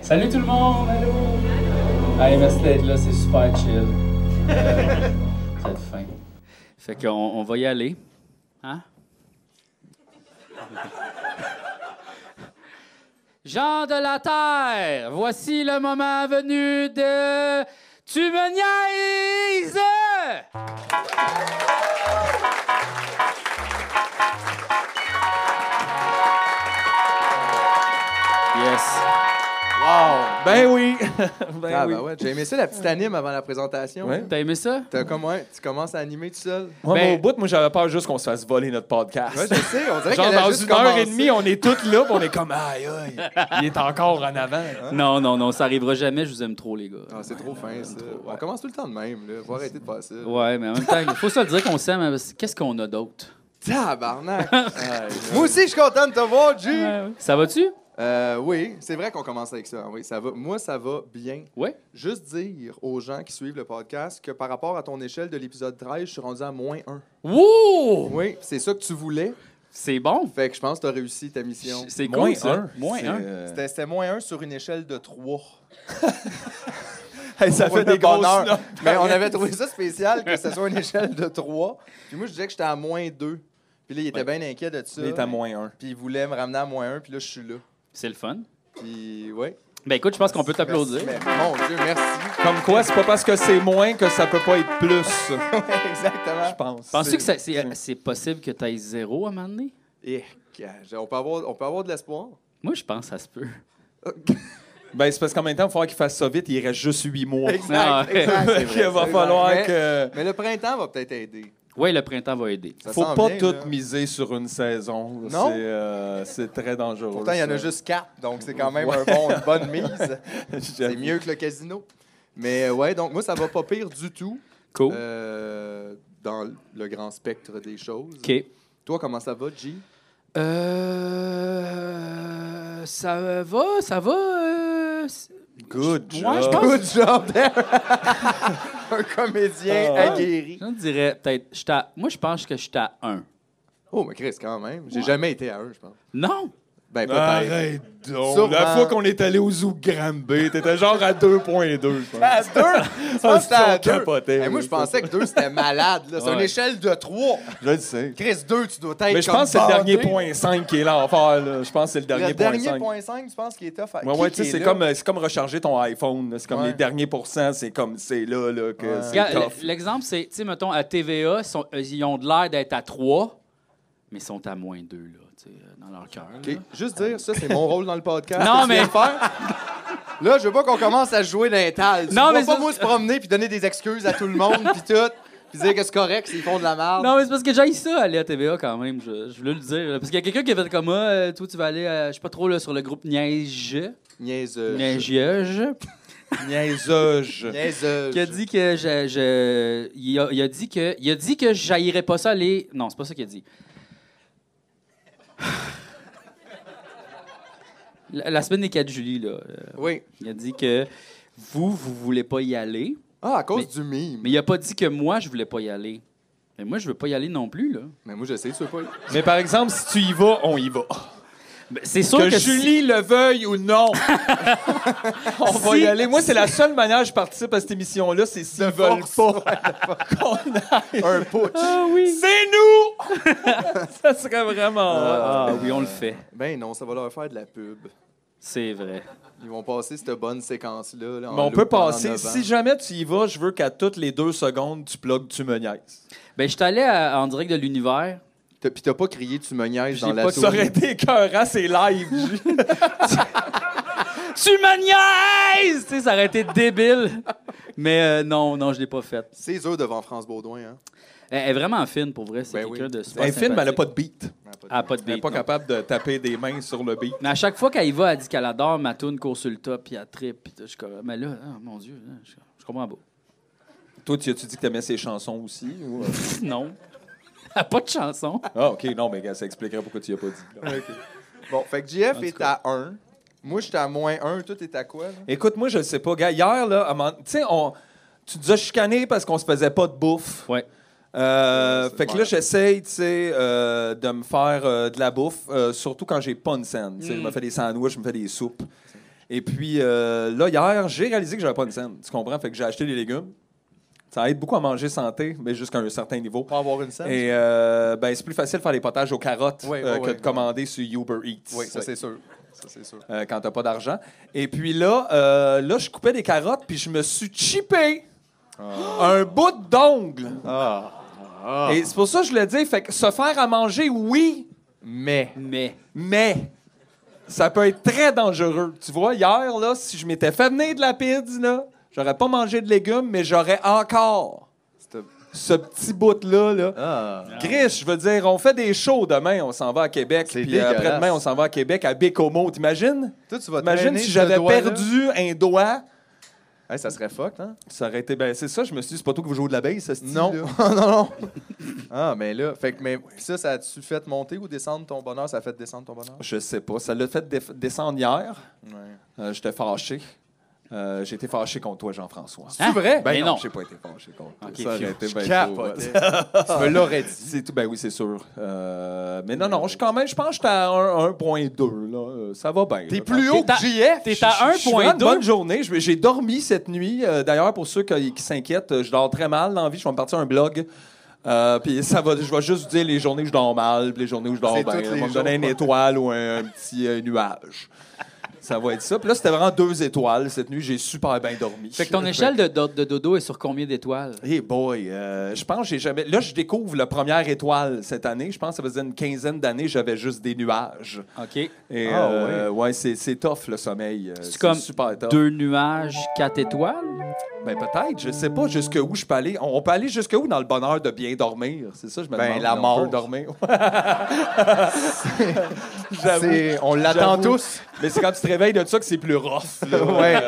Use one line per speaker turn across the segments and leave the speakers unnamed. Salut tout le monde! Allô! Hey, merci d'être là, c'est super chill. Euh, Vous êtes fin. Fait qu'on on va y aller. Hein? Jean de la Terre, voici le moment venu de. Tu me niaises! Yes.
Wow!
Ben oui! ben
Ah,
oui.
ben ouais, j'ai aimé ça, la petite anime avant la présentation.
Ouais.
T'as aimé ça?
T'as comme, ouais, tu commences à animer tout seul.
Moi,
Ben-
mon bout, moi, j'avais peur juste qu'on se fasse voler notre podcast.
Ouais, je sais, on dirait
Genre,
qu'elle a
dans
juste
une heure et
commencé.
demie, on est tous là, puis on est comme, aïe, aïe, il est encore en avant. hein.
Non, non, non, ça arrivera jamais, je vous aime trop, les gars.
Ah, c'est trop fin, ça. On commence tout le temps de même, là. Faut arrêter de passer.
Ouais, mais en même temps, il faut se le dire qu'on s'aime. hein, parce que Qu'est-ce qu'on a d'autre?
Tabarnak! Moi aussi, je suis content de te voir, G!
Ça va-tu?
Euh, oui, c'est vrai qu'on commence avec ça. hein, Oui, ça va. Moi, ça va bien.
Oui.
Juste dire aux gens qui suivent le podcast que par rapport à ton échelle de l'épisode 13, je suis rendu à moins 1.
Wouh!
Oui, c'est ça que tu voulais.
C'est bon.
Fait que je pense que t'as réussi ta mission.
C'est
Moins
cool, ça.
un.
Moins
C'est,
un.
euh,
C'était c'était moins 1 sur une échelle de 3.
hey, ça fait des grosses notes.
Mais on avait trouvé ça spécial que ce soit une échelle de 3. Puis moi, je disais que j'étais à moins 2. Puis là, il était bien inquiet de ça.
Ben, Il est à moins un.
Puis il voulait me ramener à moins 1. Puis là, je suis là.
C'est le fun.
Puis, ouais.
Ben écoute, je pense qu'on peut t'applaudir.
Merci, mais- Mon Dieu, merci.
Comme quoi, c'est pas parce que c'est moins que ça peut pas être plus, je
Exactement.
pense.
Penses-tu que ça- c'est c'est possible que tu ailles zéro à un moment donné?
Et, Eh, on, peut avoir, on peut avoir de l'espoir.
Moi, je pense que ça se peut.
Ben, c'est parce qu'en même temps, il va falloir qu'il fasse ça vite, il reste juste huit mois.
Ah,
Exact, exact. c'est vrai,
Il va
c'est
falloir
vrai. Mais-
que.
Mais le printemps va peut-être aider.
Oui, le printemps va aider.
Ça
Faut
s'en
pas
vient,
tout
là.
miser sur une saison.
Non.
C'est, euh, c'est très dangereux.
Pourtant, il y en a
ça.
juste quatre, donc c'est quand même un bon, une bonne mise. C'est mieux que le casino. Mais euh, ouais, donc moi, ça va pas pire du tout
Cool.
euh, dans le grand spectre des choses.
OK.
Toi, comment ça va, G?
Euh, ça va, ça va. euh, c'est-
Good
Ouais,
job.
je pense- Good
job, Un comédien
Ah.
aguerri.
je dirais peut-être. j'étais à- Moi, je pense que je suis à un.
Oh, mais Chris, quand même. J'ai
Ouais.
jamais été à un, je pense.
Non!
Ben, peut-être.
Arrête donc.
Sûrement.
La fois qu'on est allé au zoo Granby, t'étais genre à 2.2, je pense.
À deux! Je
Ah,
pense que c'était à
ils sont
deux.
capotés,
Eh, moi,
oui,
je pensais que deux, c'était malade. là. C'est une
Ouais.
échelle de trois.
Je le sais.
Chris, deux, tu dois être
Mais je
comme
pense que c'est le dernier
bandé.
point 5 qui est l'enfer. là. Je pense que c'est le dernier
Le
point
dernier
5.
point 5, tu penses qu'il est tough à
Ouais,
qui
ouais,
qui
tu sais,
est
c'est
là?
comme, euh, c'est comme recharger ton iPhone. là. C'est comme
Ouais.
les derniers pourcents, c'est comme, c'est là, là, que
Ouais.
c'est
Regarde,
tough.
l- L'exemple, c'est, tu sais, mettons, à TVA, ils sont- eux, ils ont de l'air d'être à 3, mais ils sont à moins 2, là, tu sais, euh, dans leur cœur.
OK,
là.
Juste dire, ça, c'est mon rôle dans le podcast.
Non,
que tu viens
mais-
de faire. Là, je veux pas qu'on commence à jouer d'un tal.
Non,
Non,
mais
mais pas
ça-
moi se promener puis donner des excuses à tout le monde puis tout. Puis dire que c'est correct s'ils font de la merde.
Non, mais c'est parce que j'aille ça, aller à TVA quand même, je, je voulais le dire. là. Parce qu'il y a quelqu'un qui a fait comme moi, euh, toi, tu vas aller, euh, je sais pas trop, là, sur le groupe Niaise,
Niaiseux.
Niaise,
Niaiseuge.
Niaiseux.
qui a dit que je, je- il, a, il a dit que il a dit que j'haïrais pas ça aller non c'est pas ça qu'il a dit la, la semaine des 4 juillet là euh,
Oui.
il a dit que vous vous voulez pas y aller
Ah, à
Mais-
cause du mime.
mais il a pas dit que moi je voulais pas y aller mais moi je veux pas y aller non plus là
Mais moi, je sais, tu veux pas.
Mais par exemple, si tu y vas, on y va.
Ben, c'est sûr
Que
que, si-
Julie le veuille ou non, on va
Si-
y aller. Moi, c'est la seule manière que je participe à cette émission-là, c'est s'ils veulent pas qu'on aille.
Un putsch.
ah oui
C'est nous! ça serait vraiment...
ah oui on le fait
Ben non, ça va leur faire de la pub.
c'est vrai
Ils vont passer cette bonne séquence-là. là, en
Mais on
loop
peut
pendant
passer.
neuf ans.
Si jamais tu y vas, je veux qu'à toutes les deux secondes, tu plugues, tu me niaises.
ben je suis allé à- en direct de l'univers
T'as- Puis t'as pas crié, tu me niaises
J'ai
dans la
pas- Ça aurait
souris.
été écœurant, c'est live. Ju.
Tu me niaises! Tu sais, ça aurait été débile. Mais euh, non, non, je l'ai pas faite.
C'est dur devant France Baudouin, hein.
Elle elle est vraiment fine, pour vrai. C'est
Ben
quelqu'un
oui.
de super
Un film, elle a pas de beat.
Elle a pas de
Elle est
beat,
pas
non.
capable de taper des mains sur le beat.
Mais à chaque fois qu'elle y va, elle dit qu'elle adore ma tune court sur le top, puis elle trip. Puis tout. je suis comme, mais là, ah, mon Dieu, là, je, je comprends pas.
Toi, tu as-tu dit que t'aimais ses chansons aussi? ou, euh?
Non. Elle a pas de chanson.
Ah, OK. Non, mais gars, ça expliquerait pourquoi tu y as pas dit. là.
Bon, fait que JF
tout
est à 1. Moi, j'étais à moins 1. Toi, t'es à quoi, là?
Écoute, moi, je le sais pas. Gars, hier, là, à un moment- tu sais, on... tu nous as chicané parce qu'on se faisait pas de bouffe.
Ouais.
Euh,
C'est
fait que
vrai.
là, j'essaye, tu sais, euh, de me faire euh, de la bouffe, euh, surtout quand j'ai pas une scène. Tu sais, Je me fais des sandwichs, je me fais des soupes. Et puis euh, là, hier, j'ai réalisé que j'avais pas une scène. Tu comprends? Fait que j'ai acheté des légumes. Ça aide beaucoup à manger santé, mais jusqu'à un certain niveau.
Pour avoir une scène.
Et euh, ben, c'est plus facile de faire les potages aux carottes
Oui, oui,
euh, que
oui.
de commander sur Uber Eats.
Oui, ça
Oui.
c'est sûr. Ça c'est sûr.
Euh, quand t'as pas d'argent. Et puis là, euh, là, je coupais des carottes, puis je me suis chippé
Ah.
un bout d'ongle. Et c'est pour ça que je le dis. Fait que se faire à manger, oui,
Mais
Mais.
mais ça peut être très dangereux. Tu vois, hier, là, si je m'étais fait venir de la pizza, là, j'aurais pas mangé de légumes, mais j'aurais encore
c'était-
ce petit bout-là. Là.
ah.
Chris, je veux dire, on fait des shows demain, on s'en va à Québec,
C'est
puis euh,
dégueulasse.
après-demain, on s'en va à Québec, à Bécomo, t'imagines?
Toi, tu vas te
Imagine
traîner
si
ce
j'avais
doigt-là.
perdu un doigt.
Hey, ça serait fucked, hein?
Ça aurait été. Ben, c'est ça, je me suis dit, c'est pas toi qui vous jouez de la base, ça,
Non, non, non. Ah, mais là, fait que mais ça, ça a-tu fait monter ou descendre ton bonheur? Ça a fait descendre ton bonheur?
Je sais pas. Ça l'a fait déf- descendre hier.
Ouais.
Euh, J'étais fâché. Euh, J'ai été fâché contre toi, Jean-François.
Hein?
vrai?
Ben non.
J'ai pas été fâché contre toi.
Ok,
ça aurait
phew.
été
Je
bien trop, ouais.
capotais. tu me l'aurais dit.
C'est tout, ben oui, c'est sûr. Euh, mais non, non, je suis quand même, je pense que j'étais à un- 1.2, là. Euh, Ça va bien.
T'es
là.
plus haut
T'es à-
que JF?
T'es
Je- je-
à
je suis vraiment une
1.2.
bonne journée. Je- J'ai dormi cette nuit. Euh, D'ailleurs, pour ceux qui, qui s'inquiètent, euh, je dors très mal dans la vie. Je vais me partir un blog. Euh, puis ça va, je vais juste vous dire les journées où je dors mal, puis les journées où je dors
C'est
bien.
tous les
On va me
jours.
donner une étoile ou un, un petit euh, nuage. Ça va être ça. Puis là, c'était vraiment deux étoiles cette nuit. J'ai super bien dormi.
Fait que ton échelle de, do- de dodo est sur combien d'étoiles?
Hey boy, euh, je pense que j'ai jamais. Là, je découvre la première étoile cette année. Je pense que ça faisait une quinzaine d'années, j'avais juste des nuages.
OK.
Et
Ah,
euh, ouais, c'est, c'est tough le sommeil. Euh,
C'est
C'est
comme
super tough.
Deux nuages, quatre étoiles?
Ben peut-être, je sais pas jusqu'où je peux aller. On on peut aller jusqu'où dans le bonheur de bien dormir. C'est ça, je me
Ben,
demande.
la
si on
mort.
peut dormir.
C'est- On l'attend
J'avoue.
tous.
Mais c'est quand tu te réveilles de ça que c'est plus rough. là. Euh,
Ouais.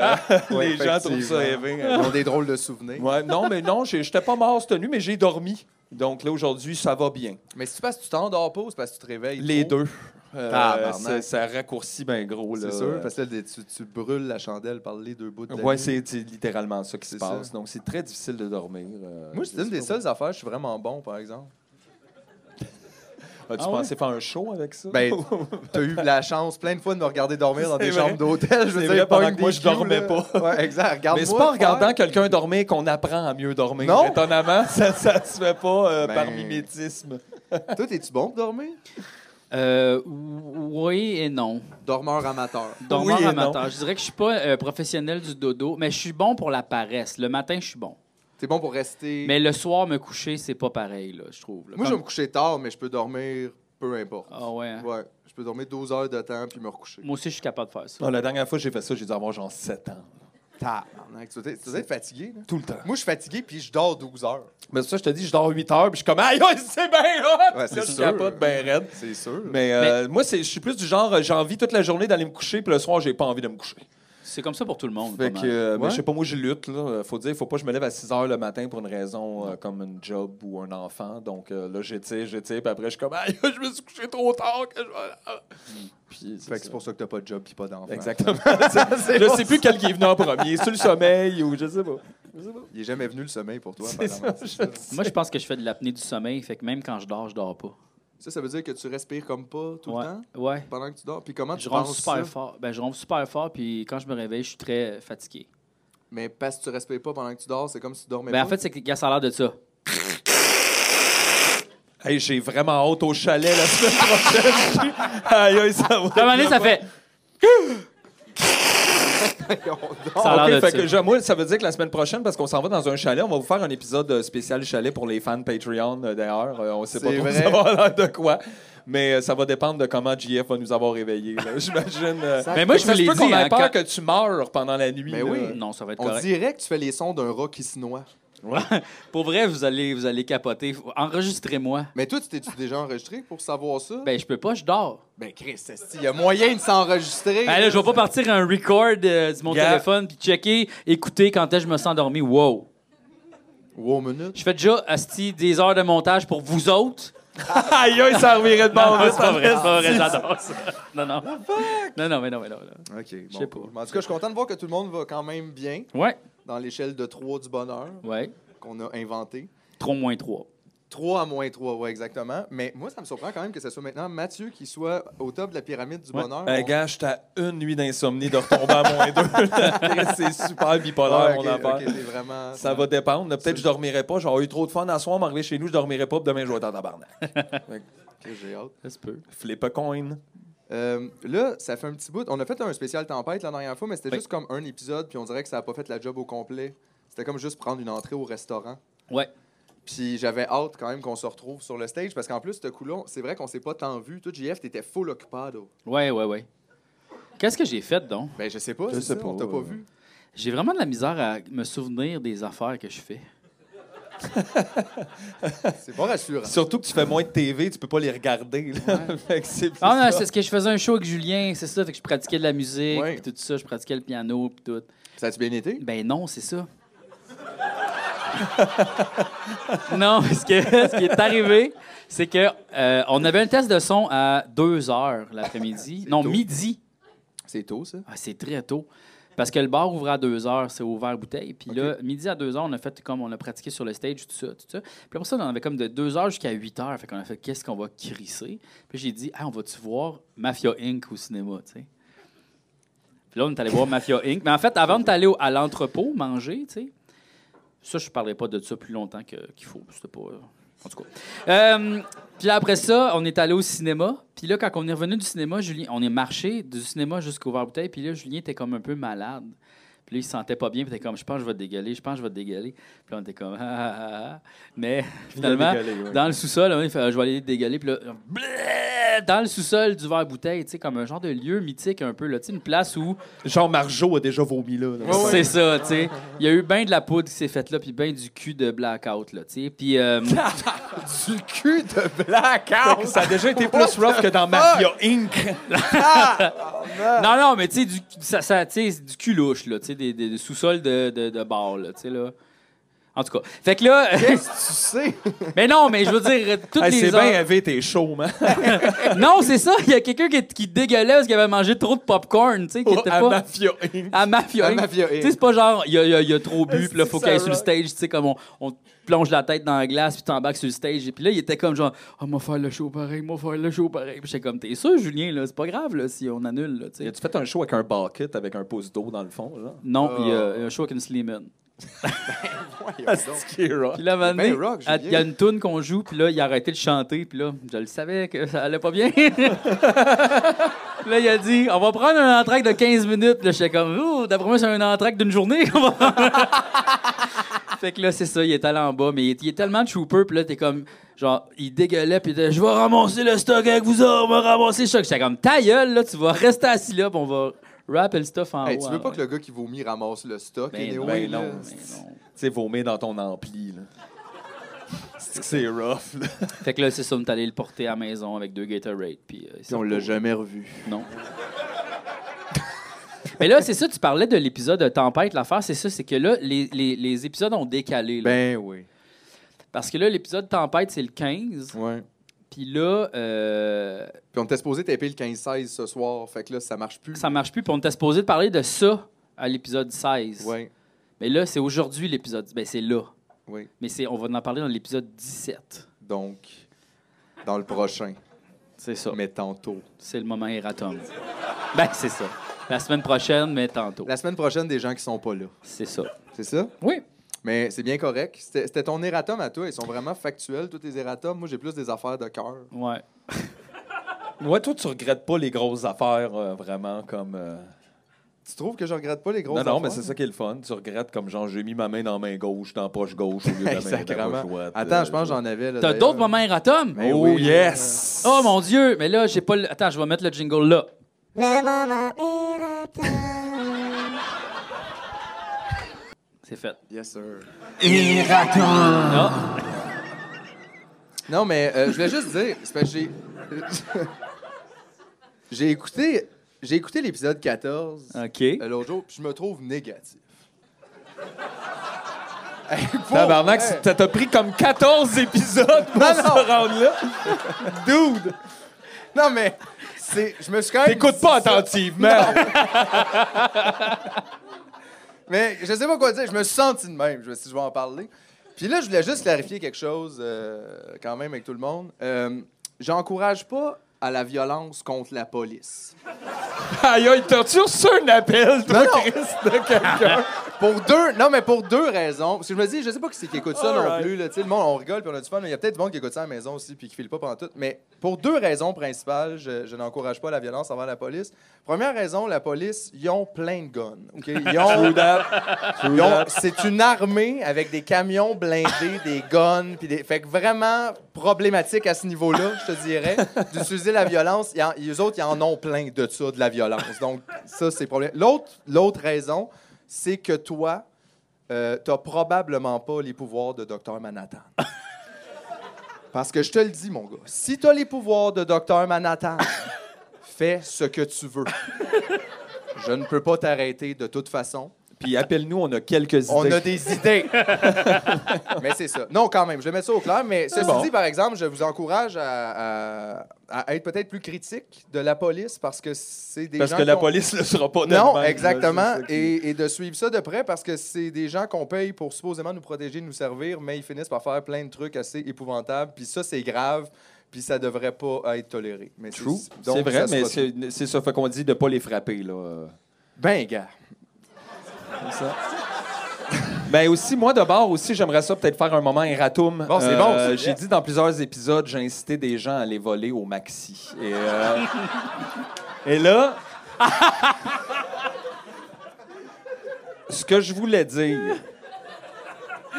Les
Ouais,
gens trouvent ça
effectivement.
rêvé.
Ils ont des drôles de souvenirs.
Ouais, non, mais non, j'ai- j'étais pas mort cette nuit, mais j'ai dormi. Donc là, aujourd'hui, ça va bien.
Mais si tu passes, tu t'endors pas ou c'est parce que tu te réveilles?
Les
trop?
deux. Euh,
Tabarnak.
ça, ça raccourcit bien gros.
C'est
là.
sûr, parce que là, tu, tu brûles la chandelle par les deux bouts de la
Ouais,
nuit.
c'est c'est littéralement ça qui se
C'est
passe. Donc, c'est très difficile de dormir. Euh,
Moi, c'est une des
je sais pas.
seules affaires, je suis vraiment bon, par exemple.
As-tu
Ah ouais?
pensé faire un show avec ça?
Ben, t'as eu la chance plein de fois de me regarder dormir dans
C'est
des
vrai.
chambres d'hôtel. Je
C'est
veux
vrai,
dire,
pendant
pogne
que moi,
des
je dormais
culs, là. Ouais, exact. Regarde-moi.
Mais c'est pas en
faire.
regardant quelqu'un dormir qu'on apprend à mieux dormir.
Non.
Étonnamment, ça, ça se fait pas euh,
Ben.
par mimétisme.
Toi, t'es-tu bon pour dormir?
Euh, oui et non.
Dormeur amateur.
Dormeur
Oui et non.
amateur. Je dirais que je suis pas euh, professionnel du dodo, mais je suis bon pour la paresse. Le matin, je suis bon.
T'es bon pour rester.
Mais le soir, me coucher, c'est pas pareil, là, je trouve. là.
Moi, je vais
Comme-
me coucher tard, mais je peux dormir peu importe.
Ah ouais. hein?
Ouais, je peux dormir 12 heures de temps puis me recoucher.
Moi aussi, je suis capable de faire ça.
Non, ah, la dernière fois que j'ai fait ça, j'ai dû avoir genre 7 ans.
Tabarnak, tu dois être- tu dois être fatigué, là.
Tout le temps.
Moi, je suis fatigué puis je dors 12 heures.
Mais ça, je te dis, je dors 8 heures, puis je suis comme, aïe, aïe, c'est bien hot!
Ouais, c'est
Là, je
sûr.
capote bien raide.
C'est sûr.
Mais, euh, moi, c'est- je suis plus du genre, euh, j'ai envie toute la journée d'aller me coucher, puis le soir, j'ai pas envie de me coucher.
C'est comme ça pour tout le monde.
Fait
pas
que,
mal.
euh, mais
Ouais.
je sais pas, moi, je lutte, là. Faut dire, faut pas que je me lève à 6 heures le matin pour une raison euh, comme une job ou un enfant. Donc, euh, là, j'étire, j'étire, puis après, je suis comme, aïe, je me suis couché trop tard, que je vais- ah. Puis,
Fait que
ça.
c'est pour ça que t'as pas de job puis pas d'enfant.
Exactement.
C'est
je
bon.
sais plus quel qui est venu en premier, sur le sommeil ou je sais pas. Je sais pas.
Il est jamais venu le sommeil pour toi,
C'est
apparemment.
ça,
ben, C'est ça.
Moi, je pense que je fais de l'apnée du sommeil, fait que même quand je dors, je dors pas.
Ça, ça veut dire que tu respires comme pas tout
ouais.
le temps
Ouais.
pendant que tu dors. Puis comment
Je
tu
ronfle
penses
super
ça?
fort. Ben, je ronfle super fort, puis quand je me réveille, je suis très euh, fatigué.
Mais parce que tu respires pas pendant que tu dors, c'est comme si tu dormais
Ben, Ah, en
pas.
fait, c'est que gars, ça a l'air de ça.
Hey, j'ai vraiment hâte au chalet la semaine prochaine. aïe, aïe, ça va.
À un moment donné, ça fait. Ça a
Ah, Ok,
l'air de
fait
ça.
que je- moi, ça veut dire que la semaine prochaine, parce qu'on s'en va dans un chalet, on va vous faire un épisode euh, spécial chalet pour les fans Patreon, euh, d'ailleurs. Euh, on sait pas
C'est
trop
vrai.
ça va l'air de quoi. Mais euh, ça va dépendre de comment JF va nous avoir réveillés. là. J'imagine. euh,
Ça-
Mais moi, je
ça
vous
se
l'ai
peut
dit.
qu'on
hein,
ait peur
quand-
que tu meurs pendant la nuit.
Mais
là.
oui.
Euh, Non, ça va être
On
correct.
dirait que tu fais les sons d'un rat qui se noie.
Ouais. Pour vrai, vous allez, vous allez capoter. Faut- Enregistrez-moi.
Mais toi, tu t'es-tu déjà enregistré pour savoir ça?
Ben, je peux pas, je dors.
Ben, Chris, il y a moyen de s'enregistrer.
Ben, là, je vais pas partir un record euh, de mon
Yeah.
téléphone, puis checker, écouter quand est-ce que je me sens endormi. Wow.
Wow, minute.
Je fais déjà, asti, des heures de montage pour vous autres.
aïe, aïe, ça revirait de bon.
non, Ah, c'est pas vrai, c'est pas vrai, j'adore ça. Non, non. Non, non, mais non, mais non. mais non.
OK,
sais
bon.
pas.
cool. Mais En tout cas, je suis content de voir que tout le monde va quand même bien
Ouais,
dans l'échelle de 3 du bonheur
ouais.
qu'on a inventé.
3 moins 3.
3 à moins 3, ouais, exactement. Mais moi, ça me surprend quand même que ce soit maintenant Mathieu qui soit au top de la pyramide du bonheur.
Euh, gars, j'étais à une nuit d'insomnie de retomber à moins 2. c'est super bipolaire,
Ouais, ok,
mon affaire.
ok, c'est vraiment...
Ça va dépendre. Peut-être que je dormirai pas. J'aurais eu trop de fun à soir, m'arriver chez nous, je dormirai pas, puis demain, je vais être en tabarnak.
Ok, j'ai hâte.
Ça se peut.
Flip a coin.
Euh, là, ça fait un petit bout. On a fait un spécial tempête la dernière fois, mais c'était
Oui.
juste comme un épisode, puis on dirait que ça n'a pas fait la job au complet. C'était comme juste prendre une entrée au restaurant.
Ouais.
Puis j'avais hâte quand même qu'on se retrouve sur le stage, parce qu'en plus, ce coup-là, on- c'est vrai qu'on s'est pas tant vu. Toi, JF, t'étais full occupado.
Ouais, ouais, ouais. Qu'est-ce que j'ai fait donc?
Ben, je sais pas,
Je
c'est
sais
ça,
pas,
on t'a pas
euh.
vu.
J'ai vraiment de la misère à me souvenir des affaires que je fais.
C'est pas rassurant.
Surtout que tu fais moins de TV, tu peux pas les regarder. là. Fait que c'est plus
Ah non,
ça.
c'est ce que je faisais un show avec Julien, c'est ça, fait que je pratiquais de la musique,
Ouais.
puis tout ça, je pratiquais le piano, puis tout.
Ça a-tu bien été?
Ben non, c'est ça. non, ce, que- ce qui est arrivé, c'est que euh, on avait un test de son à 2 heures l'après-midi. non,
tôt.
midi.
C'est tôt, ça.
Ah, c'est très tôt. Parce que le bar ouvre à 2 heures, c'est ouvert bouteille. Puis là, midi à 2 heures, on a fait comme on a pratiqué sur le stage, tout ça, tout ça. Puis après ça, on en avait comme de 2 heures jusqu'à 8 heures. Fait qu'on a fait qu'est-ce qu'on va crisser. Puis j'ai dit, ah, on va-tu voir Mafia Inc. au cinéma, tu sais. Puis là, on est allé voir Mafia Inc. Mais en fait, avant, on est allé au- à l'entrepôt manger, tu sais. Ça, je ne parlerai pas de ça plus longtemps que- qu'il faut. C'était pas. En tout cas. Euh, puis là, après ça, on est allé au cinéma. Puis là, quand on est revenu du cinéma, Julien, on est marché du cinéma jusqu'au verre-bouteille. Puis là, Julien était comme un peu malade. Puis là, il se sentait pas bien. Puis il était comme, je pense que je vais dégueuler, je pense que je vais dégueuler. Puis là, on était comme, ah, ah, ah, ah. Mais finalement,
dégueulé, ouais.
dans le sous-sol, on a fait, Ah, je vais aller dégueuler. Puis là, bleh, dans le sous-sol du verre-bouteille, tu sais, comme un genre de lieu mythique un peu, là. Tu sais, une place où
Jean Margeau a déjà vomi là. là.
c'est ça, tu sais. Il y a eu bien de la poudre qui s'est faite là, puis bien du cul de blackout, là, tu sais. Puis. euh,
Du cul de
Blackout! Ça a déjà été plus rough que dans Mafia Inc.
non, non, mais tu sais, du, ça, ça, tu sais, c'est du cul louche, là, tu sais, des, des- des sous-sols de, de, de bar, là, tu sais, là. En tout cas. Fait que là.
tu sais.
mais non, mais je veux dire, euh, toutes
Hey,
les
c'est
heures-
bien hein. AV, t'es chaud, man.
Non, c'est ça. Il y a quelqu'un qui, qui dégueulait parce qu'il avait mangé trop de popcorn, tu sais, qui était
à
pas.
Mafia Inc.
À mafia.
À
Inc.
Mafia Inc.
Tu sais, c'est pas genre, il y a, il y a- il y a trop bu, puis là, faut
Ah, C'est
qu'il aille
ça,
sur le stage, tu sais, comme on, on te plonge la tête dans la glace, puis t'embarques sur le stage. Et puis là, il était comme genre, ah, moi faire le show pareil, moi faire le show pareil. Puis j'étais comme, t'es sûr, Julien, là, c'est pas grave, là, si on annule, là, tu sais.
As-tu fait un show avec un bucket avec un pouce d'eau dans le fond, genre?
Non,
Oh.
il y a il y a un show avec une Slimane.
Voyons donc.
Puis là, à un moment
Ben
donné,
rock,
à- il y a
Julien.
une tune qu'on joue, puis là, il a arrêté de chanter, puis là, je le savais que ça allait pas bien. là, il a dit, on va prendre un entraque de 15 minutes. Puis là, j'étais comme, ouh, d'après moi, c'est un entraque d'une journée. qu'on va prendre. fait que là, c'est ça, il est allé en bas, mais il est, il est tellement trooper, puis là, t'es comme, genre, il dégueulait, puis il était, je vais ramasser le stock avec vous autres, on va ramasser le stock. J'étais comme, ta gueule, là, tu vas rester assis là, puis on va rapper le stuff en
Hey,
haut.
tu veux pas
alors.
que le gars qui vomit ramasse le stock?
Ben
anyway,
non,
Ben
là?
non,
ben non.
Tu sais, vomir dans ton ampli, là. C'est que c'est rough, là.
Fait que là, c'est ça, on est allé le porter à la maison avec deux Gatorade. Puis, euh,
Puis on l'a jamais revu.
Non. Mais là, c'est ça, tu parlais de l'épisode de Tempête, l'affaire, c'est ça, c'est que là, les, les- les épisodes ont décalé. là.
Ben oui.
Parce que là, l'épisode Tempête, c'est le 15.
Ouais.
Puis là, euh,
Puis on était supposé taper le 15-16 ce soir, fait que là, ça marche plus.
ça marche plus. Puis on était supposé de parler de ça à l'épisode 16.
Ouais.
Mais là, c'est aujourd'hui l'épisode. Ben, c'est là.
Oui.
Mais c'est, on va en parler dans l'épisode 17.
Donc, dans le prochain,
C'est ça.
mais tantôt.
C'est le moment Eratom. ben, c'est ça. La semaine prochaine, mais tantôt.
La semaine prochaine, des gens qui sont pas là.
C'est ça.
C'est ça?
Oui.
Mais c'est bien correct. C'était c'était ton erratum à toi. Ils sont vraiment factuels, tous tes erratums. Moi, j'ai plus des affaires de cœur.
Ouais.
Moi, toi, tu regrettes pas les grosses affaires, euh, vraiment, comme... euh,
Tu trouves que je regrette pas les grosses
non,
affaires?
non, mais c'est ça qui est le fun. Tu regrettes comme genre, j'ai mis ma main dans la main gauche, dans la poche gauche, au lieu de la main dans la
Sacrément.
poche droite. euh,
Attends, je pense que j'en avais. là,
T'as
d'ailleurs.
d'autres moments Eratom?
Mais
oh,
oui.
yes!
Oh mon dieu, mais là j'ai pas le... Attends, je vais mettre le jingle là. C'est fait. Ah,
Yes, sir.
Non.
Non, mais euh, je voulais juste dire, c'est parce que j'ai. j'ai écouté. J'ai écouté l'épisode 14
OK.
Ah.
euh, l'autre jour, puis je me trouve négatif. Hey, pour
Tabarnak,
vrai.
c'est- ça t'a pris comme 14 épisodes pour
Non,
se
non.
rendre là.
Dude! Non, mais c'est. Je me suis quand même.
T'écoutes
dit
pas
ça,
attentivement.
Mais je sais pas quoi dire. Je me suis senti de même. Je me suis dit, je vais en parler. Puis là, je voulais juste clarifier quelque chose, euh, quand même, avec tout le monde. Euh, J'encourage pas à la violence contre la police.
Aïe, il torture sur un appel, toi,
Non, non.
Chris, de quelqu'un.
Pour deux, non, mais pour deux raisons. Parce que je me dis, je sais pas qui c'est qui écoute ça non
Alright.
plus. Là, Tu sais, le monde, on rigole puis on a du fun. mais Il y a peut-être du monde qui écoute ça à la maison aussi puis qui file pas pendant tout. Mais pour deux raisons principales, je, je n'encourage pas la violence envers la police. Première raison, la police, ils ont plein de guns. OK? Ils ont, ils ont- c'est une armée avec des camions blindés, des guns. puis des, fait que vraiment problématique à ce niveau-là, je te dirais, d'utiliser la violence. Ils en- les autres, ils en ont plein de ça, de la violence. Donc, ça, c'est problème. L'autre, l'autre raison, c'est que toi, euh, t'as probablement pas les pouvoirs de Docteur Manhattan. Parce que je te le dis, mon gars, si t'as les pouvoirs de Docteur Manhattan, fais ce que tu veux. Je ne peux pas t'arrêter de toute façon.
Puis appelle-nous, on a quelques
On
idées.
a des idées. mais c'est ça. Non, quand même, je vais mettre ça au clair. Mais ceci
bon.
dit, par exemple, je vous encourage à, à- à être peut-être plus critique de la police parce que c'est des
Parce
gens
que la
qui ont-
police ne le sera pas
non,
d'elle-même, là,
exactement.
c'est ça qui-
Et, et de suivre ça de près parce que c'est des gens qu'on paye pour supposément nous protéger, nous servir, mais ils finissent par faire plein de trucs assez épouvantables. Puis ça, c'est grave. Puis ça devrait pas être toléré. Mais c'est-
True.
donc,
C'est vrai,
ça se
mais
passe-
c'est c'est ça fait qu'on dit de pas les frapper, là. euh,
Ben, gars.
comme ça. Ben aussi, moi de bord aussi, j'aimerais ça peut-être faire un moment erratum. Euh,
Bon, c'est bon, ça.
J'ai dit dans plusieurs épisodes, j'ai incité des gens à aller voler au maxi. Et, euh, et là, ce que je voulais dire,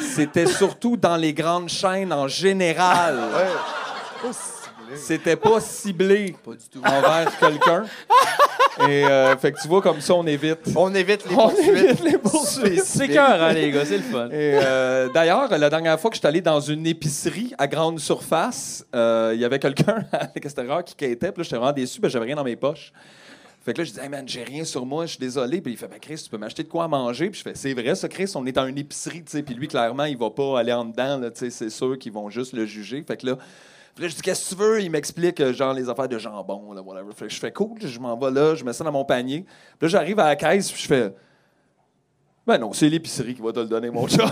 c'était surtout dans les grandes chaînes en général.
Ouais. Pas ciblé.
C'était pas ciblé
Pas du tout.
envers quelqu'un. Et euh, fait que tu vois, comme ça, on évite.
On évite les
On
poursuites.
évite les poursuites.
C'est cœur, hein, les gars, c'est le fun.
Et euh, d'ailleurs, la dernière fois que je suis allé dans une épicerie à grande surface, euh, il y avait quelqu'un à l'extérieur qui quittait. Puis là, j'étais vraiment déçu, ben, j'avais rien dans mes poches. Fait que là, je dis, hey man, j'ai rien sur moi, je suis désolé. Puis il fait, ben Chris, tu peux m'acheter de quoi à manger. Puis je fais, c'est vrai, ça, Chris, on est dans une épicerie, tu sais. Puis lui, clairement, il va pas aller en dedans, là, tu sais, c'est sûr qu'ils vont juste le juger. Fait que là, puis là, je dis, qu'est-ce que tu veux? Il m'explique, euh, genre, les affaires de jambon, là, whatever. Fait que je fais, cool, je m'en vais là, je mets ça dans mon panier. Puis là, j'arrive à la caisse, puis je fais, ben non, c'est l'épicerie qui va te le donner, mon chum.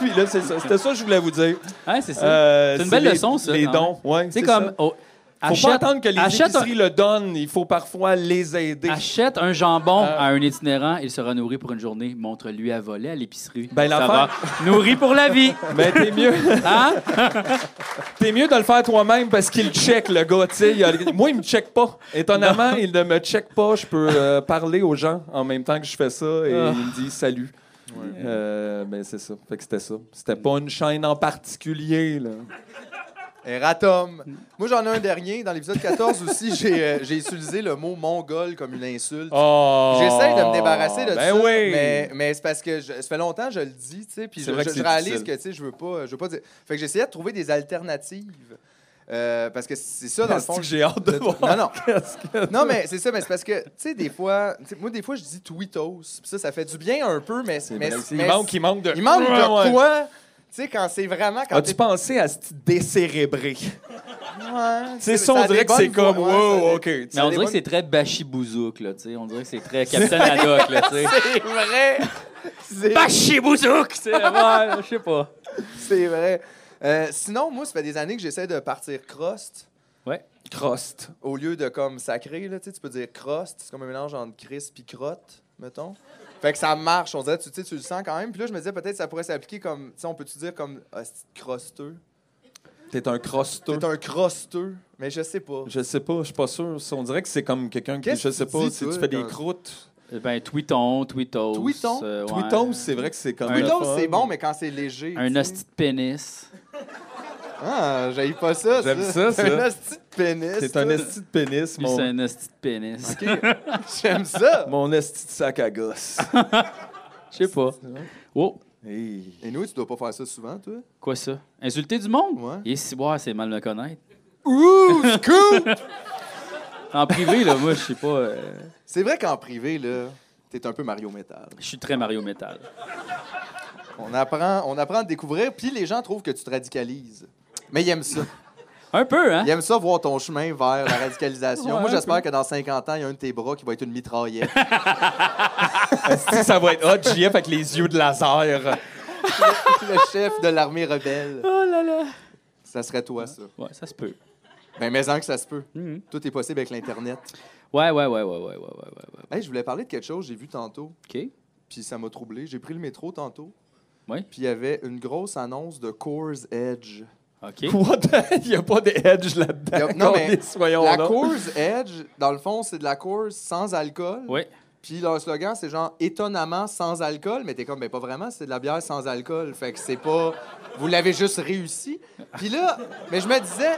puis là, c'est ça. C'était ça que je voulais vous dire.
Ouais, Hein, c'est ça.
Euh,
C'est une belle
les-
leçon, ça,
Les
quand
dons, ouais.
c'est comme.
ça.
oh,
Faut
achète,
pas attendre que les
achète un,
épiceries le donnent. Il faut parfois les aider.
achète un jambon
Euh.
à un itinérant, il sera nourri pour une journée. Montre-lui à voler à l'épicerie.
Ben,
Ça va.
l'affaire-
Nourri pour la vie.
Mais t'es mieux,
Hein?
t'es mieux de le faire toi-même parce qu'il check, le gars. tu sais. Il a- Moi, il me check pas. Étonnamment, il ne me check pas. Je peux euh, parler aux gens en même temps que je fais ça et
Ah.
il me dit salut. Euh, mais c'est ça. Fait que c'était ça. C'était pas une chaîne en particulier. Là.
Erratum. Moi, j'en ai un dernier. Dans l'épisode 14 aussi, j'ai euh, j'ai utilisé le mot mongol comme une insulte.
Oh!
J'essaie de me débarrasser de
ben
ça,
oui.
mais, mais c'est parce que je- ça fait longtemps que je le dis, tu sais, puis
C'est
je,
vrai
je-
que
je
c'est
réalise
difficile.
que, tu sais, je veux pas, je veux pas dire... Fait que j'essayais de trouver des alternatives, Euh, parce que c'est ça, dans le
Est-ce
fond...
que j'ai hâte de
le-
voir.
non, non,
Qu'est-ce que-
non, mais c'est ça, mais c'est parce que, tu sais, des fois, tu sais, moi, des fois, je dis Twitos, puis ça, ça fait du bien un peu, mais... mais,
Il
mais-
manque- il manque de.
il manque
Ouais, Ah, ouais.
de quoi, tu sais, quand c'est vraiment... quand
As-tu
t'es-
pensé à ce petit décérébré?
Ouais,
C'est ça,
ça
on
a
dirait
des
que c'est
bonnes
comme,
voix, ouais, ça a
wow,
des-
OK. tu sais.
Mais on
des
dirait que
bonnes-
c'est très bachibouzouk, là, tu sais. On dirait que c'est très Captain Haddock, là, tu sais.
C'est vrai! C'est-
Bachibouzouk! tu sais, Ouais, je sais pas.
C'est vrai. Euh, sinon, moi, ça fait des années que j'essaie de partir crust
Crust.
au lieu de comme sacré. Là, tu sais, tu peux dire crust. C'est comme un mélange entre crisp et crotte, mettons. Fait que ça marche. On dirait, tu, tu sais, tu le sens quand même. Puis là, je me disais, peut-être ça pourrait s'appliquer comme, tu sais, on peut-tu dire comme ah, c'est crosteux?
T'es un crosteux.
T'es un crosteux, mais je sais pas.
Je sais pas, je suis pas sûr. On dirait que c'est comme quelqu'un qui.
Qu'est-ce
Je sais
que tu
pas,
dis,
si
toi,
tu fais des
quand-
croûtes.
Eh Ben, tweeton, tweetos.
Tweeton?
euh, ouais.
Twittos, c'est vrai que c'est comme.
Un-
le
Plutôt,
fun.
c'est bon, mais quand c'est léger. tu
Un
sais.
hostie de pénis.
Ah, j'aille pas ça.
J'aime ça, ça.
Un hostie de pénis.
T'es un
toi.
esti de pénis,
Puis
mon.
c'est un hostie de pénis.
Ok. J'aime ça.
Mon esti de sac à gosse.
Je sais pas. Oh,
Hey.
Et nous, tu dois pas faire ça souvent, toi?
quoi ça? Insulter du monde?
Ouais.
Et si boire, c'est mal me connaître.
Ouh, scoop!
En privé, là, moi, je sais pas. euh,
C'est vrai qu'en privé, là, t'es un peu Mario Metal.
je suis très Mario Metal.
On apprend, on apprend à te découvrir, puis les gens trouvent que tu te radicalises. Mais ils aiment ça.
Un peu, hein?
Ils aiment ça voir ton chemin vers la radicalisation.
Ouais,
Moi,
un
j'espère que dans 50 ans, il y a un de tes bras qui va être une mitraillette.
Si, ça va être hot, JF avec les yeux de laser.
le chef de l'armée rebelle.
Oh là là.
Ça serait toi, ça.
Ouais, ça se peut.
Ben, mais en que ça se peut.
Mhm.
Tout est possible avec l'Internet.
Ouais, ouais, ouais, ouais, ouais, ouais, ouais, ouais.
Hey, je voulais parler de quelque chose j'ai vu tantôt,
ouais. OK.
puis ça m'a troublé. J'ai pris le métro tantôt.
Ouais.
Puis il y avait une grosse annonce de Coors Edge.
OK.
What the- Il n'y a pas de edge
Y
là-dedans.
a- non, mais
Colin, soyons
La
là.
Coors Edge, dans le fond, c'est de la Coors sans alcool.
Ouais.
Puis leur slogan, c'est genre étonnamment sans alcool, mais t'es comme, ben pas vraiment, c'est de la bière sans alcool. Fait que c'est pas. Vous l'avez juste réussi. Puis là, mais je me disais,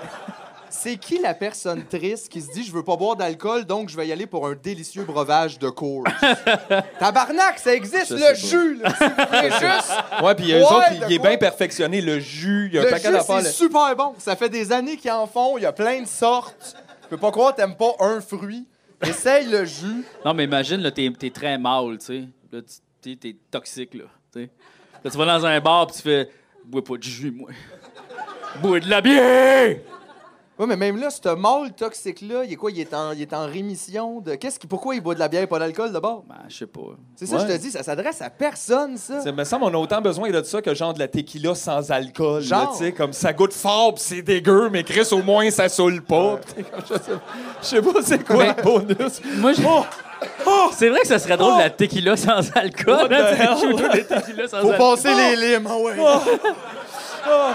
c'est qui la personne triste qui se dit, je veux pas boire d'alcool, donc je vais y aller pour un délicieux breuvage de cours? Tabarnak, ça existe,
Je
le
sais pas.
jus, là. Si vous voulez juste.
Ouais, puis eux
Ouais,
autres,
de
il est
quoi?
bien perfectionné. Le jus, il y a un
Le
paquet
jus,
d'affaires.
c'est
là.
super bon. Ça fait des années qu'ils en font. Il y a plein de sortes. Je peux pas croire que t'aimes pas un fruit. Essaye le jus.
Non, mais imagine, là, t'es, t'es très mal, tu sais. Là, tu- t'es, t'es toxique, là. tu sais. Là, tu vas dans un bar, puis tu fais. Bois pas de jus, moi. Bois de la bière!
Ouais, mais même là, ce mâle toxique-là, il est quoi? Il est en, il est en rémission de... Qu'est-ce qui... Pourquoi il boit de la bière et pas d'alcool, d'abord?
Ben, je sais pas.
C'est ça,
Ouais.
je te dis, ça s'adresse à personne, ça.
Ça me semble on a autant besoin de ça que genre de la tequila sans alcool. là,
Genre.
tu sais, comme ça goûte fort, pis c'est dégueu, mais Chris, au moins, ça saoule pas. Pis t'es comme, Je sais- je sais pas c'est quoi le bonus.
Moi, j'ai-
Oh! Oh!
C'est vrai que ça serait drôle,
Oh!
la tequila sans alcool.
What the
hein, tu sais,
hell?
je veux dire, la tequila sans
Faut
alcool.
passer les limes, ah ouais.
Oh!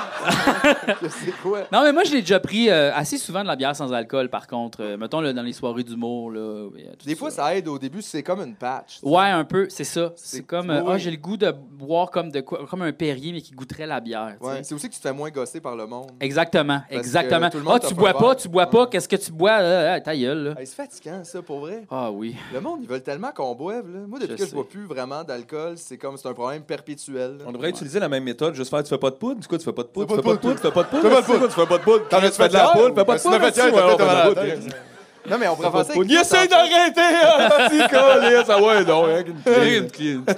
C'est quoi?
Non, mais moi, je l'ai déjà pris euh, assez souvent de la bière sans alcool, par contre. Euh, mettons, là, dans les soirées d'humour, là. oui, tout
Des fois, ça aide au début, c'est comme une patch.
Ouais, un peu, c'est ça. C'est
C'est-
comme, euh,
oui.
ah, j'ai le goût de boire comme, de, quoi- comme un Perrier, mais qui goûterait la bière. tu
Ouais,
sais.
C'est aussi que tu te fais moins gosser par le monde.
Exactement,
que
exactement.
tout le monde
Ah,
t'a
tu
pas
bois
le
pas,
verre.
tu bois pas,
Ouais.
qu'est-ce que tu bois? là, là, ta gueule, là.
Hey, c'est fatigant, ça, pour vrai.
Ah oui.
Le monde, ils veulent tellement qu'on boive, là. Moi, depuis
Je
que
sais.
je bois plus vraiment d'alcool, c'est comme... C'est un problème perpétuel. là.
On devrait utiliser la même méthode, juste faire tu fais pas de poudre, du coup tu fais pas de poudre, tu fais pas de poudre, tu fais pas de
Fais pas
poudre,
de
tu fais quoi, tu fais pas de poudre,
T'en
tu
as-tu
fais
fait
de la
hier?
poudre, fais pas de
Si t'en
poudre,
as fait hier,
aussi, ouais,
t'as peut-être
on fait de la
un
poudre,
malateur.
ok.
Non, mais on pourrait faire ça avec
Il essaie d'arrêter, hein, vas-y, câlisse. Ah ouais, non, hein, qu'une clé.
Ça-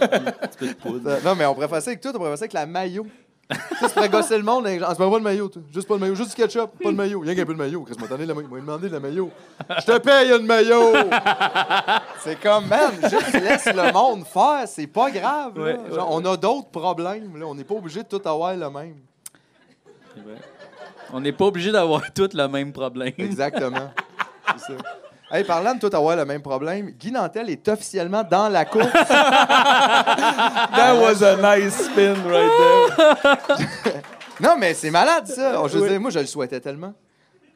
Euh, Non, mais on pourrait faire ça avec tout, on pourrait faire ça avec la maillot. ça, tu pourrais gosser le monde. hein, genre, Ah, tu prends pas de maillot, toi. Juste pas de maillot, juste du ketchup, pas de maillot. Rien qu'un peu de maillot. Chris m'a donné la maillot. Il m'a demandé de la maillot. Je te paye une maillot. c'est comme, man, juste laisse le monde faire, c'est pas grave. là.
Ouais,
Genre, on a d'autres problèmes, là. On n'est pas obligé de tout avoir le même.
C'est vrai. On n'est pas obligé d'avoir tous le même problème.
Exactement. c'est ça. Hey, parlant de tout avoir le même problème, Guy Nantel est officiellement dans la course.
That was a nice spin right there.
Non, mais c'est malade, ça. Je veux
Oui.
dire, moi, je le souhaitais tellement.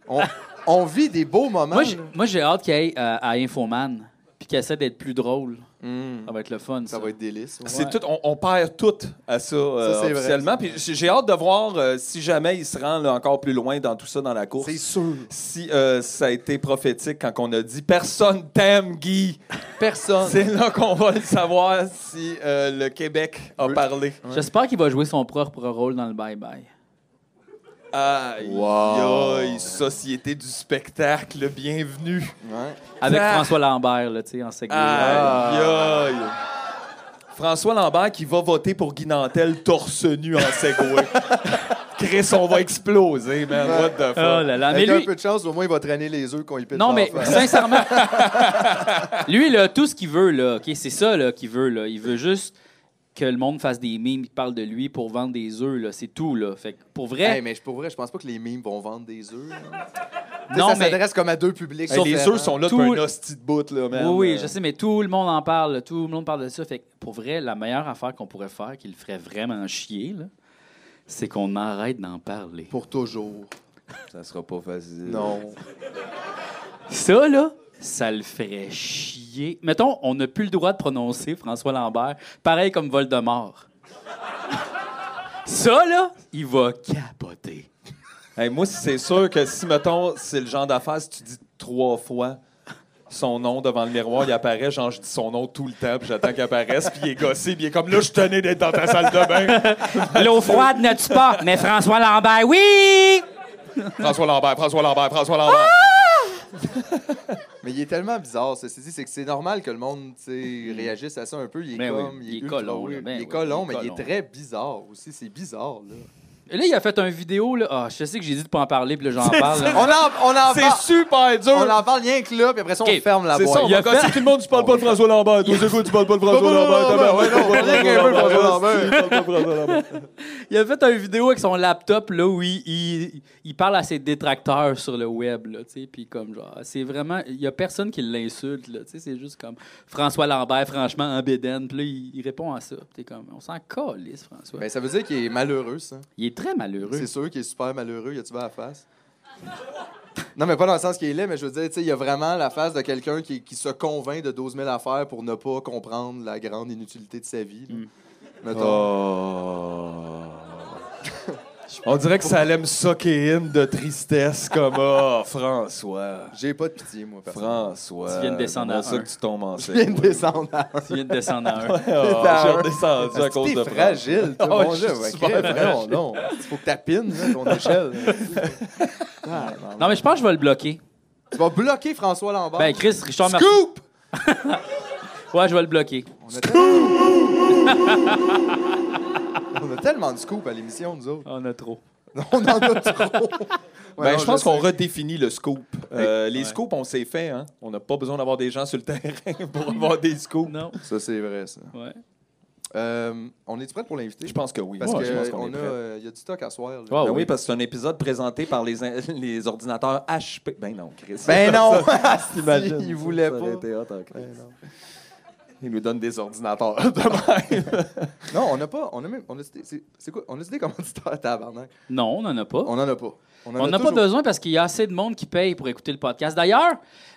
On, on vit des beaux moments.
Moi, j'ai-
là.
moi, j'ai hâte qu'il aille euh, à Infoman, puis qu'il essaie d'être plus drôle.
Mm.
Ça va être le fun, ça.
Ça va être délice. ouais.
C'est tout, on, on perd tout à ça, euh,
Ça, c'est vrai,
officiellement.
ça.
Puis j'ai j'ai hâte de voir euh, si jamais il se rend là, encore plus loin dans tout ça, dans la course.
C'est sûr.
Si euh, ça a été prophétique quand on a dit personne t'aime, Guy.
Personne.
C'est là qu'on va le savoir si euh, le Québec a parlé.
J'espère qu'il va jouer son propre rôle dans le bye-bye.
Aïe,
Wow.
aïe, société du spectacle, bienvenue.
Ouais.
Avec
Ah.
François Lambert, là, tu sais, en segway.
Ah.
Aïe, aïe. François Lambert qui va voter pour Guy Nantel torse nu en Segway. Chris, on va exploser, man. What the fuck?
Oh là là. Mais
Avec un
lui,
peu de chance, au moins, il va traîner les œufs qu'on y pète.
non,
dans
mais
la face.
sincèrement, lui, là, tout ce qu'il veut, là, OK, c'est ça, là, qu'il veut, là. Il veut juste que le monde fasse des mimes qui parlent de lui pour vendre des œufs, là. C'est tout, là. Fait que pour vrai,
Hey, mais je- pour vrai, je pense pas que les mimes vont vendre des œufs. là. Tu sais,
non,
ça
mais...
s'adresse comme à deux publics.
Hey, les
différents.
œufs sont là
Tout-
pour un hostie de bout, là, man.
oui, oui,
Euh,
je sais, mais tout le monde en parle. Tout le monde parle de ça. Fait que pour vrai, la meilleure affaire qu'on pourrait faire, qui le ferait vraiment chier, là, c'est qu'on arrête d'en parler.
Pour toujours.
Ça sera pas facile.
Non.
Ça, là, ça le ferait chier. Mettons, on n'a plus le droit de prononcer François Lambert, pareil comme Voldemort. ça, là, il va capoter.
Hey, moi, c'est sûr que si, mettons, c'est le genre d'affaires, si tu dis trois fois son nom devant le miroir, il apparaît, genre, je dis son nom tout le temps, puis j'attends qu'il apparaisse, puis il est gossé, puis il est comme, là, je tenais d'être dans ta salle de bain.
L'eau froide ne tue pas, mais François Lambert, oui!
François Lambert, François Lambert, François Lambert.
Mais il est tellement bizarre, ceci dit. C'est que c'est normal que le monde tu sais, réagisse à ça un peu. Il est
Mm. Ben oui,
comme.
il est
ultra
colon,
weird.
là, ben
il est
oui, il
colon,
est
mais il
colon.
est très bizarre aussi. C'est bizarre, là.
Et là, il a fait un vidéo, là. Ah, je sais que j'ai dit de pas en parler, puis là, j'en parle. là.
On en, on
Ah,
en
C'est
bah-
parle.
super dur.
On en parle rien que là, puis après ça, on
Ok,
ferme la
C'est
boîte.
ça, on
Il
va
a
gosser
fait-
tout le monde, tu parles pas de François Lambert. Tous les coups, tu parles pas de
Pas
François
François
Lambert.
Lambert, ouais, non, rien qu'un peu François
Il a fait une vidéo avec son laptop là, où il, il, il parle à ses détracteurs sur le web. Là, tu sais, puis comme genre, c'est vraiment. Il n'y a personne qui l'insulte. là, tu sais, C'est juste comme François Lambert, franchement, en bédaine. Puis là, il, il répond à ça. Puis t'es comme, on s'en calisse, François.
Ben, ça veut dire qu'il est malheureux, ça.
il est très malheureux.
C'est sûr qu'il est super malheureux, il a-tu bien la face? Non, mais pas dans le sens qu'il est laid, mais je veux dire, tu sais, il y a vraiment la face de quelqu'un qui, qui se convainc de 12 000 affaires pour ne pas comprendre la grande inutilité de sa vie. là.
Mm. Ah.
Mettons.
Oh. On dirait que ça allait me socker in de tristesse comme Ah, François.
J'ai pas de pitié, moi, personne.
François.
Tu viens de descendre à
C'est
un.
pour ça que tu tombes en
Je viens
sec.
de descendre à
Tu viens de descendre à un.
Ah, J'ai redescendu à
Est-ce que
cause
t'es
de François.
fragile, toi,
Ah ouais,
mon
je
Dieu.
suis
ouais,
super
crème, non, non. Faut que t'appines, là, ton échelle. Ah, non.
Non, mais je pense que je vais le bloquer.
Tu vas bloquer François Lambert.
Ben, Chris, Richard Martin.
Scoop!
Ouais, je vais le bloquer.
On a tellement... On a tellement de scoop à l'émission, nous autres.
On a trop.
On en a trop. Ouais,
Ben,
non,
je pense
sais.
qu'on redéfinit le scoop. Euh, Les
Ouais.
scoops, on s'est fait. Hein? On n'a pas besoin d'avoir des gens sur le terrain pour avoir des scoops.
Non.
Ça, c'est vrai, ça.
Ouais.
Euh, on est-tu prêt pour l'inviter?
Je pense que oui.
Parce
Ouais, je pense
qu'il
qu'on est
on a,
prêt.
euh, y a du stock à soir. là.
Ah
Ben
oui.
oui, parce que c'est un épisode présenté par les, in- les ordinateurs HP. Ben non, Chris.
Ben non!
T'imagines,
Il voulait
ça
pas.
aurait été hot en Chris. Il nous donne des ordinateurs. de même.
non, on n'a pas. On a même. On a cité- c'est- C'est quoi? On a cité commanditaires, tabarnak.
Non, on n'en a pas.
On en a pas. en
On n'a pas
toujours
besoin parce qu'il y a assez de monde qui paye pour écouter le podcast. D'ailleurs,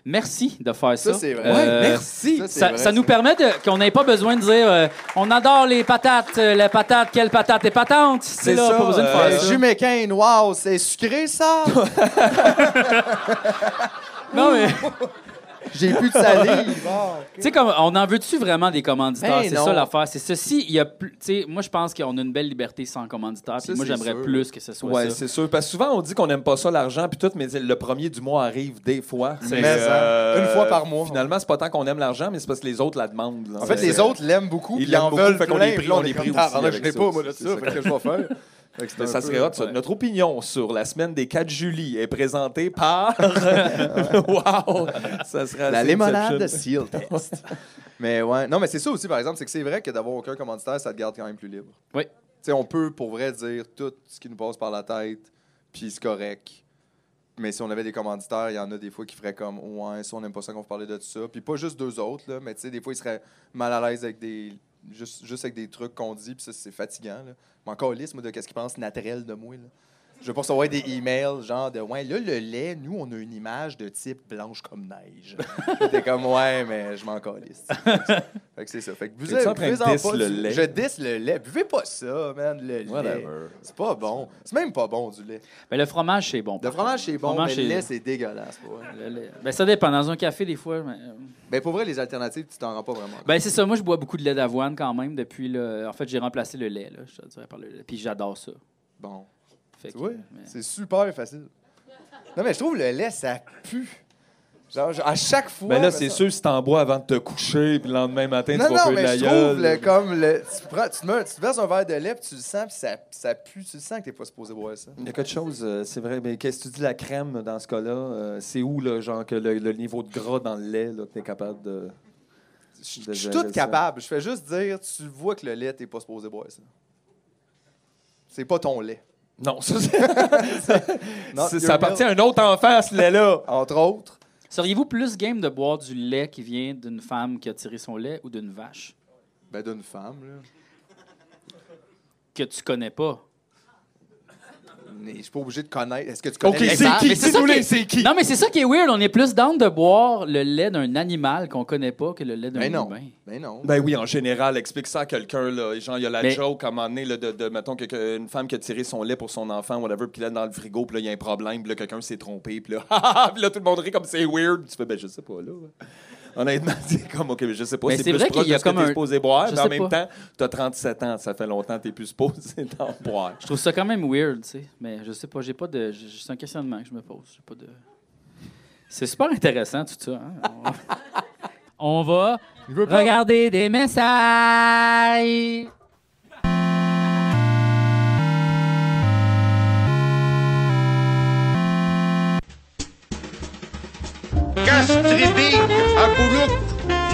merci de faire ça.
Ça, c'est vrai.
Euh,
Ouais, merci.
Ça, c'est
Ça,
vrai,
ça nous
ça.
permet de- qu'on n'ait pas besoin de dire euh, on adore les patates, euh, la patate, quelle patate est patente. C'est
C'est
là,
ça,
pas besoin de
euh,
faire
Le
ça.
jus Mécaine, wow, c'est sucré ça!
Non, mais
J'ai plus de salive!
tu sais, comme, on en veut-tu vraiment des commanditaires?
Ben
c'est
non.
ça l'affaire. C'est ceci, il y a plus. Tu sais, moi, je pense qu'on a une belle liberté sans commanditaire.
Ça,
Puis moi,
c'est
j'aimerais
sûr.
plus que ce soit
Ouais,
ça.
c'est sûr. Parce que souvent, on dit qu'on n'aime pas ça, l'argent, puis tout, mais le premier du mois arrive des fois.
C'est
Mais, euh,
ça. Une fois par mois.
Finalement, c'est pas tant qu'on aime l'argent, mais c'est parce que les autres la demandent. là.
En fait,
C'est-
les autres l'aiment beaucoup,
Ils
puis ils
l'aiment
en
beaucoup,
veulent
fait qu'on
plein,
les prie-
puis là,
on les
est
prie
comme,
aussi
tabarnak, Je
avec
n'ai
ça
pas, moi,
aussi,
de
c'est
ça,
ça.
fait que je vais faire. Fait que c'est
Mais
un
ça
peu-
serait hot, ça.
ouais.
Notre opinion sur la semaine des 4 juillet est présentée par. wow! Ça serait
La
assez
limonade
exception.
Seal Test. mais ouais, non, mais c'est ça aussi, par exemple, c'est que c'est vrai que d'avoir aucun commanditaire, ça te garde quand même plus libre.
Oui.
Tu sais, on peut pour vrai dire tout ce qui nous passe par la tête, puis c'est correct. Mais si on avait des commanditaires, il y en a des fois qui feraient comme Ouais, ça, on n'aime pas ça qu'on vous parlait de ça. Puis pas juste deux autres, là, mais tu sais, des fois, ils seraient mal à l'aise avec des. Juste, juste avec des trucs qu'on dit, puis ça, c'est fatigant. Là. Mais encore liste, moi, de qu'est-ce qu'ils pensent naturel de moi. Là. Je veux pas recevoir des emails genre de Ouais, là, le lait, nous, on a une image de type blanche comme neige. T'es comme Ouais, mais je m'en calisse. fait que c'est ça. Fait que buvez,
T'es-tu en train de
buvez-en
diss
pas
le
du-
lait?
Je dis le lait. Buvez pas ça, man, le lait.
Whatever.
C'est pas bon. C'est même pas bon du lait.
Mais Ben, le fromage, c'est bon.
Le
par
fromage,
contre.
c'est bon,
fromage,
mais
c'est-
le lait, c'est dégueulasse. Pour vrai.
le lait. Ben, ça dépend. Dans un café, des fois. mais, euh,
Ben, pour vrai, les alternatives, tu t'en rends pas vraiment. compte.
Ben c'est ça, moi je bois beaucoup de lait d'avoine quand même depuis le en fait, j'ai remplacé le lait là, je te dirais par le lait. Puis j'adore ça.
Ben,
bon.
Fait que,
Tu
euh,
vois,
mais-
c'est super facile. Non, mais je trouve le lait, ça pue. Genre, je- à chaque fois.
Mais Ben là,
me
c'est
semble-
sûr, si t'en bois avant de te coucher, puis le lendemain matin,
ben Non,
tu vas
non,
peu de
mais
la
je trouve
gueule.
le, comme le. Tu, prends, tu, te mets- tu te verses un verre de lait, puis tu le sens, puis ça, ça pue. Tu le sens que t'es pas supposé boire ça.
Il y a quelque chose, euh, c'est vrai, mais qu'est-ce que tu dis, la crème, dans ce cas-là, euh, c'est où, là, genre, que le, le niveau de gras dans le lait, là, que t'es capable de...
Je suis tout capable. Je fais juste dire, tu vois que le lait, t'es pas supposé boire ça. C'est pas ton lait.
Non, ça, c'est-
Non,
c'est-
your
ça appartient à un autre enfant, ce lait-là.
milk, Entre autres.
Seriez-vous plus game de boire du lait qui vient d'une femme qui a tiré son lait ou d'une vache
Ben, d'une femme, là.
que tu connais pas
Mais je suis pas obligé de connaître. Est-ce que tu connais
OK,
les
c'est
femmes?
qui?
c'est ça
Dis-nous
qui est-
les, c'est qui?
Non, mais c'est ça qui est weird, on est plus down de boire le lait d'un animal qu'on connaît pas que le lait d'un
Ben non.
humain.
Ben non.
Ben oui, en général, explique ça à quelqu'un, là. Genre, il y a la
Mais-
joke, à un moment donné, là, de, de- mettons, que- que, une femme qui a tiré son lait pour son enfant, whatever, puis là, dans le frigo, puis là, il y a un problème, puis là, quelqu'un s'est trompé, puis là, ha, ha, ha, puis là, tout le monde rit comme c'est weird. Tu fais, ben, je sais pas, là. Honnêtement, c'est comme, OK, mais je sais pas,
Mais
c'est
Ben, c'est
plus
vrai
proche
qu'il y a
de ce que
comme
t'es
un-
supposé boire,
je
mais en
sais
même
pas.
temps, t'as 37 ans, ça fait longtemps que t'es plus supposé d'en boire.
Je trouve ça quand même weird, tu sais, mais je sais pas, j'ai pas de j'ai- c'est un questionnement que je me pose, j'ai pas de C'est super intéressant tout ça. hein. On va regarder des messages.
Castribi, Aboulouk,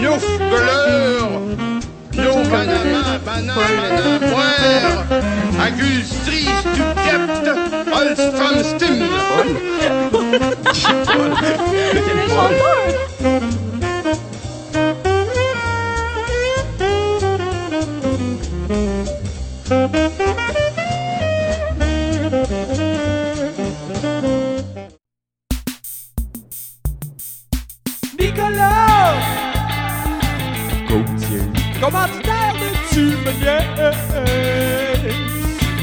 Nouf, Geleur, Pio, Banana, Banana, Banana.
Nicolas! Commanditaire de Tu me niaises.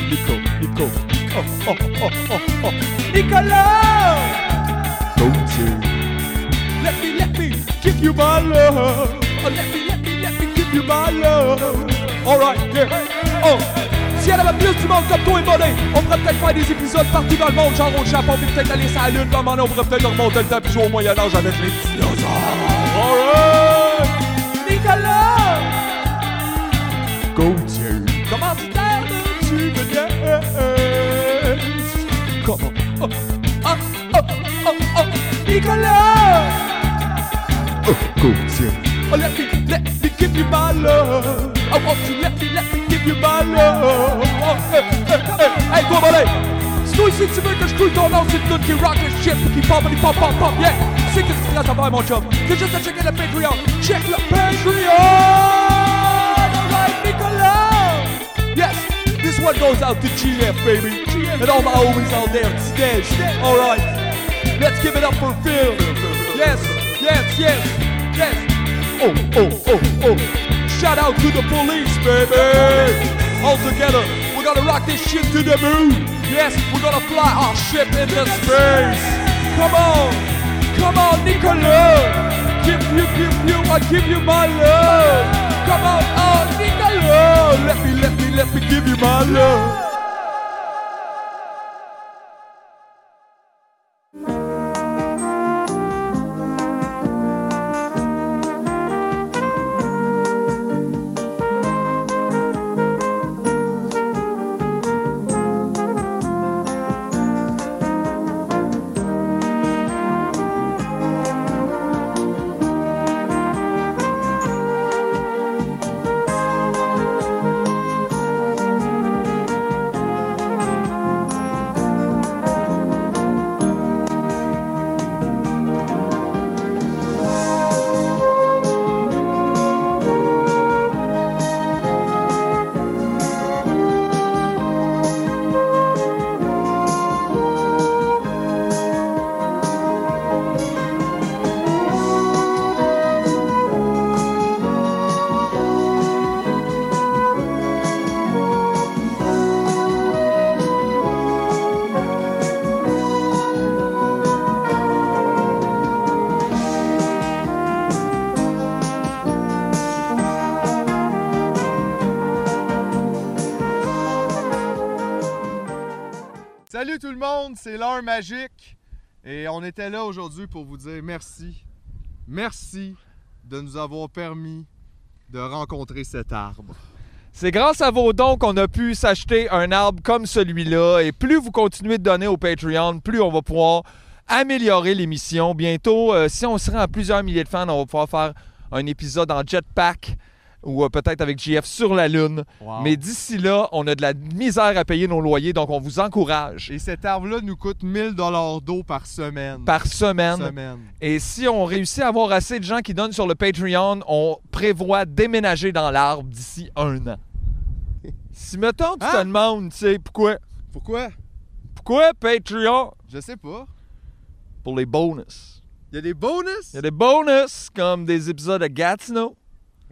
Nico, Nico, Nico, oh, oh, oh, oh. Nicolas! Let me, let me give you my love. Oh, let me, let me, let me give you my love. Alright, yeah. Oh. Si elle avait plus du monde comme toi et Monet, on pourrait peut-être faire des épisodes partout dans le monde, genre au Japon, puis peut-être aller sur la Lune, comme on pourrait peut-être remonter le temps, puis jouer au Moyen-Âge avec les dinosaures. Alright! Nicolas! Commanditaire de Tu me niaises. Comment? Oh, oh, oh, oh, oh, Nicolas! Oh, let me, let me give you my love. I want you, let me, let me give you my love. Oh, hey, hey, hey, hey, toi, mon hey. Sinon, ici, tu veux que je couille ton nom, c'est tout qui rock le shit, qui pop, qui pop, pop, pop, yeah. C'est que tu traces à faire, mon chum. T'es juste à checker le Patreon. Check le Patreon! Alright, Nicolas! Yes, this one goes out to GF, baby. And all my homies out there, today. Alright, let's give it up for Phil. Yes, yes, yes, yes. Oh, oh, oh, oh. Shout out to the police, baby. All together, we're gonna rock this shit to the moon. Yes, we're gonna fly our ship into space. Come on, come on, Nicolas. Give you, give you, I give you my love. Come on, oh, Nicolas. Let me, let me, let me give you my love.
Salut tout le monde, c'est l'heure magique. Et on était là aujourd'hui pour vous dire merci. Merci de nous avoir permis de rencontrer cet arbre.
C'est grâce à vos dons qu'on a pu s'acheter un arbre comme celui-là. Et plus vous continuez de donner au Patreon, plus on va pouvoir améliorer l'émission. Bientôt, euh, si on se rend à plusieurs milliers de fans, on va pouvoir faire un épisode en jetpack ou euh, peut-être avec JF sur la Lune. Mais d'ici là, on a de la misère à payer nos loyers, donc on vous encourage
Et cet arbre-là nous coûte 1000 dollars d'eau par semaine.
par semaine.
semaine.
Et si on réussit à avoir assez de gens qui donnent sur le Patreon, on prévoit déménager dans l'arbre d'ici un an. Si, mettons, tu te
Hein?
demandes, tu sais, pourquoi,
Pourquoi?
pourquoi Patreon?
Je sais pas.
Pour les bonus.
Il y a des bonus?
Il y a des bonus, comme des épisodes de Gatineau.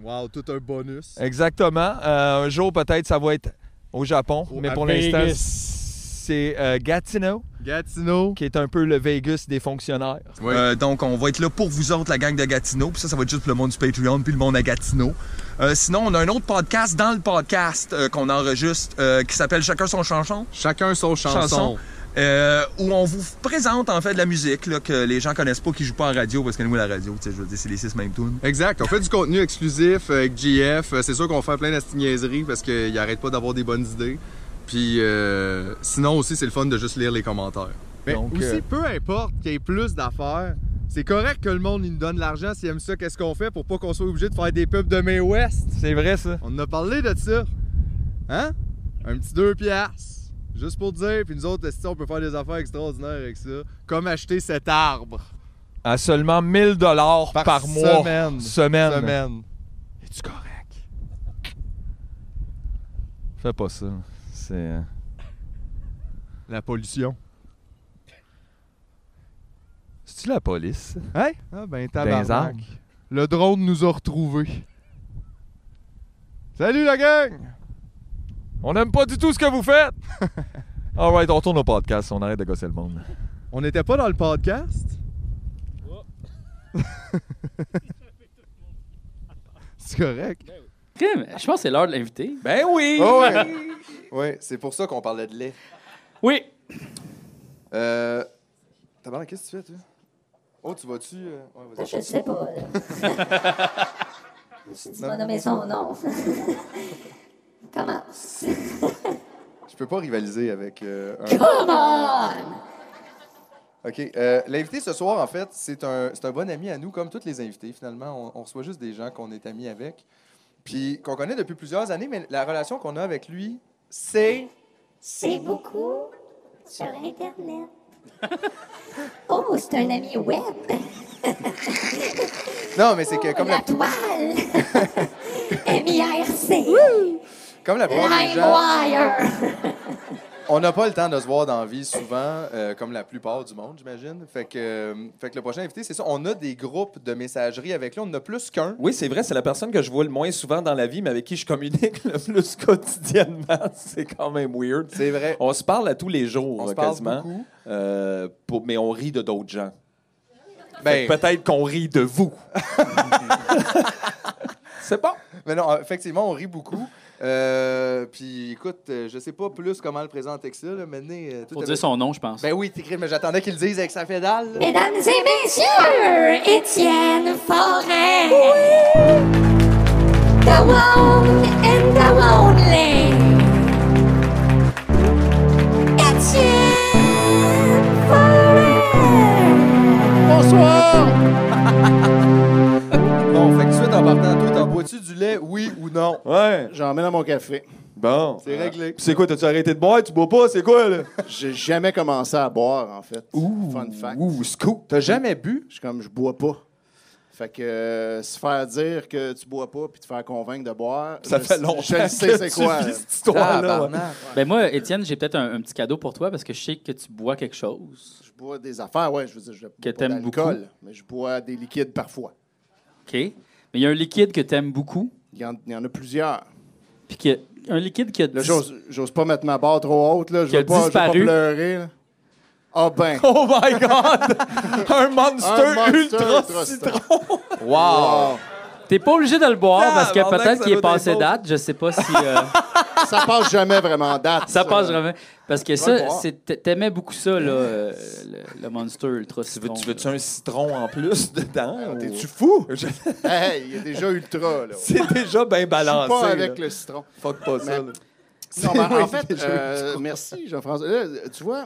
Wow, tout un bonus.
Exactement. Euh, un jour, peut-être, ça va être au Japon.
Au-
mais
à
pour l'instant, c'est euh, Gatineau,
Gatineau.
qui est un peu le Vegas des fonctionnaires.
Euh, donc, on va être là pour vous autres, la gang de Gatineau. Puis ça, ça va être juste pour le monde du Patreon puis le monde à Gatineau. Euh, sinon, on a un autre podcast dans le podcast euh, qu'on enregistre euh, qui s'appelle Chacun son chanson.
Chacun son chanson.
Chanson. euh, où on vous présente en fait de la musique là, que les gens connaissent pas, qui jouent pas en radio parce que nous la radio, tu sais, je veux dire, c'est les six mêmes tunes.
Exact. On fait du contenu exclusif avec GF. Euh, C'est sûr qu'on fait plein d'astigniaiseries parce qu'il arrête pas d'avoir des bonnes idées. Puis euh, sinon aussi, c'est le fun de juste lire les commentaires. Mais
Donc,
aussi,
euh,
peu importe qu'il y ait plus d'affaires, c'est correct que le monde il nous donne l'argent s'il aime ça. Qu'est-ce qu'on fait pour pas qu'on soit obligé de faire des pubs de May West?
C'est vrai, ça?
On en a parlé de ça. Hein? Un petit deux piastres.
Juste pour dire, puis nous autres, esti, on peut faire des affaires extraordinaires avec ça. Comme acheter cet arbre
À seulement 1000 dollars par,
par,
mois.
semaine.
Semaine.
Semaine.
Es-tu correct? Fais pas ça. C'est. euh,
La pollution.
C'est-tu la police?
Hein? Ah ben
Des
tabarnak. Le drone nous a retrouvés. Salut la gang!
On n'aime pas du tout ce que vous faites! Alright, on retourne au podcast, on arrête de gosser le monde.
On n'était pas dans le podcast? C'est correct.
Crime, Je pense que c'est l'heure de l'invité.
Ben oui!
Oh, ouais. Ouais, c'est pour ça qu'on parlait de lait.
Oui.
Euh. Tabarnak, qu'est-ce que tu fais, toi? Oh, tu vas-tu. euh, ouais, vas-y.
Je sais pas, là. Si tu m'as nommé son nom. Commence.
Je peux pas rivaliser avec euh, un-
Come on!
OK. euh, L'invité ce soir, en fait, c'est un, c'est un bon ami à nous, comme tous les invités, finalement. On, on reçoit juste des gens qu'on est amis avec, puis qu'on connaît depuis plusieurs années, mais la relation qu'on a avec lui, c'est...
C'est beaucoup sur Internet. Oh, c'est un ami web.
Non, mais c'est que comme
la
la,
toile. MIRC.
comme la plupart des gens,
LimeWire.
on n'a pas le temps de se voir dans la vie souvent, euh, comme la plupart du monde, j'imagine. Fait que, euh, fait que le prochain invité, c'est ça. On a des groupes de messagerie avec lui. On en a plus qu'un.
Oui, c'est vrai, c'est la personne que je vois le moins souvent dans la vie, mais avec qui je communique le plus quotidiennement. C'est quand même weird.
C'est vrai.
On se parle à tous les jours,
On se parle
quasiment.
beaucoup.
Euh, pour- mais on rit de d'autres gens.
Ben,
Peut-être qu'on rit de vous. c'est bon.
Mais non, euh, effectivement, on rit beaucoup. Euh, puis écoute, euh, je sais pas plus comment le présenter que ça. Là. Maintenant, euh, tout
Pour
avec-
dire son nom, je pense.
Ben oui, t'écris, mais j'attendais qu'il le dise avec sa fédale. là.
Mesdames et messieurs, Étienne Forêt. The one and the only. Étienne Forêt.
Bon, fait que tout de suite, en partant, toi, t'en bois-tu du lait, oui ou non?
Ouais.
J'en mets dans mon café.
Bon.
C'est réglé.
Puis C'est quoi, t'as-tu arrêté de boire? Tu bois pas? C'est quoi, là?
J'ai jamais commencé à boire, en fait.
Ouh.
Fun fact.
Ouh, scoop.
T'as jamais bu?
Je suis comme, je bois pas. Fait que euh, se faire dire que tu bois pas puis te faire convaincre de boire,
Ça
je-
fait longtemps
Je le sais,
que
c'est
tu
quoi.
vis cette histoire-là.
Tabarnak.
Ben moi, Étienne, j'ai peut-être un, un petit cadeau pour toi parce que je sais que tu bois quelque chose.
Je bois des affaires, ouais, je veux dire, je bois
Que
pas
t'aimes
d'alcool, mais je bois des liquides parfois.
OK? Mais il y a un liquide que tu aimes beaucoup.
Il y, en, il y en a plusieurs.
Puis que, un liquide qui a...
Là,
dis-
j'ose j'ose pas mettre ma barre trop haute, là. Je
Qui a
veux pas, je veux pas
disparu.
pleurer, là. Ah ben,
Oh my God! un monster,
Un monster
ultra,
ultra
citron.
Oh.
wow.
T'es pas obligé de le boire parce que
Tabarnak,
peut-être
Ah, ça
qu'il
vaut
est
des
passé
fautes.
date. Je sais pas si... euh,
Ah, ça passe jamais vraiment date.
ça passe vraiment. Parce que
le
ça,
boire.
c'est- t'a- t'aimais beaucoup ça, là, euh, le, le Monster Ultra Citron.
Tu veux-tu un citron en plus dedans?
T'es-tu
fou?
Hey, il est déjà ultra, là.
C'est déjà bien
Je
balancé.
suis pas
là.
avec le citron.
Fuck pas ça. là.
Non, mais en fait, euh, merci Jean-François. Là, tu vois,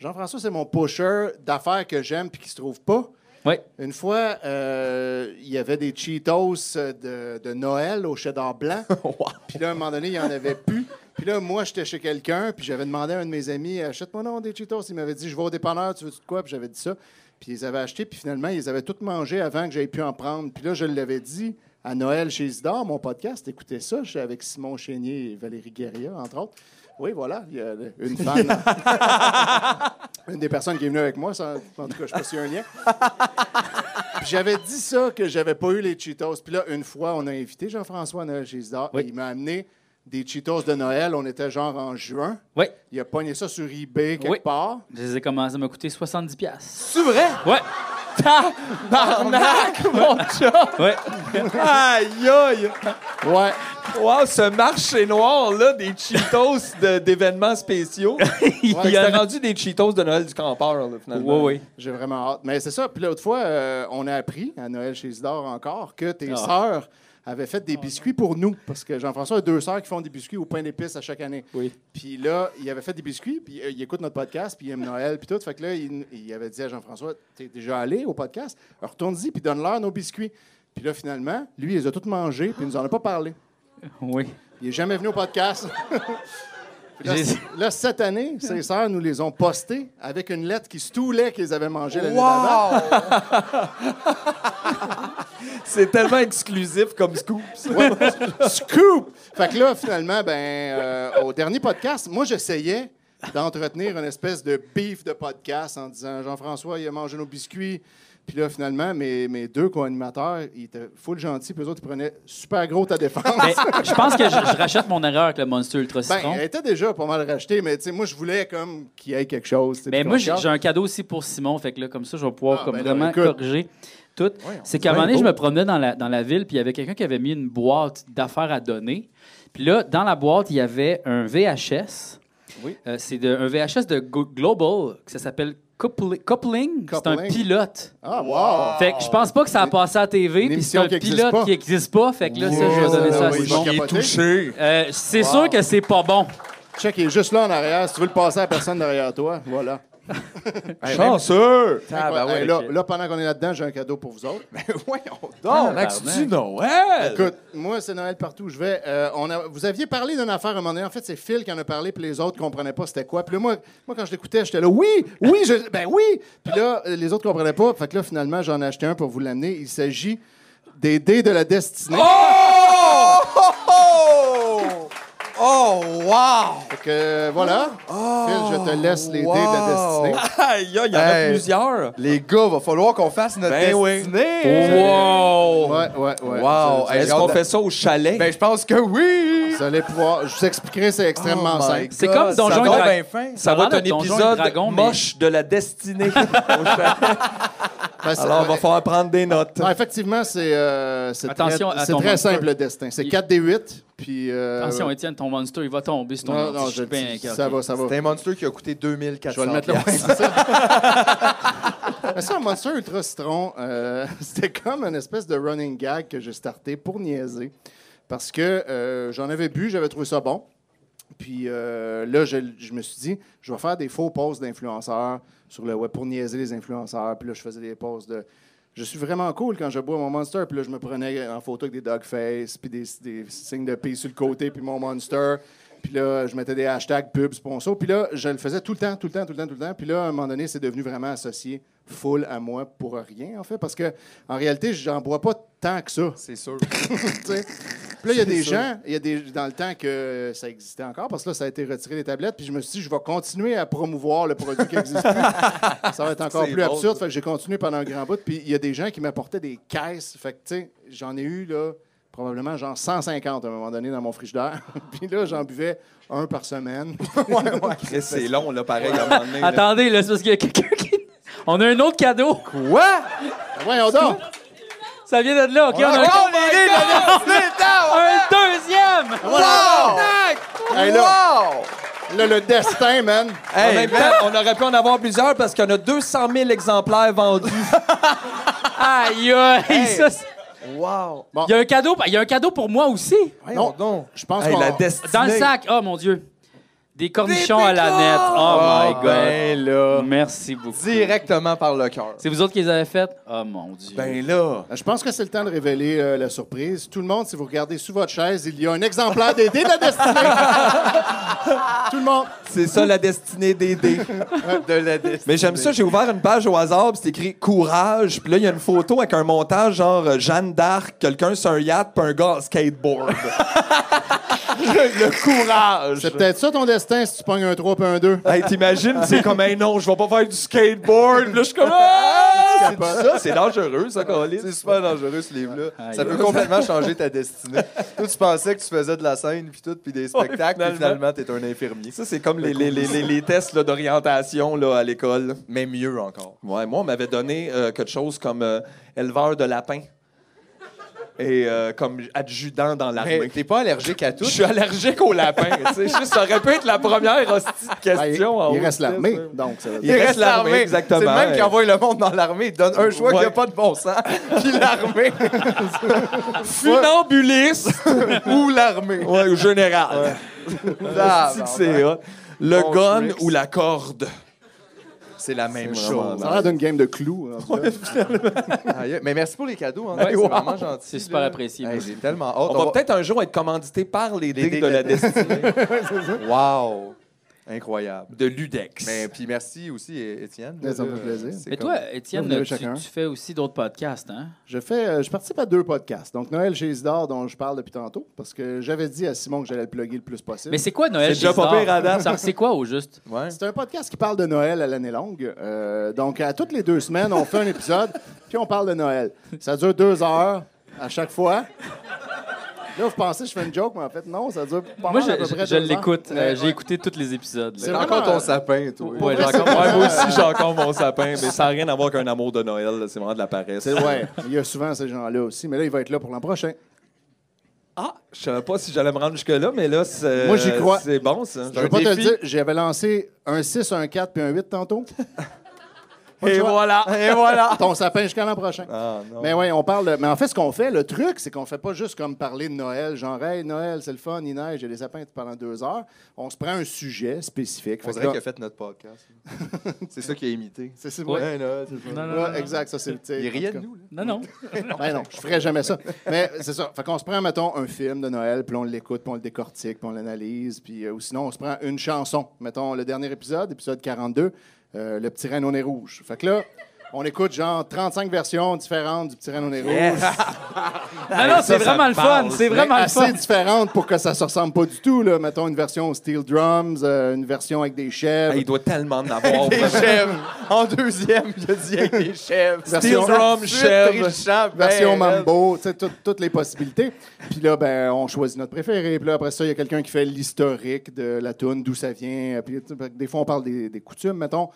Jean-François, c'est mon pusher d'affaires que j'aime puis qui se trouve pas.
Ouais.
Une fois, euh, il y avait des Cheetos euh, de, de Noël au cheddar blanc. Puis là, à un moment donné, il n'y en avait plus. Puis là, moi, j'étais chez quelqu'un, puis j'avais demandé à un de mes amis, achète-moi non des Cheetos. Il m'avait dit, je vais au dépanneur, tu veux de quoi? Puis j'avais dit ça. Puis ils avaient acheté, puis finalement, ils avaient tout mangé avant que j'aille pu en prendre. Puis là, je l'avais dit à Noël chez Isidore, mon podcast, écoutez ça, je suis avec Simon Chénier et Valérie Guerrier, entre autres. Oui, voilà, il y a une fan. une des personnes qui est venue avec moi, ça, en tout cas, je sais pas s'il y a un lien. Puis J'avais dit ça, que j'avais pas eu les Cheetos. Puis là, une fois, on a invité Jean-François à Noël chez Isidore.
Oui.
Il m'a amené des Cheetos de Noël. On était genre en juin.
Oui,
Il a pogné ça sur eBay quelque
Oui.
part.
je les ai commencé à me coûter 70$. piastres.
C'est vrai?
Ouais,
Tabarnak, mon chat!
ouais.
Aïe, aïe!
Ouais.
Wow, ce marché noir-là des Cheetos de- d'événements spéciaux.
Il
Il
y en
a
a-
rendu des Cheetos de Noël du campeur, là, finalement.
Ouais, ouais.
J'ai vraiment hâte. Mais c'est ça. Puis l'autre fois, euh, on a appris à Noël chez Isidore encore que tes
Ah.
sœurs avaient fait des biscuits pour nous. Parce que Jean-François a deux sœurs qui font des biscuits au pain d'épices à chaque année.
Oui.
Puis là, il avait fait des biscuits, puis euh, il écoute notre podcast, puis il aime Noël, puis tout. Fait que là, il, il avait dit à Jean-François, t'es déjà allé au podcast? Retourne-y, puis donne-leur nos biscuits. Puis là, finalement, lui, il les a tous mangés, puis il nous en a pas parlé.
Oui.
Il est jamais venu au podcast. Là,
J'ai-
c- là, cette année, ses sœurs nous les ont postées avec une lettre qui stoulait qu'ils avaient mangé l'année d'avant.
C'est tellement exclusif comme scoop. ça.
Scoop! Fait que là, finalement, ben, euh, au dernier podcast, moi, j'essayais d'entretenir une espèce de beef de podcast en disant Jean-François, il a mangé nos biscuits. Puis là, finalement, mes, mes deux co-animateurs, ils étaient full gentils, puis eux autres, ils prenaient super gros ta défense.
Ben,
Mais je pense que je, je rachète mon erreur avec le Monster Ultra Citron.
Ben, elle était déjà pas mal rachetée, mais tu sais, moi, je voulais comme qu'il y ait quelque chose. tu sais,
Ben,
Mais
de
moi, j'ai
concorde.
j'ai un cadeau aussi pour Simon. Fait que là, comme ça, je vais pouvoir
Ah,
comme
ben là,
vraiment
écoute.
corriger tout.
Voyons,
C'est qu'à un
c'est
moment donné, je
bien
me promenais dans la, dans la ville, puis il y avait quelqu'un qui avait mis une boîte d'affaires à donner. Puis là, dans la boîte, il y avait un VHS.
Oui.
Euh, c'est de- un VHS de Go- Global, que ça s'appelle Coupli- Coupling. C'est un
Coupling.
pilote.
Ah, wow!
Fait que je pense pas que ça a passé à la TV,
Une
puis c'est
émission
un
qui existe
pilote
pas.
qui existe pas. Fait que là, ça, je vais donner ça à
oui,
Simon.
je
Il est
capoté.
touché.
Euh, c'est sûr que c'est pas bon.
Check, il est juste là en arrière. Si tu veux le passer à la personne derrière toi, voilà.
Chanceux!
Ah, ben
Hey,
ouais, Ben,
là, là, pendant qu'on est là-dedans, j'ai un cadeau pour vous autres.
Voyons.
Donc,
Ah,
tu Noël?
Écoute, moi, c'est Noël partout où je vais. Euh, on a- vous aviez parlé d'une affaire à un moment donné. En fait, c'est Phil qui en a parlé, puis les autres ne comprenaient pas c'était quoi. Puis là, moi, moi quand je l'écoutais, j'étais là, oui, oui, je- ben oui. Puis là, euh, les autres ne comprenaient pas. Fait que là, finalement, j'en ai acheté un pour vous l'amener. Il s'agit des dés de la destinée.
Oh! Oh! Oh, wow!
Fait que, euh, voilà. Phil, je te laisse les dés de
Oh,
la destinée.
Aïe, aïe, il y en a
Hey.
plusieurs.
Les gars, va falloir qu'on fasse notre
Ben oui.
destinée.
Wow!
Ouais, ouais,
Wow!
ouais. Vous allez-
Est-ce qu'on fait ça au chalet?
Ben, je pense que oui.
Vous allez pouvoir. Je vous expliquerai, c'est
Oh
extrêmement simple.
C'est comme Donjon et
Ça
Dra-
bien fin.
Ça
ça va
a
être
l'air
un
de Donjons et
épisode
Dragons, mais-
moche de la destinée. au chalet. Ah,
Ben, c'est-
Alors, on va
ouais.
falloir prendre des notes.
Non, effectivement, c'est euh, c'est très,
Attention à
c'est
ton
très
monster.
simple le destin. C'est
Il-
4 des 8, puis... euh,
Attention, Étienne, ton monster, il va tomber sur ton
non,
ordi.
non,
Je suis
je le
bien
dis,
inquiet.
ça va, ça va.
C'est un monster qui a coûté 2400
Je vais le mettre là.
piastres.
c'est ça. Mais ça, Monster Ultra Citron, euh, c'était comme une espèce de running gag que j'ai starté pour niaiser. Parce que euh, j'en avais bu, j'avais trouvé ça bon. Puis euh, là, je, je me suis dit, je vais faire des faux posts d'influenceurs sur le web pour niaiser les influenceurs. Puis là, je faisais des posts de. Je suis vraiment cool quand je bois mon monster. Puis là, je me prenais en photo avec des dog face, puis des, des signes de pays sur le côté, puis mon monster. Puis là, je mettais des hashtags pubs, sponsor. Puis là, je le faisais tout le temps, tout le temps, tout le temps, tout le temps. Puis là, à un moment donné, c'est devenu vraiment associé full à moi pour rien, en fait. Parce que en réalité, j'en bois pas tant que ça.
C'est sûr.
Tu sais. Puis là, il y a des gens, il y a des dans le temps que ça existait encore, parce que là, ça a été retiré des tablettes, puis je me suis dit, je vais continuer à promouvoir le produit qui existe plus. ça va être encore
C'est
plus
bon,
absurde, fait que j'ai continué pendant un grand bout, puis il y a des gens qui m'apportaient des caisses, fait que, tu sais, j'en ai eu, là, probablement, genre 150 à un moment donné dans mon frigidaire, puis là, j'en buvais un par semaine.
Chris, C'est long, là, pareil, à un moment donné. là.
Attendez, là, c'est parce qu'il y a quelqu'un qui. On a un autre cadeau.
Quoi?
Voyons donc!
Ça vient de là, OK? On a un,
Oh my God! C'est down!
un deuxième!
Tabarnak!
Hey, là. Là, le destin, man!
Hey, man, on aurait pu en avoir plusieurs parce qu'on a 200 000 exemplaires vendus.
Aïe, aïe! ça, c'est-
Wow!
il, y a un cadeau, il y a un cadeau pour moi aussi.
Non, non.
Je pense
Hey,
qu'on...
la destinée.
Dans le sac. Oh, mon Dieu. Des cornichons
Des
à la
pécores!
nette. Oh, my God.
Ben là.
Merci beaucoup.
Directement par le cœur.
C'est vous autres qui les avez faites? Oh, mon Dieu.
Ben là!
Euh, Je pense que c'est le temps de révéler euh, la surprise. Tout le monde, si vous regardez sous votre chaise, il y a un exemplaire des dés de la destinée. Tout le monde.
C'est ça la destinée des dés.
De la destinée.
Mais j'aime ça, j'ai ouvert une page au hasard, puis c'est écrit courage, puis là il y a une photo avec un montage genre euh, Jeanne d'Arc, quelqu'un sur un yacht, puis un gars en skateboard. le, le courage.
C'est peut-être ça ton destin si tu pognes un 3 et un 2.
Hey, t'imagines, c'est comme un non, je vais pas faire du skateboard. Puis Là je suis comme ah! c'est ça, c'est dangereux ça Colin.
C'est super dangereux ce livre-là.
Aïe.
Ça peut complètement changer ta destinée. Toi, tu pensais que tu faisais de la scène puis tout, puis des spectacles, puis finalement,
finalement.
t'es un infirmier.
Ça c'est comme les, les, les, les- les tests là, d'orientation là, à l'école.
Mais mieux encore.
Ouais, moi on m'avait donné euh, quelque chose comme euh, éleveur de lapins et euh, comme adjudant dans l'armée.
Mais t'es pas allergique à tout.
Je suis allergique aux lapins. tu sais. Juste, ça aurait pu être la première hostie de question. hein. en
Ben, il, il
haut
reste
de ça.
l'armée, donc ça veut
Il
dire.
reste l'armée, exactement.
C'est le même
Ouais.
qui envoie le monde dans l'armée. Il donne un choix
Ouais.
qui n'a pas de bon sens. Puis l'armée.
Funambuliste
ou l'armée.
ouais, au général.
Ah, ben,
C'est que c'est hot. Le
Bon
gun
mix.
ou la corde.
C'est la même
Ça
chose.
a l'air d'une game de clous. hein, en tout cas.
Aïe, Mais merci pour les cadeaux, André.
Ouais,
c'est
wow.
vraiment gentil.
hein. C'est super
là.
apprécié,
Hey,
moi.
J'ai tellement hâte.
On va peut-être un jour être commandité par les
Les
digues de la destinée
Wow! Incroyable.
de l'UDEX.
Mais puis merci aussi, é- Étienne.
Mais ça me
Là,
fait plaisir.
c'est
Mais
comme-
toi, Étienne,
Vous avez
tu,
chacun.
tu fais aussi d'autres podcasts, hein?
Je, fais, euh, je participe à deux podcasts. Donc, Noël chez Isidore, dont je parle depuis tantôt, parce que j'avais dit à Simon que j'allais le plugger le plus possible.
Mais c'est quoi Noël
C'est déjà
chez Isidore?
pas pire à date.
Ça- C'est quoi au juste?
Ouais.
C'est un podcast qui parle de Noël à l'année longue. Euh, donc, à toutes les deux semaines, on fait un épisode, puis on parle de Noël. Ça dure deux heures à chaque fois. Là, vous pensez que je fais une joke, mais en fait, non, ça dure pas
Moi,
mal à peu
je,
près
je
deux
l'écoute.
heures.
Euh, J'ai écouté tous les épisodes. là.
T'as
C'est vraiment
encore
euh,
ton
un-
sapin, toi.
Ouais, j'ai encore- ouais, moi aussi, j'ai encore mon sapin, mais ça n'a rien à voir qu'un amour de Noël. là, C'est vraiment de la paresse.
C'est- Ouais, il y a souvent ces gens-là aussi, mais là, il va être là pour l'an prochain.
Ah, je savais pas si j'allais me rendre jusque-là, mais là, c'est,
Moi, j'y crois.
c'est bon, ça.
Je vais pas te le dire, j'avais lancé un 6, un 4 puis un 8 tantôt. Pas de
Et
choix.
voilà, et voilà.
Ton sapin jusqu'à l'an prochain.
Ah, non.
Mais oui, on parle. de- Mais en fait, ce qu'on fait, le truc, c'est qu'on fait pas juste comme parler de Noël, genre, hey, Noël, c'est le fun, il neige, j'ai les sapins pendant deux heures. On se prend un sujet spécifique.
On
Fait que
dirait
là-
qu'il a fait notre podcast. c'est ça qui a imité.
C'est c'est
Ouais.
ouais.
Ouais, là, c'est ça.
Non, non, non, non.
Ouais, exact, ça c'est le titre.
Il riait
en
de
tout
nous. là.
Non, non.
cas. Ben non, je ferais jamais ça. Mais c'est ça. Fait qu'on se prend, mettons, un film de Noël, puis on l'écoute, puis on le décortique, puis on l'analyse, puis euh, ou sinon on se prend une chanson. Mettons le dernier épisode, épisode 42, euh, le petit reine au nez rouge. Fait que là, on écoute genre 35 versions différentes du petit reine au nez rouge.
Non, non, c'est
ça, ça
vraiment le fun.
parle,
C'est
ça.
vraiment
Mais
le fun.
assez différentes pour que ça se ressemble pas du tout. Là. Mettons une version steel drums, euh, une version avec des chèvres.
Hey, Ah, il doit tellement en avoir.
Ben,
Des chèvres. En deuxième, il a dit avec des chèvres.
Version-
Steel drum,
Ensuite,
chèvres.
Version
Ben,
mambo, tu sais, tout- toutes les possibilités. Puis là, ben, on choisit notre préféré. Puis là, après ça, il y a quelqu'un qui fait l'historique de la toune, d'où ça vient. Puis tu sais, des fois, on parle des, des coutumes, mettons.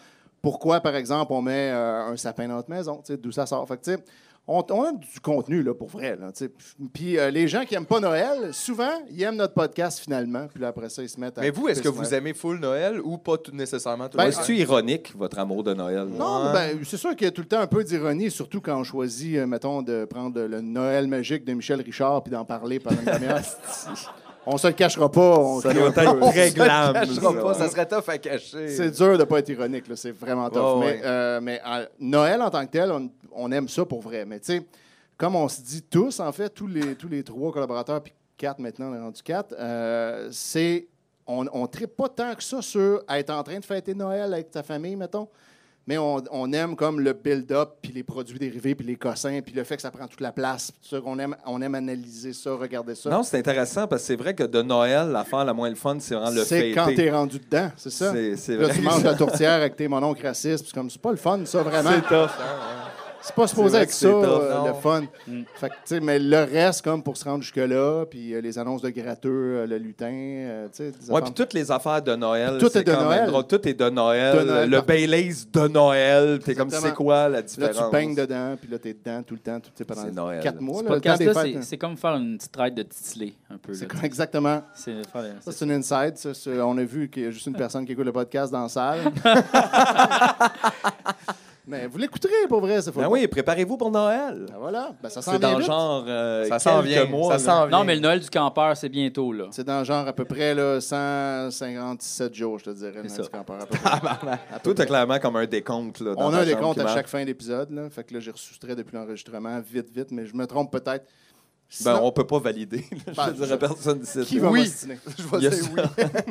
Pourquoi, par exemple, on met euh, un sapin dans notre maison, tu sais, d'où ça sort. Fait que, tu sais, on, on a du contenu, là, pour vrai, là, tu sais. Puis euh, les gens qui aiment pas Noël, souvent, ils aiment notre podcast, finalement. Puis là, après ça, ils se mettent à...
Mais vous, est-ce que
couper sur
vous aimez full Noël ou pas tout- nécessairement tout le
Ben,
monde?
Est-tu ironique, votre amour de Noël?
Non, mais ben, c'est sûr qu'il y a tout le temps un peu d'ironie, surtout quand on choisit, euh, mettons, de prendre le Noël magique de Michel Richard puis d'en parler pendant une demi-heure. on se le cachera pas. on
Ça
crie
doit
un peu.
être très glam.
Ça cachera
ça.
pas, ça serait tough à cacher.
C'est dur de pas être ironique, là, c'est vraiment
Ouais,
tough. mais
ouais.
euh, mais, euh, Noël en tant que tel, on, on aime ça pour vrai. Mais tu sais, comme on se dit tous, en fait, tous les, tous les trois collaborateurs, puis quatre maintenant, on est rendu quatre, euh, c'est. On ne tripe pas tant que ça sur être en train de fêter Noël avec ta famille, mettons. Mais on, on aime comme le build-up, puis les produits dérivés, puis les cossins, puis le fait que ça prend toute la place. puis tout ça, on, aime, on aime analyser ça, regarder ça.
Non, c'est intéressant parce que c'est vrai que de Noël, l'affaire la moins le fun, c'est vraiment le
c'est
fêter.
quand t'es rendu dedans, c'est ça?
C'est- c'est
Puis là,
vrai.
tu manges la tourtière avec tes mononcles racistes. puis C'est comme, c'est pas le fun, ça, vraiment.
C'est tough.
C'est pas
C'est
supposé
vrai
être
que
ça,
c'est tough,
euh,
non. Mm.
le fun. Fait que, tu sais, mais le reste, comme pour se rendre jusque-là, puis euh, les annonces de gratteux, euh, le lutin, euh, tu sais, des
Ouais,
affaires-
puis toutes les affaires de Noël.
Tout est
c'est
de
quand même
Noël.
drôle. Tout est de Noël.
De Noël
le
partout.
Baileys de Noël. T'es comme,
Exactement.
c'est quoi la
Là,
différence? Ben
tu peignes dedans, puis là, t'es dedans tout le temps, tout, tu sais,
C'est
pendant
Noël.
quatre mois.
Ce
là, le temps des
podcast-là,
fêtes,
c'est-
hein.
c'est comme faire une petite traite de titlé, un peu.
C'est
là,
comme- exactement.
tu sais. C'est faire-
Ça, c'est une inside. ça, c'est- on a vu qu'il y a juste une personne qui écoute le podcast dans la salle. mais vous l'écouterez, pour vrai, cette fois.
Ben oui, préparez-vous pour Noël.
Ben voilà, ben, ça s'en
C'est
vient
dans
vite.
genre euh,
Ça s'en
quelques
vient. ça
mois. là.
s'en vient.
Non, mais le Noël du campeur, c'est bientôt, là.
C'est dans genre à peu près là, 157 jours, je te dirais. le
ça.
Nancy Camper, à peu
Ah,
près.
bah, Toi, t'as clairement comme un décompte. Là, dans
On
ta
a un
chambre
décompte
qui
à
marche.
chaque fin d'épisode. là. Fait que là, j'ai ressoustrait depuis l'enregistrement, vite, vite, mais je me trompe peut-être.
Ben,
Sinon,
on peut pas valider. là.
Ben,
je dirais personne d'ici.
Qui va
Oui.
m'ostiner?
Je vois
Il y a
ça,
ça.
oui.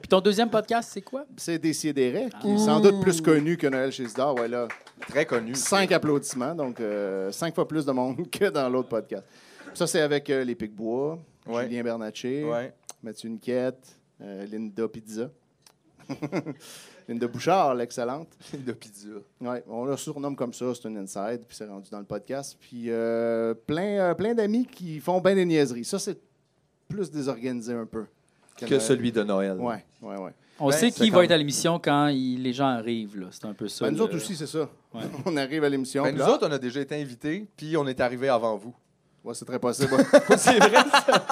Puis ton deuxième podcast, c'est quoi?
C'est Décideret, qui est sans doute plus connu que Noël chez Isidore. Ouais, là,
Très
Mm.
connu.
cinq applaudissements, donc euh, cinq fois plus de monde que dans l'autre podcast. Ça, c'est avec euh, les Picbois,
Ouais.
Julien Bernatchez,
Ouais.
Mathieu Niquette, euh, Linda Pizza, Linda Bouchard, l'excellente.
De pizza.
Ouais, on le surnomme comme ça, c'est une inside, puis c'est rendu dans le podcast. Puis euh, plein, euh, plein d'amis qui font bien des niaiseries. Ça, c'est plus désorganisé un peu.
Que celui de Noël.
Euh, Ouais, ouais, ouais.
On
Ben,
sait
c'est
qui va
comme-
être à l'émission quand il- les gens arrivent, là. C'est un peu ça.
Ben, nous
le-
autres aussi, c'est ça.
Ouais.
on arrive à l'émission.
Ben,
puis
nous
là,
autres, on a déjà été invités, puis on est arrivés avant vous.
ouais, c'est très possible.
c'est vrai, ça.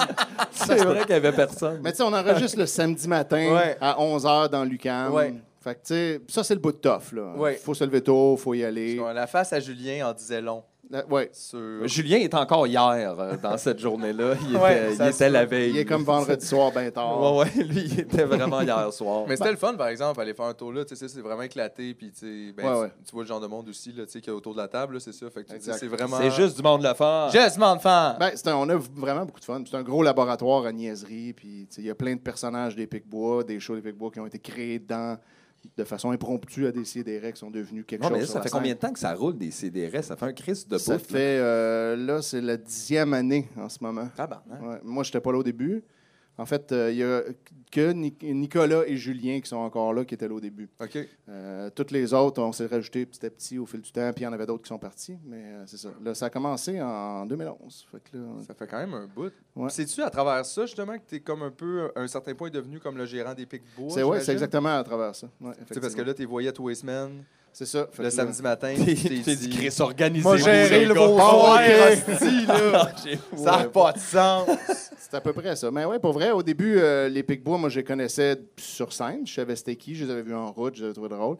C'est vrai qu'il y avait personne.
Mais tu sais, on enregistre le samedi matin
Ouais.
à 11h dans l'UQAM.
Ouais.
Fait que tu sais, ça, c'est le bout de tough, là.
Ouais.
Faut se lever tôt, faut y aller.
Parce qu'on- La face à Julien en disait long.
Euh, ouais.
Sur...
Julien est encore hier euh, dans cette journée-là. Il était,
Ouais,
il
ça
était
se-
la veille.
Il est comme vendredi soir, ben tard.
Ouais, ouais, lui, il était vraiment hier soir.
Mais c'était le fun, par exemple, aller faire un tour là. Tu sais, c'est vraiment éclaté. Puis, tu sais, ben,
Ouais, ouais.
tu- tu vois le genre de monde aussi là, tu sais, qu'il y a autour de la table, là, c'est ça. Fait que, tu sais,
Exact.
c'est vraiment.
C'est juste du monde le fort.
Just mon fan!
Ben, c'est un- on a v- vraiment beaucoup de fun. C'est un gros laboratoire à niaiserie. Puis tu sais, il y a plein de personnages des Picbois, des shows des Picbois qui ont été créés dans, de façon impromptue à des CDR qui sont devenus quelque
Non,
chose.
mais
sur
ça
la
fait
scène.
combien de temps que ça roule des CDR? Ça fait un Christ de
Ça
bout. là.
fait, euh, là, c'est la dixième année en ce moment.
Tabarnak.
Ouais. Moi, j'étais pas là au début. En fait, euh, il y a que Ni- Nicolas et Julien qui sont encore là, qui étaient là au début.
OK.
Euh, toutes les autres, on s'est rajouté petit à petit au fil du temps, puis il y en avait d'autres qui sont partis, mais euh, c'est ça. Là, ça a commencé en 2011. Fait que là, on-
Ça fait quand même un bout. Puis
Ouais.
C'est-tu à travers ça, justement, que t'es comme un peu, à un certain point, devenu comme le gérant des Pic-Bois?
c'est ouais, c'est
j'imagine?
exactement à travers ça.
Tu
Ouais,
sais, parce que
effectivement.
là, t'es voyais tous les semaines,
c'est ça. Fait que
le
là-
samedi matin.
T'es
tu t'es
t'es
dit,
du Chris organisé.
Moi, gérer le
gars.
vos
Oh,
là! Ça n'a pas de sens!
C'est à peu près ça. Mais ouais, pour vrai, au début, euh, les Picbois, moi, je les connaissais sur scène. Je savais c'était qui. Je les avais vus en route. Je les avais trouvés drôles.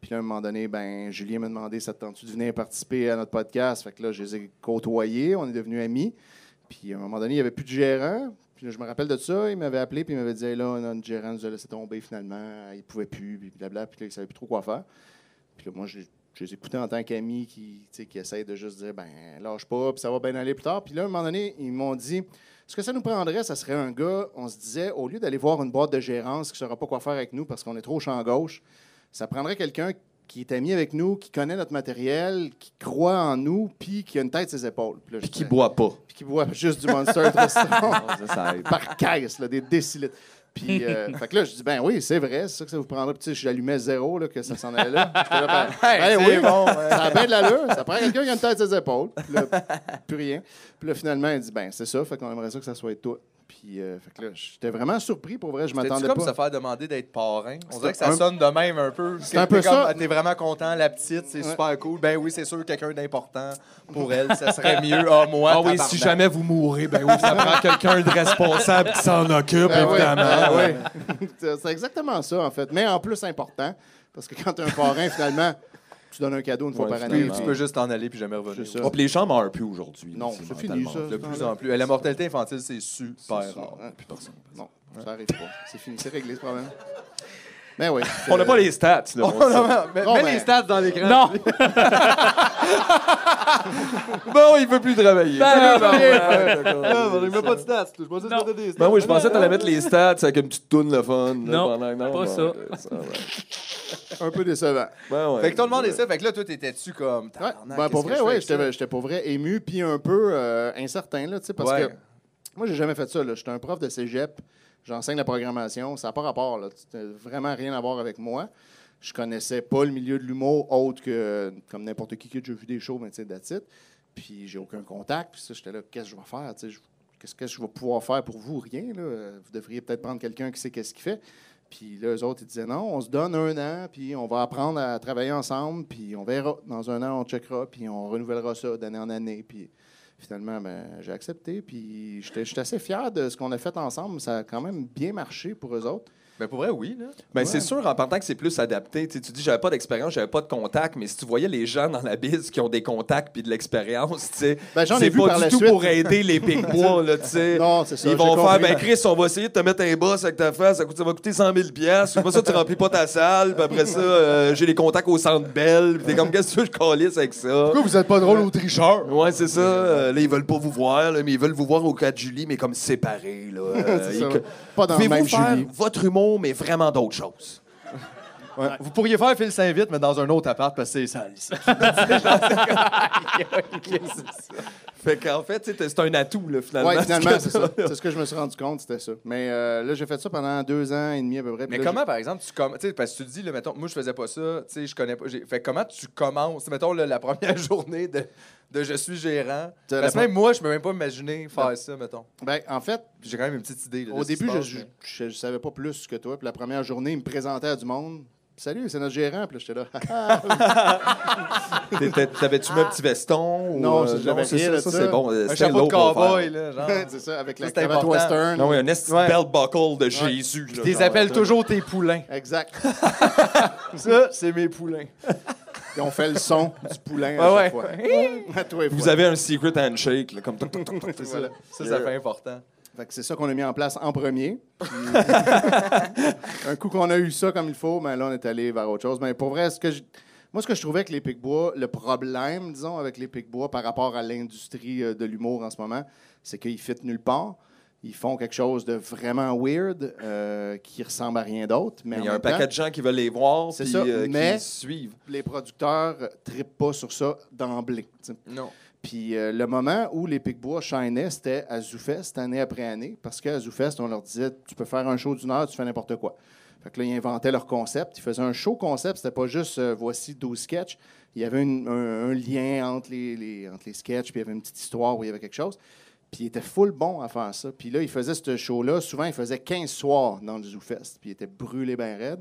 Puis là, à un moment donné, ben, Julien m'a demandé ça te tente-tu de venir participer à notre podcast. Fait que là, je les ai côtoyés. On est devenus amis. Puis à un moment donné, il n'y avait plus de gérant. Puis là, je me rappelle de ça. Il m'avait appelé. Puis il m'avait dit Hey, là, notre gérant nous a laissé tomber finalement. Il ne pouvait plus. Puis blabla. Puis là, il ne savait plus trop quoi faire. Puis là, moi, je, je les écoutais en tant qu'amis qui, tu sais, qui essayent de juste dire, ben, lâche pas, puis ça va bien aller plus tard. Puis là, à un moment donné, ils m'ont dit, ce que ça nous prendrait, ça serait un gars, on se disait, au lieu d'aller voir une boîte de gérance qui ne saura pas quoi faire avec nous parce qu'on est trop au champ gauche, ça prendrait quelqu'un qui est ami avec nous, qui connaît notre matériel, qui croit en nous, puis qui a une tête sur ses épaules. Puis là, je
Puis qui
disais,
boit pas.
Puis qui boit juste du Monster Tristan
Ça, ça aide.
par caisse, là, des décilitres. Puis, euh, fait que là, je dis, ben oui, c'est vrai, c'est ça que ça vous prendrait. Puis, tu sais, j'allumais zéro, là, que ça s'en allait là. J'étais là, ben, ben oui, bon, ça a bien de l'allure. Ça prend quelqu'un qui a une tête à ses épaules. Puis là, plus rien. Puis là, finalement, elle dit, ben c'est ça, fait qu'on aimerait ça que ça soit toi. Puis, euh, fait que là, j'étais vraiment surpris, pour vrai, je
C'était
m'attendais
comme
pas.
se faire demander d'être parrain. On dirait que ça
un-
sonne de même un peu. C'est
un peu ça.
Ah,
T'es vraiment content, la petite, c'est
Ouais.
super cool. Ben oui, c'est sûr, quelqu'un d'important pour elle, ça serait mieux. Ah, moi,
Ah oui,
tabarnak.
si jamais vous mourrez, ben oui, ça prend quelqu'un de responsable qui s'en occupe,
Ben oui,
évidemment.
ben oui. C'est- c'est exactement ça, en fait. Mais en plus, important, parce que quand t'as un parrain, finalement, tu donnes un cadeau une fois
Ouais,
par année.
Puis
finalement.
tu peux juste t'en aller puis jamais revenir.
C'est ça.
Oh, puis les gens meurent plus aujourd'hui.
Non,
là,
c'est fini, ça.
mentalement.
De plus en plus. Et La mortalité infantile, c'est super
C'est ça.
rare.
Ouais.
Plus personne.
Non, ça arrive pas. C'est fini, c'est réglé ce problème. Mais oui.
On n'a pas les stats, là. on le sait.
Mets,
Bon,
Oh, mets
ben.
les stats dans l'écran.
Non!
Ben
Bon, il veut plus travailler.
Ben,
on met pas de stats. Je pensais que c'était des stats.
Ben oui, je pensais que t'allais mettre les stats avec une petite toune le fun. là,
Non,
pendant-
pas
bon,
ça.
ok, va.
un peu décevant.
Ben ouais.
Fait que tout le monde essaie. Fait que là, toi, t'étais-tu comme.
Ouais,
tabarnak,
ben, pour
qu'est-ce que
vrai,
je fais
ouais,
avec ça?
j'étais j'étais pour vrai ému, puis un peu euh, incertain, là, tu sais, parce
Ouais.
que moi, j'ai jamais fait ça, là. J'étais un prof de cégep, j'enseigne la programmation, ça n'a pas rapport, là. C'était vraiment rien à voir avec moi. Je connaissais pas le milieu de l'humour autre que, euh, comme n'importe qui qui a déjà vu des shows, mais tu sais, that's it. Puis j'ai aucun contact, puis ça, j'étais là, qu'est-ce que je vais faire, tu sais, je- qu'est-ce que je vais pouvoir faire pour vous? Rien, là. Euh, Vous devriez peut-être prendre quelqu'un qui sait qu'est-ce qu'il fait. Puis là, eux autres, ils disaient non, on se donne un an, puis on va apprendre à travailler ensemble, puis on verra. Dans un an, on checkera, puis on renouvellera ça d'année en année. Puis finalement, ben, j'ai accepté, puis j'étais j'étais assez fier de ce qu'on a fait ensemble. Ça a quand même bien marché pour eux autres.
Ben pour vrai, oui. Là.
Ben,
Ouais.
c'est sûr, en partant que c'est plus adapté. Tu sais, tu dis, j'avais pas d'expérience, j'avais pas de contact, mais si tu voyais les gens dans la bise qui ont des contacts puis de l'expérience, tu sais,
Ben, j'en ai
c'est
vu
pas
par
du
la
tout
suite.
pour aider les Picbois, là, tu sais.
Non, c'est ça.
Ils
j'ai
vont
compris.
faire, ben Chris, on va essayer de te mettre un boss avec ta face, ça, coûte- ça va coûter 100 000 piastres. Après ça, tu remplis pas ta salle, puis après ça, euh, j'ai les contacts au centre Bell, puis t'es comme, qu'est-ce que tu veux que je calisse avec ça?
Pourquoi vous êtes pas drôle au tricheur?
Ouais, c'est ça. euh, là, ils veulent pas vous voir, là, mais ils veulent vous voir au 4 Julie, mais comme séparés, là. euh,
C'est
et
ça.
que-
Pas dans le
Pouvez-vous
même
faire
Julie.
votre humour, mais vraiment d'autres choses?
Vous pourriez faire Phil Saint-Vite, mais dans un autre appart, parce que c'est sale ici.
Fait qu'en fait, tu sais, c'est un atout, là, finalement.
Ouais, finalement,
ce
c'est
que
ça.
t'as.
C'est ce que je me suis rendu compte, c'était ça. Mais euh, là, j'ai fait ça pendant deux ans et demi à peu près. puis
Mais
là,
comment, par exemple, tu commences. Parce que tu te dis, là, mettons, moi, je faisais pas ça, tu sais, je connais pas. j'ai- Fait que comment tu commences, mettons, là, la première journée de, de je suis gérant.
De la
Parce que
pre-
même moi, je peux même pas imaginer faire ça, mettons.
j'ai- ben, en fait,
Puis J'ai quand même une petite idée. là, de
Au
ce qui
début,
se
je,
passe,
je,
mais-
je- je savais pas plus que toi. Puis la première journée, il me présentait à du monde. Salut, c'est notre gérant. Puis là, j'étais là.
T'étais- T'avais-tu mis un petit veston? ou,
Non, ça,
euh,
j'avais
c'est
rien
ça,
de
ça,
ça.
c'est bon. euh,
Un
c'était
chapeau de
l'autre affaire.
cowboy, là, genre.
c'est ça, avec la
Ça, c'est
cravate
important.
western.
Non, oui, un esti de
Ouais.
belt buckle de Jésus. là,
T'es
genre.
appelles toujours tes poulains.
Exact.
Ça, c'est mes poulains.
Puis on fait le son du poulain
Ah
à
Ouais,
chaque
ouais.
fois. À toi et
Vous
fois.
avez un secret handshake, là, comme toc, toc, toc, toc, toc.
Voilà.
Ça, ça fait important.
Fait que c'est ça qu'on a mis en place en premier. Puis- un coup qu'on a eu ça comme il faut, mais là, on est allé vers autre chose. Mais pour vrai, ce que je- moi, ce que je trouvais avec les Picbois, le problème, disons, avec les Picbois par rapport à l'industrie euh, de l'humour en ce moment, c'est qu'ils fitent nulle part. Ils font quelque chose de vraiment weird euh, qui ressemble à rien d'autre. Mais
Il
en
y a un
même temps,
paquet de gens qui veulent les voir,
C'est
puis
ça,
euh,
mais-
qui suivent.
les producteurs ne trippent pas sur ça d'emblée. tu sais.
Non.
Puis euh, le moment où les Picbois shinaient, c'était à ZooFest, année après année, parce qu'à ZooFest, on leur disait tu peux faire un show d'une heure, tu fais n'importe quoi. Fait que là, ils inventaient leur concept. Ils faisaient un show concept, c'était pas juste euh, voici 12 sketchs. Il y avait une- un, un lien entre les, les- entre les sketchs, puis il y avait une petite histoire où il y avait quelque chose. Puis il était full bon à faire ça. Puis là, il faisait ce show-là. Souvent, il faisait 15 soirs dans le ZooFest. Puis il était brûlé ben raide.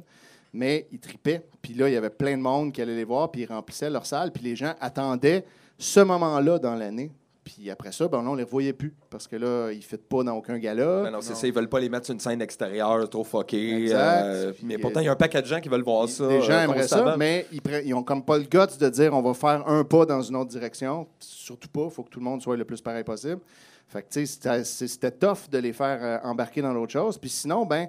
Mais il tripait. Puis là, il y avait plein de monde qui allait les voir. Puis ils remplissaient leur salle. Puis les gens attendaient ce moment-là dans l'année. Puis après ça, ben, là, on les revoyait plus. Parce que là, ils ne fit pas dans aucun gala.
Ben Non, non, c'est ça, ils veulent pas les mettre sur une scène extérieure, trop fucké.
Exact.
euh,
Puis,
mais
euh,
pourtant, il y a un paquet de gens qui veulent voir ça.
les gens
euh,
aimeraient ça,
constamment.
mais ils, pre- ils ont comme pas le guts de dire on va faire un pas dans une autre direction. Surtout pas, il faut que tout le monde soit le plus pareil possible. Fait que, tu sais, c'était- c'est- c'était tough de les faire euh, embarquer dans l'autre chose. Puis sinon, ben,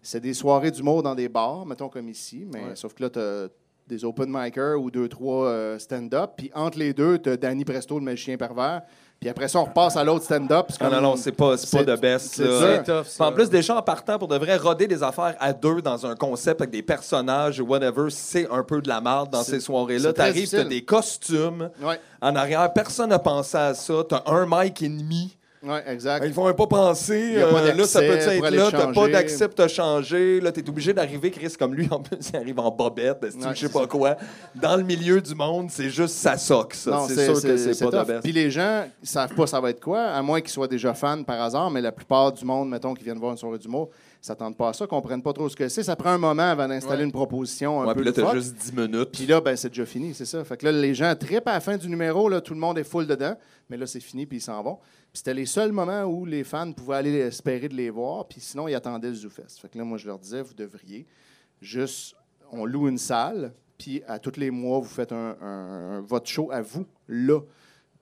c'est des soirées d'humour dans des bars, mettons comme ici, mais sauf que là, t'as des open micers ou deux, trois euh, stand-up. Puis entre les deux, t'as Danny Presto, le magicien pervers. Puis après ça, on repasse à l'autre stand-up. puis c'est
Non, Ah non,
comme-
non, c'est pas, c'est
C'est-
pas de best.
c'est
là.
dur.
C'est tough,
Puis
ça.
En plus, déjà en partant pour de vrai, roder des affaires à deux dans un concept avec des personnages ou whatever, c'est un peu de la marde dans
C'est-
ces
c'est
soirées-là.
très
T'arrives, t'as
difficile.
des costumes.
Ouais,
En arrière, personne n'a pensé à ça. T'as un mic et demi.
ouais, exact.
Ils vont même pas penser.
Ah, Il y a pas
euh, là, ça peut
d'accès pour
être
aller
là.
te
T'as pas
changer.
d'accès pour te changer. Là, t'es obligé d'arriver, Chris, comme lui. En plus, il arrive en bobette, esti,
Ouais,
je sais
c'est
pas quoi. Dans le milieu du monde, c'est juste ça soque, ça.
Non,
C'est sûr que c'est pas
tough.
de best.
Puis les gens ils savent pas ça va être quoi, à moins qu'ils soient déjà fans par hasard, mais la plupart du monde, mettons, qui viennent voir une soirée d'humour, s'attendent pas à ça, comprennent pas trop ce que c'est. Ça prend un moment avant d'installer une proposition un
Ouais,
peu
puis là, t'as
loufoque.
juste 10 minutes.
Puis là, ben, c'est déjà fini, c'est ça. Fait que là, les gens trippent à la fin du numéro, là, tout le monde est full dedans, mais là, c'est fini, puis ils s'en vont. Puis c'était les seuls moments où les fans pouvaient aller espérer de les voir, puis sinon, ils attendaient le ZooFest. Fait que là, moi, je leur disais, vous devriez juste, on loue une salle, puis à tous les mois, vous faites un, un- un- votre show à vous, là.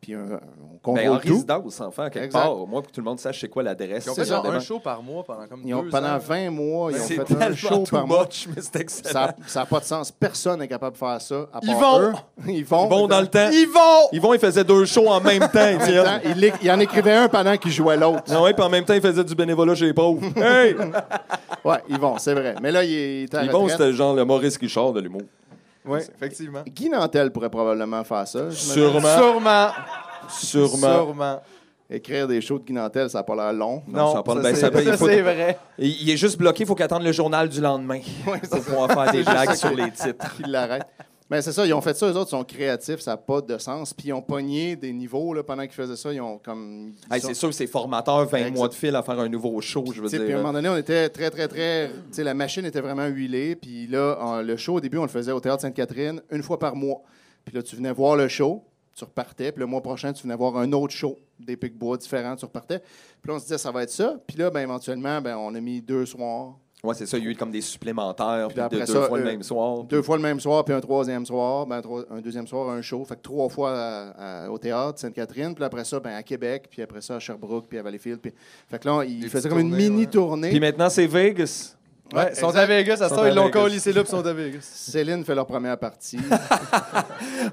Puis un- on
Ben, en
contrôle tout.
résidence, enfin, quelque
Exact.
part, au moins, pour que tout le monde sache c'est quoi l'adresse.
Ils ont
C'est
fait
ça,
genre
des
un
bains.
show par mois pendant comme
Ils ont-
deux
pendant
ans.
20 mois, ils ont
Ben, C'est
fait un show
tellement too
par mois.
much, mais c'est excellent.
Ça n'a pas de sens. Personne n'est capable de faire ça. À part
Ils vont!
eux. Ils vont.
Ils vont dans le temps.
Ils vont!
Ils vont, ils faisaient deux shows en même temps, ils
En même temps, il, é- il en écrivait un pendant qu'il jouait l'autre.
Non, ouais, puis en même temps, ils faisaient du bénévolat chez les pauvres. Hey!
Ouais, ils vont, c'est vrai. Mais là, il est, il est à la
Ils vont,
retraite.
c'était genre le Maurice Richard de l'humour.
Oui, effectivement.
Guy Nantel pourrait probablement faire ça. j'imagine.
Sûrement,
Sûrement.
sûrement.
Écrire des shows de Guy Nantel, ça n'a pas l'air long.
Non, ça parle bien,
c'est-
ça paye,
ça,
faut-
c'est vrai.
Il il est juste bloqué, il faut qu'il attende le journal du lendemain pour pouvoir faire des blagues sur les titres.
Qu'il l'arrête. Mais c'est ça, ils ont fait ça, eux autres, ils sont créatifs, ça n'a pas de sens. Puis ils ont pogné des niveaux là, pendant qu'ils faisaient ça. Ils ont comme. ils
Hey,
sont-
c'est sûr que c'est formateur, 20
Exact.
mois de fil à faire un nouveau show, je veux
Tu sais, Puis à un
dire.
moment donné, on était très, très, très. Tu sais, la machine était vraiment huilée. Puis là, en- le show, au début, on le faisait au Théâtre Sainte-Catherine une fois par mois. Puis là, tu venais voir le show, tu repartais. Puis le mois prochain, tu venais voir un autre show, des pics bois différents, tu repartais. Puis là, on se disait, ça va être ça. Puis là, ben, éventuellement, ben, on a mis deux soirs,
Ouais, c'est ça, il y a eu comme des supplémentaires, puis
Puis après
de- deux
ça,
fois le
euh,
même soir.
deux fois le même soir, puis un troisième soir, ben, un trois- un deuxième soir, un show. Fait que trois fois à- à- au théâtre, Sainte-Catherine, puis après ça, ben, à Québec, puis après ça, à Sherbrooke, puis à Valleyfield. Puis... Fait que là, ils
petites
faisaient comme une
tournées, ouais.
mini-tournée.
Puis maintenant, c'est Vegas.
Ouais, ils sont à Vegas, à
Sont
ce temps,
à
ils l'ont
Vegas.
collé, c'est là, puis ils sont à Vegas.
Céline fait leur première partie.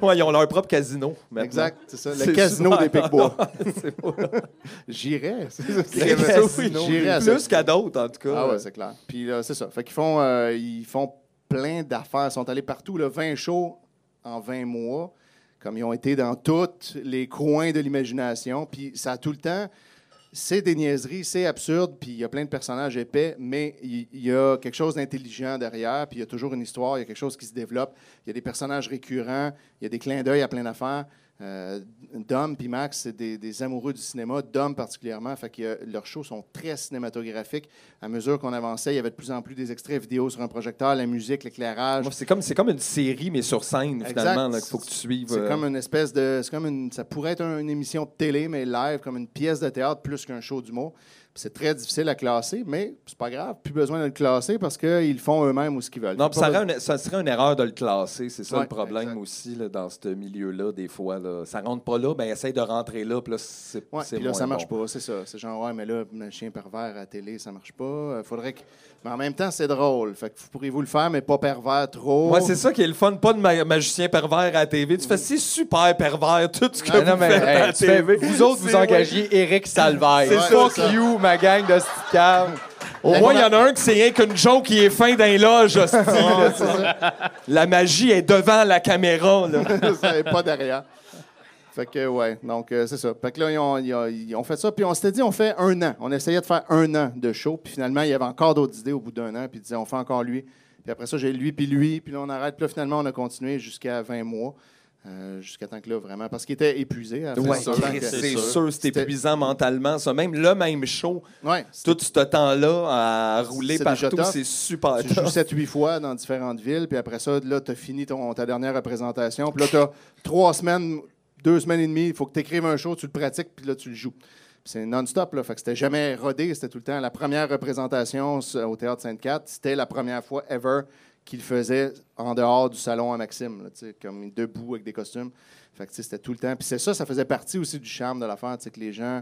Ouais, ils ont leur propre casino maintenant.
Exact, c'est ça. Le
C'est
casino
super
des Picbois.
C'est beau.
J'irais. c'est ça.
Le casino,
J'irais à ça.
Plus qu'à d'autres, en tout cas.
Ah ouais, c'est clair. Puis là, c'est ça. Fait qu'ils font, euh, ils font plein d'affaires. Ils sont allés partout. Là, 20 shows en 20 mois. Comme ils ont été dans tous les coins de l'imagination. Puis ça a tout le temps... C'est des niaiseries, c'est absurde, puis il y a plein de personnages épais, mais il il y, a quelque chose d'intelligent derrière, puis il y a toujours une histoire, il y a quelque chose qui se développe, il y a des personnages récurrents, il y a des clins d'œil à plein d'affaires. Euh, Dom puis Max, c'est des, des amoureux du cinéma, Dom particulièrement, fait que euh, leurs shows sont très cinématographiques. À mesure qu'on avançait, il y avait de plus en plus des extraits vidéo sur un projecteur, la musique, l'éclairage.
Moi, C'est comme, c'est comme une série, mais sur scène,
Exact.
finalement, là, qu'il faut que tu suives.
C'est
euh,
comme une espèce de. C'est comme une. Ça pourrait être un- une émission de télé, mais live, comme une pièce de théâtre plus qu'un show d'humour. Puis C'est très difficile à classer, mais c'est pas grave. Plus besoin de le classer parce qu'ils font eux-mêmes ou ce qu'ils veulent.
Non,
Pas
puis ça,
besoin-
rend une- ça serait une erreur de le classer. C'est ça
Ouais,
le problème
exact.
aussi là, dans ce milieu-là, des fois. Là. Ça rentre pas là, ben essaye de rentrer là, puis là, c'est
Ouais,
c'est
puis là,
moins
ça marche
bon.
pas, c'est ça. C'est genre, ouais, mais là, le chien pervers à la télé, ça marche pas. Euh, Faudrait que... Mais en même temps, c'est drôle. Fait que vous pourrez vous le faire, mais pas pervers trop.
Ouais, c'est ça qui est le fun, pas de ma- magicien pervers à la TV. Tu fais c'est super pervers tout ce que
Ah non,
vous
mais,
faites à
hey,
la
tu fais-
TV.
vous autres, vous
C'est-
engagiez Eric Salvaire.
C'est ça,
Fuck
c'est ça.
you, ma gang de petits caves.
Au moins, il y en a un qui c'est rien qu'une joke qui est fin d'un loge, hostie, là. La magie est devant la caméra, là.
ça n'est pas derrière. Fait que, ouais, donc euh, c'est ça. Fait que là, ils ont, ils ont- ils ont fait ça, puis on s'était dit, on fait un an. On essayait de faire un an de show, puis finalement, il y avait encore d'autres idées au bout d'un an, puis ils disaient, on fait encore lui. Puis après ça, j'ai lui, puis lui, puis là, on arrête. Puis là, finalement, on a continué jusqu'à 20 mois, euh, jusqu'à temps que là, vraiment, parce qu'il était épuisé. à la fin
Ouais,
du temps
Chris,
que-
c'est
sûr.
sûr, c'est
C'était-
épuisant mentalement, ça. Même le même show,
Ouais,
tout ce temps-là à rouler
C'est déjà
partout,
tough.
c'est super
Tu joues
tough.
7-8 fois dans différentes villes, puis après ça, là, tu as fini ton, ta dernière représentation. Puis là, tu as trois semaines, deux semaines et demie, il faut que tu écrives un show, tu le pratiques, puis là, tu le joues. Puis C'est non-stop, là. Fait que c'était jamais rodé, c'était tout le temps. La première représentation s- au Théâtre Sainte-Cat, c'était la première fois ever qu'il faisait en dehors du salon à Maxime, là, tu sais, comme debout avec des costumes. Fait que tu sais, c'était tout le temps. Puis c'est ça, ça faisait partie aussi du charme de l'affaire, tu sais, que les gens,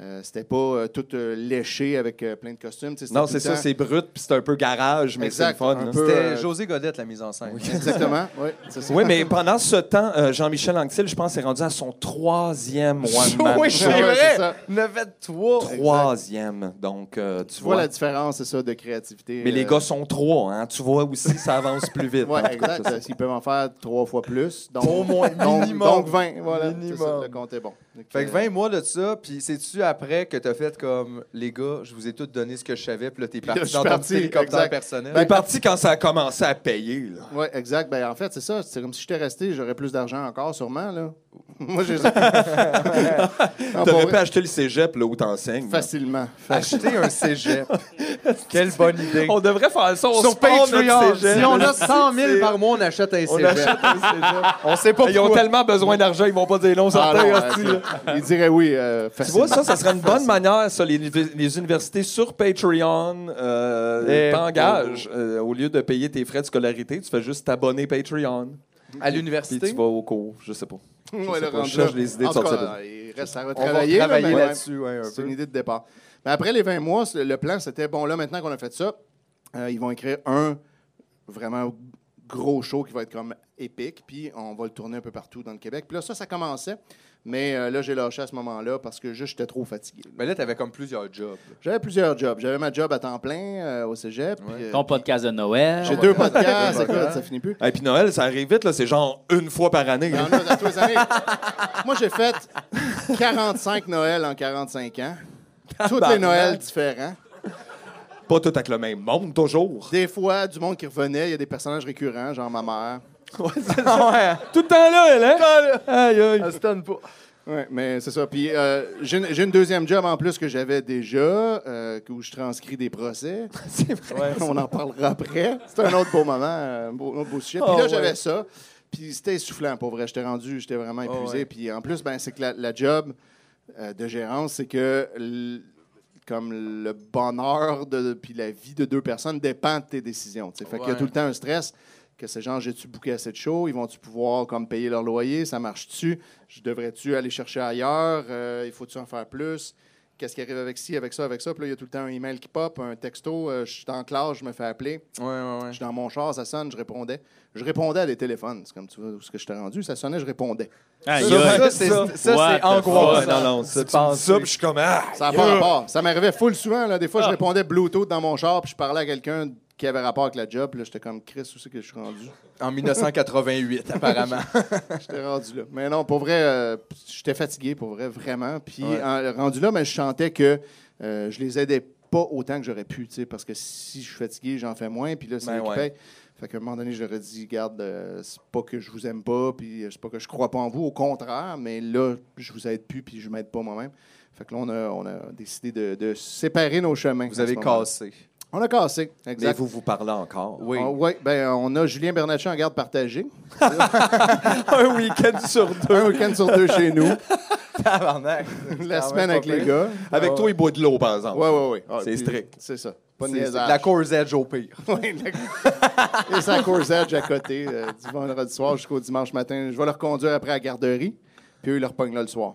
euh, c'était pas euh, tout euh, léché avec euh, plein de costumes. tu sais, c'était
Non,
tout
c'est
le
ça,
temps-
c'est brut, puis c'est un peu garage, mais c'est le
Exact,
fun.
un
là.
peu,
C'était
euh,
José Godette, la mise en scène.
Exactement, oui. c'est ça.
Oui, mais pendant ce temps, euh, Jean-Michel Anctil, je pense, est rendu à son troisième one-man
Oui,
show.
c'est
Ouais,
vrai.
c'est ça.
9 3.
Troisième, donc euh, tu
Tu vois
vois.
la différence, c'est ça, de créativité.
Mais les
euh,
gars sont trois, hein. tu vois aussi, ça avance plus vite.
Oui,
En tout cas,
exact.
ça,
euh, Ils peuvent en faire trois fois plus. Donc,
Au moins,
donc,
minimum.
donc 20, voilà.
Minimum.
c'est Ça, le compte est bon. Donc,
Fait que
euh,
20 mois de ça, puis c'est-tu après que t'as fait comme les gars, je vous ai tous donné ce que je savais, puis là t'es
là,
parti
je suis
dans ton
parti,
petit hélicoptère
exact.
personnel.
C'est parti quand ça a commencé à payer. Là.
Oui, exact. Ben, en fait, c'est ça. C'est comme si j'étais resté, j'aurais plus d'argent encore, sûrement. Là. Moi, j'ai Ah, ça. Non, pour
T'aurais
vrai,
pu acheter le cégep là, où t'enseignes. là.
facilement. Ah,
Acheter un cégep. Quelle bonne idée.
On devrait faire ça on
Sur
se prend notre
Patreon,
cégep.
si on a 100 000 par mois, on achète un
On
cégep.
achète un cégep.
On sait pas
Ils ont
pourquoi.
tellement besoin d'argent, ils vont pas dire non,
Ah,
certain,
non,
hostie, là.
euh, il dirait oui. euh,
Tu
facilement.
vois, ça, ça serait une bonne manière, ça, les, les universités sur Patreon euh,
Eh,
t'engagent. euh, au lieu de payer tes frais de scolarité, tu fais juste t'abonner Patreon.
À
Puis
l'université,
tu vas au cours, je sais pas.
Ouais,
sais pas, je
le rendu là.
cherche des idées de
En tout
sortir
cas, Il reste à
on va
retravailler. là,
travailler
mais ouais.
là-dessus ouais, un
C'est
peu.
une idée de départ. Mais après les 20 mois, c'est- le plan, c'était bon, là, maintenant qu'on a fait ça, euh, ils vont écrire un vraiment gros show qui va être comme épique, puis on va le tourner un peu partout dans le Québec. Puis là, ça, ça commençait. Mais euh, là, j'ai lâché à ce moment-là parce que juste, j'étais trop fatigué.
Mais là, t'avais comme plusieurs jobs.
J'avais plusieurs jobs. J'avais ma job à temps plein euh, au cégep. puis, euh,
Ton podcast de Noël.
j'ai deux podcasts.
Deux podcasts.
écoute, ça finit plus.
Et puis Noël, ça arrive vite, là, c'est genre une fois par année.
Il y
Ben,
là.
en a dans tous les années. Moi, j'ai fait 45 Noëls en 45 ans. Toutes les
Tabarnak.
Noëls différents.
Pas tout avec le même monde, toujours.
Des fois, du monde qui revenait, il y a des personnages récurrents, genre ma mère.
Ah
Tout le temps là, elle, hein? Aïe, aïe.
Ouais, mais c'est ça. Puis euh, j'ai une- j'ai une deuxième job en plus que j'avais déjà, euh, où je transcris des procès.
C'est vrai.
On en parlera après. C'était un autre beau moment, euh, un beau, un autre beau sujet. Puis
Oh,
là,
ouais.
j'avais ça. Puis c'était essoufflant, pour vrai. J'étais rendu, j'étais vraiment
Oh,
épuisé.
ouais.
Puis en plus, ben, c'est que la, la job euh, de gérance, c'est que l- comme le bonheur de, puis la vie de deux personnes dépend de tes décisions. tu sais. Fait qu'il y a
Ouais.
tout le temps un stress que c'est genre, j'ai-tu booké assez de shows? Ils vont-tu pouvoir comme payer leur loyer? Ça marche-tu? Je devrais-tu aller chercher ailleurs? Euh, il faut-tu en faire plus? Qu'est-ce qui arrive avec ci, avec ça, avec ça? Puis là, il y a tout le temps un email qui pop, un texto. euh, je suis en classe, je me fais appeler.
Ouais, ouais, ouais.
Je suis dans mon char, ça sonne, je répondais. Je répondais à des téléphones. C'est comme tu vois où ce que je t'ai rendu. Ça sonnait, je répondais.
Aïe,
Ça,
aïe.
ça, c'est-
ça,
ça, c'est
what the
angoissant.
Ouais, non, non, ça, tu me dis ça, puis je suis comme, ah!
Ça n'a pas rapport. Ça m'arrivait full souvent. Là. Des fois, je répondais Bluetooth dans mon char, puis je parlais à quelqu'un qui avait rapport avec la job. Puis là, j'étais comme Chris, où c'est que je suis rendu?
En 1988, apparemment.
J'étais rendu là. Mais non, pour vrai, euh, j'étais fatigué, pour vrai, vraiment. Puis
Ouais.
en- rendu là, mais je chantais que euh, je les aidais pas autant que j'aurais pu, tu sais, parce que si je suis fatigué, j'en fais moins, puis là, c'est
Ben
eux qui
ouais.
payent. Fait qu'à un moment donné, je leur ai dit, garde, euh, c'est pas que je vous aime pas, puis euh, c'est pas que je crois pas en vous, au contraire, mais là, je vous aide plus, puis je m'aide pas moi-même. Fait que là, on a, on a décidé de, de séparer nos chemins.
Vous
à
avez
ce moment-là.
cassé.
On a cassé,
Mais
exact.
vous vous parlez encore.
Oui.
Ah, ouais, ben, on a Julien Bernatchez en garde partagée.
Un week-end sur deux.
un week-end sur deux chez nous.
Tabarnak. C'est
La
quand
semaine
même
avec
pas
les
pire.
gars.
Ah
Avec
ouais.
toi, il boit de l'eau, par exemple.
Ouais, ouais, ouais. Ah,
C'est
puis,
strict.
C'est ça. Pas de
C'est- c'est
niaisage.
La course edge au pire.
Ouais, la- Et sa course edge à côté, euh, du vendredi soir jusqu'au dimanche matin. Je vais leur conduire après à la garderie, puis eux, ils leur pognent là le soir.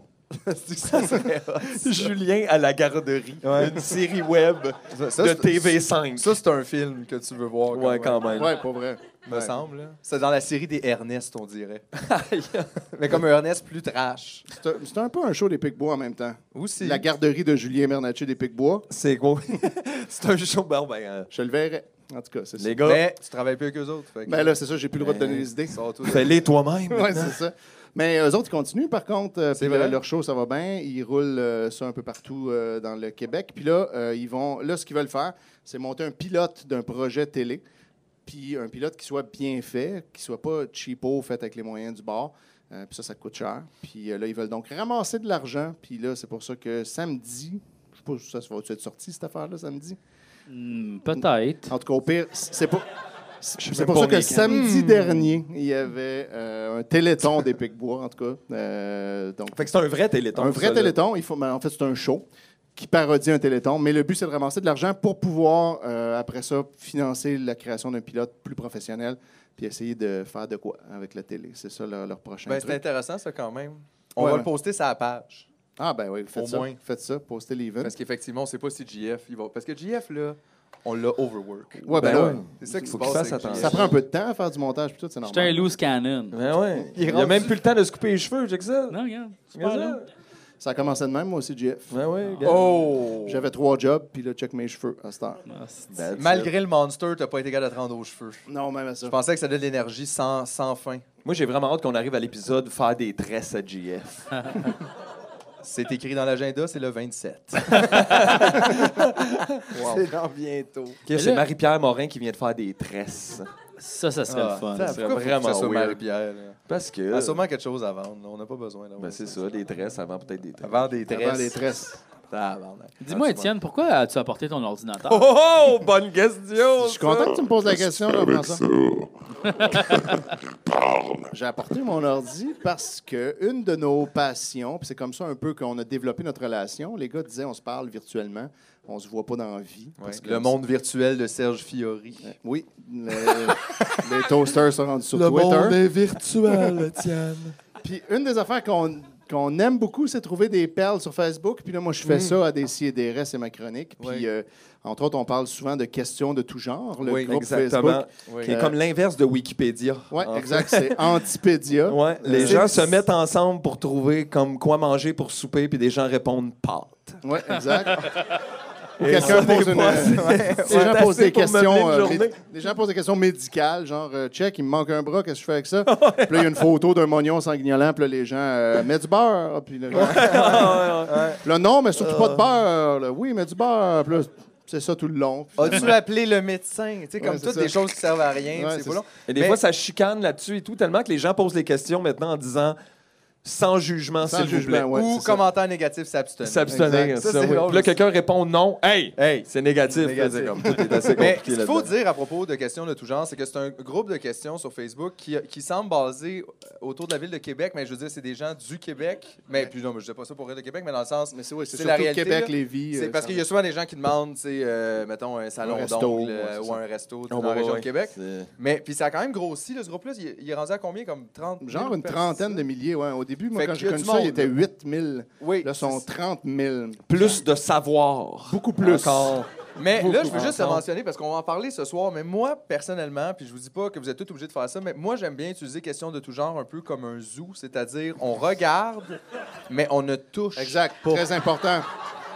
Julien à la garderie.
Ouais.
Une série web
Ça, ça,
de
c'est-
TV5.
Ça, c'est un film que tu veux voir.
ouais, quand même.
Ouais, pour vrai.
Me semble. là. C'est dans la série des Ernest, on dirait. Mais comme un Ernest plus trash.
C'est un- C'est un peu un show des Pic-Bois en même temps.
Aussi.
La garderie de Julien Bernatchez des Pic-Bois,
C'est quoi? c'est un show. Ben, ben, euh,
je le verrai. En tout cas, c'est ça.
les gars,
Mais tu travailles plus que eux autres. Fait que-
Ben là, c'est ça, j'ai plus le droit de donner les idées.
Sors tout de-
fais-les toi-même.
Ouais, c'est ça. Mais eux autres, ils continuent, par contre. euh,
C'est
puis,
vrai.
euh, leur show, ça va bien. Ils roulent euh, ça un peu partout euh, dans le Québec. Puis là, euh, ils vont, là, ce qu'ils veulent faire, c'est monter un pilote d'un projet télé. Puis un pilote qui soit bien fait, qui soit pas cheapo, fait avec les moyens du bord. Euh, puis ça, ça coûte cher. Puis euh, là, ils veulent donc ramasser de l'argent. Puis là, c'est pour ça que samedi, je sais pas si ça va être sorti, cette affaire-là, samedi.
Hmm, Peut-être.
En tout cas, au pire, c'est pas. C'est
même pas Hmm. né
pour ça que
quand.
samedi dernier, il y avait euh, un téléthon des Pic-Bois, en tout cas. Euh, donc,
Fait que c'est un vrai téléthon.
un vrai
ça, là.
téléthon, il faut, mais en fait, c'est un show qui parodie un téléthon, mais le but, c'est de ramasser de l'argent pour pouvoir, euh, après ça, financer la création d'un pilote plus professionnel puis essayer de faire de quoi avec la télé. C'est ça leur, leur prochain
Ben, c'est
truc.
intéressant, ça, quand même. On
Ouais,
va
ouais.
le poster sur la page.
Ah ben oui, faites
Au
ça,
moins.
faites ça, postez les events.
Parce qu'effectivement, on sait pas si GF, il va. Parce que GF, là, on l'a overwork.
Ouais,
Ben
ben, là,
ouais.
C'est ça qui se
Faut
passe.
qu'il fasse
avec
attention.
GF.
ça prend un peu de temps à faire du montage, puis tout, c'est
J'étais un
normal.
loose cannon.
Ben ouais.
Il est
Il a
rendu-
même plus le temps de se couper les cheveux, j'ai que ça.
Non, regarde. c'est pas
Regarde
long.
ça.
Ça a commencé de même, moi aussi, JF.
Ben ouais, regarde.
Oh!
J'avais trois jobs, puis là, check mes cheveux à cette heure.
Ah, c'est-
That's
Malgré le monster, t'as pas été capable de te rendre aux cheveux.
Non, même à ça.
Je pensais que ça donnait de l'énergie sans, sans fin.
it. Moi, j'ai vraiment hâte qu'on arrive à l'épisode faire des tresses à JF.
C'est écrit dans l'agenda, c'est le 27. C'est dans bientôt.
Ok,
là-
c'est Marie-Pierre Morin qui vient de faire des tresses.
Ça, ça serait
Ah,
le fun.
Ça
ça.
serait
vraiment
vraiment
weird.
Marie-Pierre. là.
Parce que.
Elle a sûrement quelque chose à vendre. là. On n'a pas besoin d'avoir
Ben, c'est ça, des tresses avant peut-être des tresses.
Avant des tresses.
Avant les tresses.
Tabarnak.
Dis-moi, Étienne, pourquoi as-tu apporté ton ordinateur?
Oh, bonne question!
Je suis content que tu me poses la question, là, François. J'ai apporté mon ordi parce que une de nos passions, puis c'est comme ça un peu qu'on a développé notre relation. Les gars disaient on se parle virtuellement, on se voit pas dans la vie. parce que-
Le monde virtuel de Serge Fiori.
Oui, le- les toasters sont rendus sur Twitter.
est virtuel, Étienne.
Puis une des affaires qu'on qu'on aime beaucoup, c'est trouver des perles sur Facebook. Puis là, moi, je
Mm.
fais ça à des CDRS et ma chronique. Puis,
Oui.
euh, entre autres, on parle souvent de questions de tout genre. Le
Oui,
groupe
exactement.
Facebook.
Oui.
Qui est comme l'inverse de Wikipédia.
Oui,
en fait.
exact. C'est Antipédia.
Ouais, les
Euh,
gens se
c'est-
mettent ensemble pour trouver comme quoi manger pour souper, puis des gens répondent pâtes.
Oui, exact. Ou
Et
quelqu'un
ça,
pose
des
une.
fois,
ouais,
c'est-
les gens
c'est
posent
assez
des
pour
questions.
meubler une
euh, mé-
journée.
les gens posent des questions médicales, genre euh, check, il me manque un bras, qu'est-ce que je fais avec ça? puis là, il y a une photo d'un mognon sanguinolant, puis là, les gens euh, mets du beurre. Ah, Puis là, Puis là, non, mais surtout
Euh.
pas de beurre. là. Oui, mais du beurre. Puis là, c'est ça tout le long. Puis
As-tu appelé le médecin? Tu sais, comme
Ouais, c'est
toutes
ça.
des choses qui servent à rien.
Ouais,
c'est
c'est
pas
ça.
long.
Et des
Mais-
fois, ça chicane là-dessus et tout, tellement que les gens posent les questions maintenant en disant sans jugement,
Sans
s'il vous
jugement,
plaît.
ouais,
Ou
c'est ça.
commentaire négatif, s'abstenir.
S'abstenir.
Exact.
Ça,
ça,
c'est
oui.
drôle
Puis là,
aussi.
quelqu'un répond non. Hey!
Hey!
C'est négatif.
Négatif.
C'est comme tout est assez
Mais
compliqué
ce qu'il
là-dedans.
faut dire à propos de questions de tout genre, c'est que c'est un groupe de questions sur Facebook qui, qui semble basé euh, autour de la ville de Québec, mais je veux dire, c'est des gens du Québec. Mais puis non, mais je dis pas ça pour rire de Québec, mais dans le sens.
Mais c'est ouais, c'est
C'est
surtout
la réalité,
Québec,
là.
Lévis.
C'est
euh,
parce
ça-
qu'il y a souvent des gens qui demandent, tu sais, euh, mettons, un salon
Un resto,
d'ongle
ouais,
euh,
c'est
ou
ça.
un resto
Oh,
dans la
ouais,
région
ouais.
de Québec.
C'est-
Mais puis ça a quand même grossi, là, ce groupe-là. Il, il est rendu à combien Comme 30 000
Genre une trentaine de milliers, ouais. Au début, moi,
Fait
quand
qu'il
j'ai
y a
connu
du
ça, il
monde,
était
là.
8 000.
Oui.
Là, sont 30 000.
Plus de savoir.
Beaucoup plus.
Encore.
Mais
Beaucoup.
là, je veux juste le
Ensemble.
mentionner parce qu'on va en parler ce soir. Mais moi, personnellement, puis je vous dis pas que vous êtes tous obligés de faire ça, mais moi, j'aime bien utiliser question de tout genre un peu comme un zoo, c'est-à-dire on regarde, mais on ne touche
Exact.
pas.
Très important.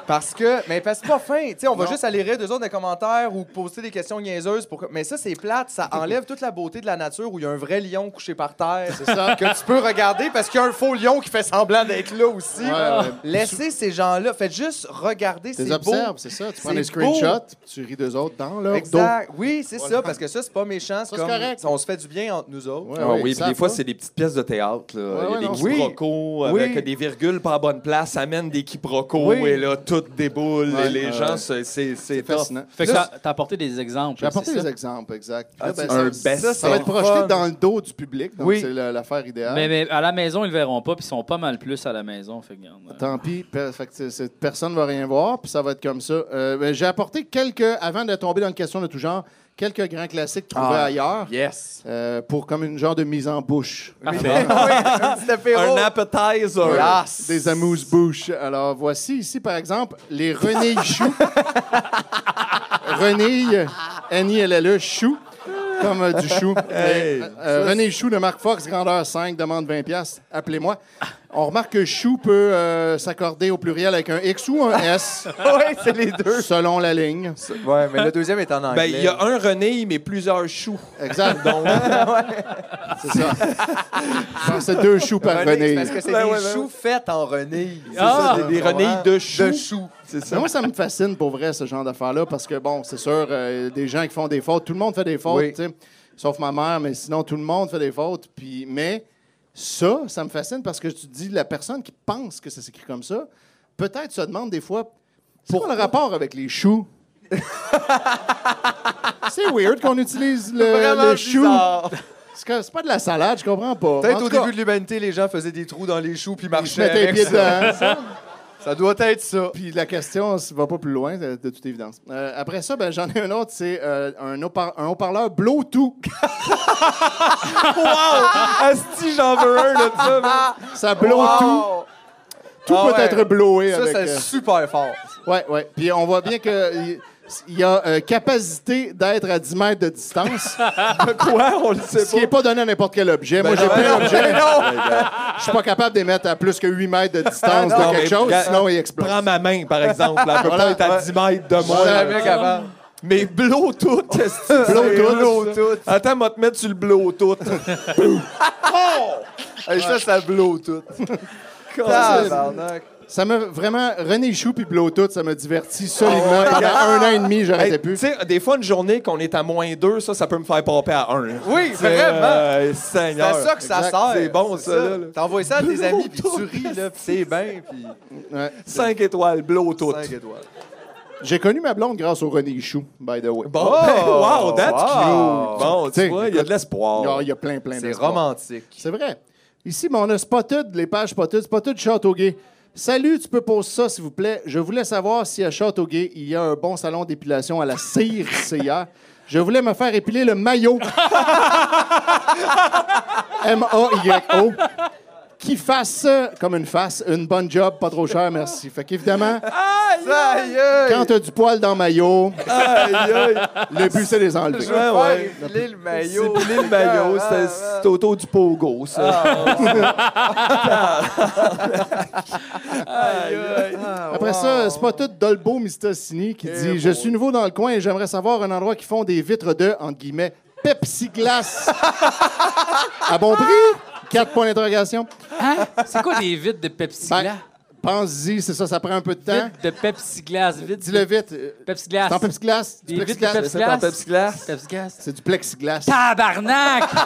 Parce que, mais parce que c'est pas fin, tu sais, on va
Non.
juste aller rire deux autres des commentaires ou poster des questions niaiseuses. Pour... que- Mais ça, c'est plate, ça enlève toute la beauté de la nature où il y a un vrai lion couché par terre.
C'est ça.
que tu peux regarder parce qu'il y a un faux lion qui fait semblant d'être là aussi.
Ouais, ouais.
Laissez ces gens-là, faites juste regarder,
Tu
c'est
les
beau.
observes, c'est ça. Tu prends
C'est
des screenshots, tu ris d'eux autres dans leur dos.
Exact. Oui, c'est
Voilà.
ça, parce que ça, c'est pas méchant. C'est
Ça, c'est
comme,
correct.
On se fait du bien entre nous autres.
Ouais,
Ah
ouais,
oui,
ils
puis des
savent
fois,
pas.
c'est des petites pièces de théâtre. Là.
Ouais, ouais,
Il y a
non,
des
oui.
quiproquos
Oui.
avec des virgules pas à bonne place, amène des quiproquos
Oui.
et là, tout tout déboule.
Ouais.
les
Ouais.
gens, se- c'est c'est
C'est
tough.
fascinant.
Fait que
Là,
t'as t'as apporté des exemples.
J'ai apporté
c'est ça?
des exemples, exact. Puis
Ah,
là,
c'est
ben,
un
ça,
best-
ça va être
c'est
projeté
fun.
dans le dos du public, donc
Oui.
c'est la- l'affaire idéale.
Mais, mais à la maison, ils le verront pas, puis ils sont pas mal plus à la maison. Fait que, regarde, euh,
Tant pis, pe- fait que c'est- c'est- personne ne va rien voir, puis ça va être comme ça. Euh, ben, J'ai apporté quelques, avant de tomber dans une question de tout genre, quelques grands classiques trouvés
Ah.
ailleurs
Yes.
euh, pour comme une genre de mise en bouche.
parfait.
un petit apéro.
Un appetizer.
Yes.
Des amuse-bouches. Alors, voici ici, par exemple, les Renilles Choux. Renilles, Annie, elle est là, chou, comme euh, du chou. Mais, euh, Renilles Chou de Marc Fox, grandeur 5, demande 20$. piastres. Appelez-moi. On remarque que chou peut euh, s'accorder au pluriel avec un X ou un S,
Ouais, c'est les deux.
selon la ligne.
Ouais, mais le deuxième est en
Ben,
anglais.
il y a un René, mais plusieurs choux.
Exact. C'est ça. Alors, C'est deux choux par
René, c'est
Renilles.
Ben, Parce que c'est
Ouais,
des
ouais, ouais.
choux faits en René.
Ah! C'est des renilles de choux.
De choux. C'est
Mais moi, ça me fascine pour vrai, ce genre d'affaires-là, parce que, bon, c'est sûr, euh, des gens qui font des fautes, tout le monde fait des fautes,
Oui.
tu sais, sauf ma mère, mais sinon, tout le monde fait des fautes. Puis, mais ça, ça me fascine parce que tu te dis, la personne qui pense que ça s'écrit comme ça, peut-être se demande des fois, pour le rapport avec les choux? c'est weird qu'on utilise le, le chou. C'est que- c'est pas de la salade, je comprends pas. En
Peut-être
tout
au
cas,
début de l'humanité, les gens faisaient des trous dans les choux puis
je
marchaient
mets tes
avec
pieds
ça.
dedans.
Ça doit être ça.
Puis la question ne va pas plus loin, de, de toute évidence. Euh, après ça, ben, j'en ai un autre, c'est euh, un haut-par- un haut-parleur Bluetooth.
Asti, j'en veux un, là, de ça, man.
Ça blow tout.
Wow!
Tout
Ah
peut
ouais.
être blowé
Ça,
avec...
c'est
euh,
super fort.
ouais, ouais. Puis on voit bien qu'il y, y a euh, capacité d'être à 10 mètres de distance,
Quoi? On le sait
ce qui n'est pas donné à n'importe quel objet. Moi, j'ai
non,
pris
Ben, non,
l'objet.
non.
Je suis pas capable de les mettre à plus que 8 mètres de distance
Non,
de quelque
mais
chose,
ga-
sinon il
pas.
explose.
Prends ma main, par exemple. là. Elle peut
Voilà,
pas être à
ouais.
10 mètres de moi.
Jamais capable.
Mais blow tout, esti.
Blow-tout.
Blow-tout.
Attends, moi te mettre sur le blow tout.
Hey, Ça, ça blow tout. Tabarnak.
Ça m'a vraiment... René Chou puis Bluetooth, ça m'a diverti solidement.
Oh,
Pendant un an et demi, j'arrêtais
Hey,
plus.
Tu sais, des fois, une journée qu'on est à moins 2, ça, ça peut me faire pomper à 1.
Oui, vraiment. C'est
Euh, Seigneur.
à ça que ça
Exact.
sert.
C'est bon, ça, là, là.
T'envoies ça à tes amis, puis tu ris, là, puis c'est bien, puis
5 étoiles, blow tout.
5 étoiles.
J'ai connu ma blonde grâce au René Chou, by the way.
Bon,
Oh!
ben, wow, that's
Wow.
cute. Bon, tu
T'sais,
vois, il y a de l'espoir.
Ah, Il y a plein, plein
C'est
d'espoir.
romantique.
C'est vrai. Ici, mais on a Spotted, les pages Spotted, Spotted Châteauguay. Salut, tu peux poser ça, s'il vous plaît. Je voulais savoir si à Châteauguay, il y a un bon salon d'épilation à la cire, c'est hier. Je voulais me faire épiler le maillot. M-A-Y-O. Qui fasse, euh, comme une face, une bonne job, pas trop cher, merci. Fait qu'évidemment,
Aïe, aïe!
quand t'as du poil dans le maillot, le but, c'est de les enlever.
Je veux faire
ouais.
épiler le
C'est
maillot.
pilé le maillot, c'est- c'est autour du pogo, ça.
Après ça, c'est pas tout Dolbo Mistassini qui
Eh,
dit Je suis nouveau dans le coin et j'aimerais savoir un endroit qui font des vitres de, entre guillemets, Pepsi Glace. à bon prix Quatre points d'interrogation.
Hein? C'est quoi des vides de Pepsi
Ben,
Glace?
Pense-y, c'est ça, ça prend un peu de temps.
Vides de Pepsi Glace, vides
Ben, hein?
de
Dis-le vite. euh,
Pepsi
C'est en
Glace.
Pepsi Glace.
Des
Du Pepsi
vitres de
Glace.
Pepsi
C'est en
Glace.
Pepsi Glace.
Pepsi Glace.
C'est du plexiglas.
Tabarnak!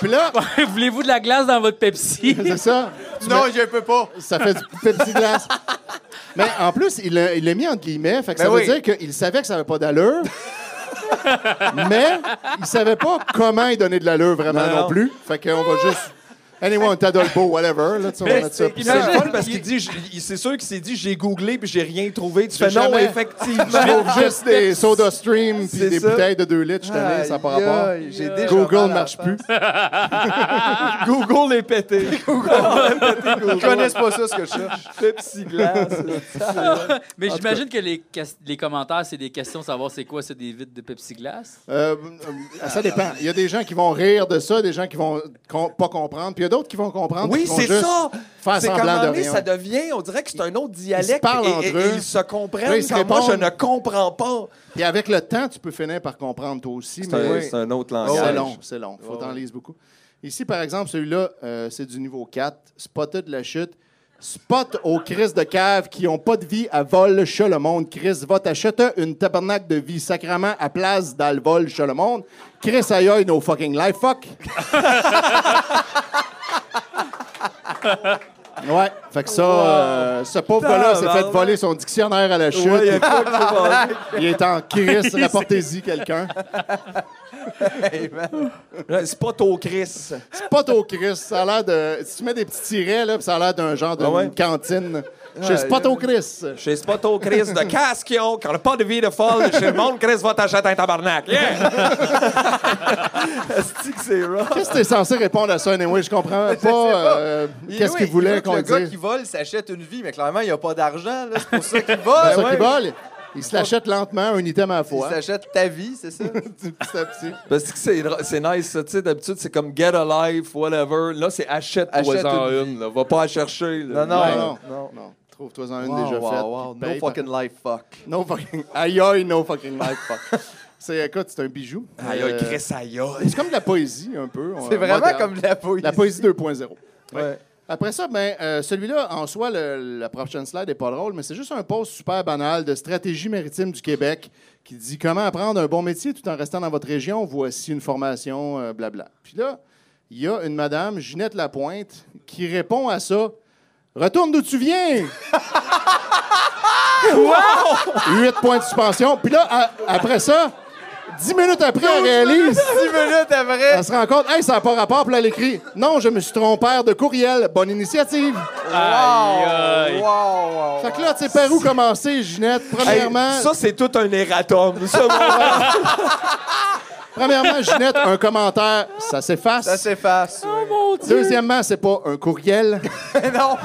Puis là,
Voulez-vous de la glace dans votre Pepsi?
c'est ça.
Non, je peux pas.
Ça fait du Pepsi Glace. Mais en plus, il l'a il l'a mis entre guillemets. Fait que
Ben
ça veut
oui.
dire qu'il savait que ça n'avait pas d'allure. mais il savait pas comment y donner de l'allure vraiment
Non,
non,
non.
plus. Fait qu'on va juste. Anyway, on t'adole beau, whatever. Là, tu sais, on va mettre ça.
Puis
Puis
C'est le
ça,
fun parce qu'il dit, j- il- c'est sûr qu'il s'est dit, j'ai googlé puis j'ai rien trouvé. Tu fais
J'ai
non,
jamais-
effectivement.
trouve juste des soda stream puis
C'est
des
ça.
bouteilles de 2 litres. Je t'en ai, ça n'a pas rapport.
Aïe, aïe, j'ai déjà mal
Google
à
ne
la
marche plus.
Google est pété.
Ils connaissent pas ça, ce que je cherche.
Pepsi Glace.
Mais j'imagine que les, ques- les commentaires, c'est des questions savoir c'est quoi, c'est des vides de Pepsi Glace.
Euh, euh, ça dépend. Il y a des gens qui vont rire de ça, des gens qui vont com- pas comprendre, puis il y a d'autres qui vont comprendre.
Oui,
qui vont
c'est
juste
ça.
Faire
C'est qu'à un
semblant
moment
de
donné,
rien.
ça devient, on dirait que c'est un autre dialecte.
parlent
et,
entre
et- et
eux.
ils se comprennent.
Là, ils se
quand moi, je
répondent.
ne comprends pas.
Puis avec le temps, tu peux finir par comprendre toi aussi.
C'est
mais-
un,
Oui.
c'est un autre
C'est
langage.
long, c'est long. Faut t'en lise beaucoup. Ici, par exemple, celui-là, euh, c'est du niveau 4. Spotted de la chute. Spot aux crises de cave qui ont pas de vie à vol, chez le monde. Chris, va t'acheter une tabernacle de vie sacrament à place dans le vol, chez le monde. Chris, aïe, aïe, no fucking life, fuck. Ouais. Fait que ça, euh, ce pauvre-là s'est fait
Tabarnak.
voler son dictionnaire à la chute.
Ouais, y a quoi que faut voir.
Il est en crise, rapportez-y quelqu'un.
Là, C'est pas tôt Chris.
C'est pas au Chris, ça a l'air de. Si tu mets des petits tirets, là, pis ça a l'air d'un genre de
Ah ouais?
une cantine. Chez Spot
euh,
au Chris.
Chez Spoto Chris de Casquion, quand le pas de vie de folle chez le monde, Chris va t'acheter un tabarnak. Yeah! Est-ce que c'est rough?
Qu'est-ce que t'es censé répondre à ça, anyway? Je comprends
sais
pas.
pas.
euh,
Il-
Qu'est-ce
oui,
qu'il
il
voulait
veut que
qu'on
Le
dise?
gars qui vole s'achète une vie, mais clairement, il a pas d'argent. là. C'est pour ça qu'il
C'est
vole.
ça qu'il
Ben Ah Ouais.
vole. Il se l'achète lentement, un item à la
Il
fois.
s'achète ta vie, c'est ça?
Petit à petit.
Parce Ben, que c'est dr- c'est nice, ça, tu sais, d'habitude, c'est comme get alive, whatever. Là, c'est achète-toi-en
Achète
une, là. Va pas la chercher, là.
Ouais,
non.
non. non. Trouve-toi en une
Wow,
déjà
wow,
faite.
wow.
puis
No
paye,
fucking life, fuck.
No fucking. Aïe aïe, no fucking life, fuck. C'est écoute, c'est un bijou.
Aïe,
Euh,
aïe, Chris, aïe, aïe.
C'est comme de la poésie, un peu.
C'est
Euh,
vraiment
moderne.
comme de la poésie.
La poésie 2.0.
Ouais.
Après ça, ben, euh, celui-là, en soi, le, la prochaine slide n'est pas drôle, mais c'est juste un post super banal de stratégie maritime du Québec qui dit comment apprendre un bon métier tout en restant dans votre région. Voici une formation, euh, blabla. Puis là, il y a une madame, Ginette Lapointe, qui répond à ça. Retourne d'où tu viens! Huit points de suspension. Puis là, à- après ça, dix minutes après, elle réalise.
10 minutes après.
Elle se rend compte, hey, ça n'a pas rapport, puis là, elle écrit Non, je me suis trompé de courriel. Bonne initiative. Oh,
Aïe, aïe.
Wow, wow.
Fait que là, tu sais, par où commencer, Ginette
Hey,
Premièrement,
ça, c'est tout un erratum. Ça, moi.
premièrement Ginette, un commentaire, ça
Ça
s'efface.
s'efface. oui.
Deuxièmement, c'est pas un courriel.
non.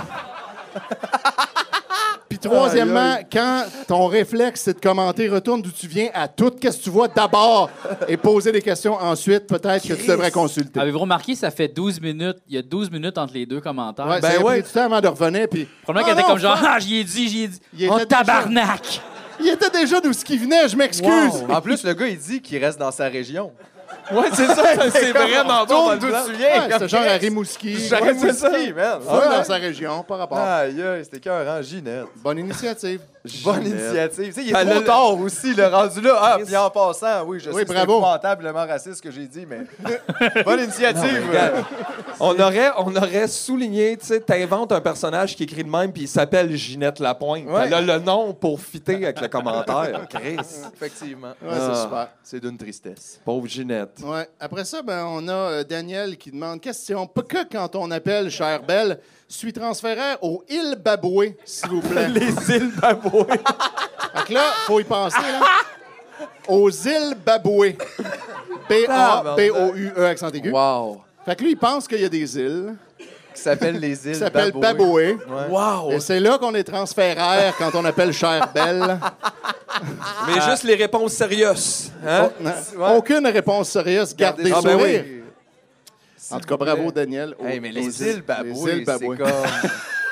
Puis troisièmement, quand ton réflexe, c'est de commenter, retourne d'où tu viens à tout, qu'est-ce que tu vois d'abord et poser des questions ensuite, peut-être que tu devrais consulter.
Avez-vous remarqué, ça fait 12 minutes. Il y a 12 minutes entre les deux commentaires.
Ouais,
Le
ça a
Ben
pris
ouais.
du temps avant de revenir, puis.
Probablement
Ah
qu'elle était
non,
comme genre,
fuck!
ah, j'y ai dit, j'y ai dit.
Il
Oh,
était déjà-
tabarnak!
Il était déjà d'où ce qui venait, je m'excuse.
En plus, le gars, il dit qu'il reste dans sa région.
ouais, c'est ça, c'est vraiment bon.
Tourne d'où tu
Ouais,
viens.
c'est genre à
Chris.
Rimouski.
J'aurais dit
ça.
ski, man.
Feu
hein?
dans sa région, par rapport.
Ah.
Aïe, aïe, c'était cœur, hein, Ginette.
Bonne initiative.
Bonne initiative. Tu sais, il est
Ah,
trop
le-
tard aussi, le rendu là. Ah, puis en passant, oui, je
Oui,
sais que c'est
bravo.
épouvantable, raciste ce que j'ai dit, mais bonne initiative. euh.
On aurait, on aurait souligné, tu sais, t'inventes un personnage qui écrit de même puis il s'appelle Ginette Lapointe.
Ouais.
Elle a le nom pour fitter avec le commentaire. Chris.
Effectivement.
Ouais, c'est super.
C'est d'une tristesse.
Pauvre Ginette.
Ouais. Après ça, ben, on a euh, Daniel qui demande question. Pourquoi quand on appelle chère Belle, suis transféré aux îles Baboué, s'il vous plaît?
Les îles Baboué.
Fait que là, faut y penser. Là. Aux îles Baboué.
Ah,
B-A-B-O-U-E, E, accent
ben,
aigu.
ben, Wow.
Fait que lui, il pense qu'il y a des îles
Qui s'appelle les îles
qui s'appellent
Baboué.
Baboué.
Wow.
Et c'est là qu'on est transféré quand on appelle chère Belle.
Ah. Mais juste les réponses sérieuses. Hein?
Oh,
Ouais.
Aucune réponse sérieuse. Gardez,
Ah,
le
ben
sourire.
oui.
En tout cas, bravo, Daniel.
Hey,
Aux-
mais
aux
les îles
les
Baboué,
îles
c'est
Baboué.
comme...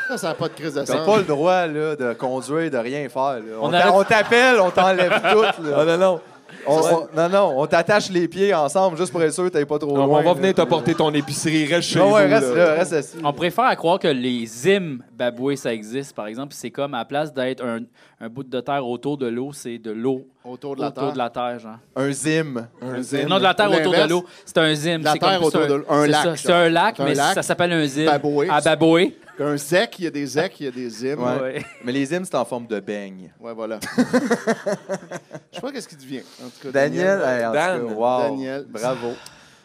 Ça, ça n'a pas de crise de
T'as
sens.
pas le droit là, de conduire, de rien faire. là. On
On
t'a-
arrête-
on t'appelle, on t'enlève tout. là.
Ah non, non.
On- on- non, non, on t'attache les pieds ensemble juste pour être sûr que t'es pas trop
On,
loin.
va
là.
venir te porter ton épicerie. Reste chez
Non, Ah ouais,
vous,
reste
là.
là, reste assis.
On préfère à croire que les hymnes baboués, ça existe, par exemple. C'est comme, à la place d'être un, un bout de terre autour de l'eau, c'est de l'eau
Autour de la
autour
terre.
de la terre, genre.
Un zim.
Un
Non, de la terre
Ou
autour de
l'inverse.
l'eau. C'est un zim.
La
c'est comme
terre
plus
autour de l'eau. Un
c'est
lac,
ça. C'est
genre.
un lac,
C'est un
mais
lac.
ça s'appelle un zim.
Baboué.
À baboué.
Un zec, il y a des zecs, il y a des hymnes. Ouais,
Ouais.
Ouais.
Mais les hymnes, c'est en forme de beigne.
voilà. Je sais pas qu'est-ce qu'il devient. En tout cas,
Daniel, euh, hey, en
Dan.
tout cas, wow.
Daniel.
Bravo.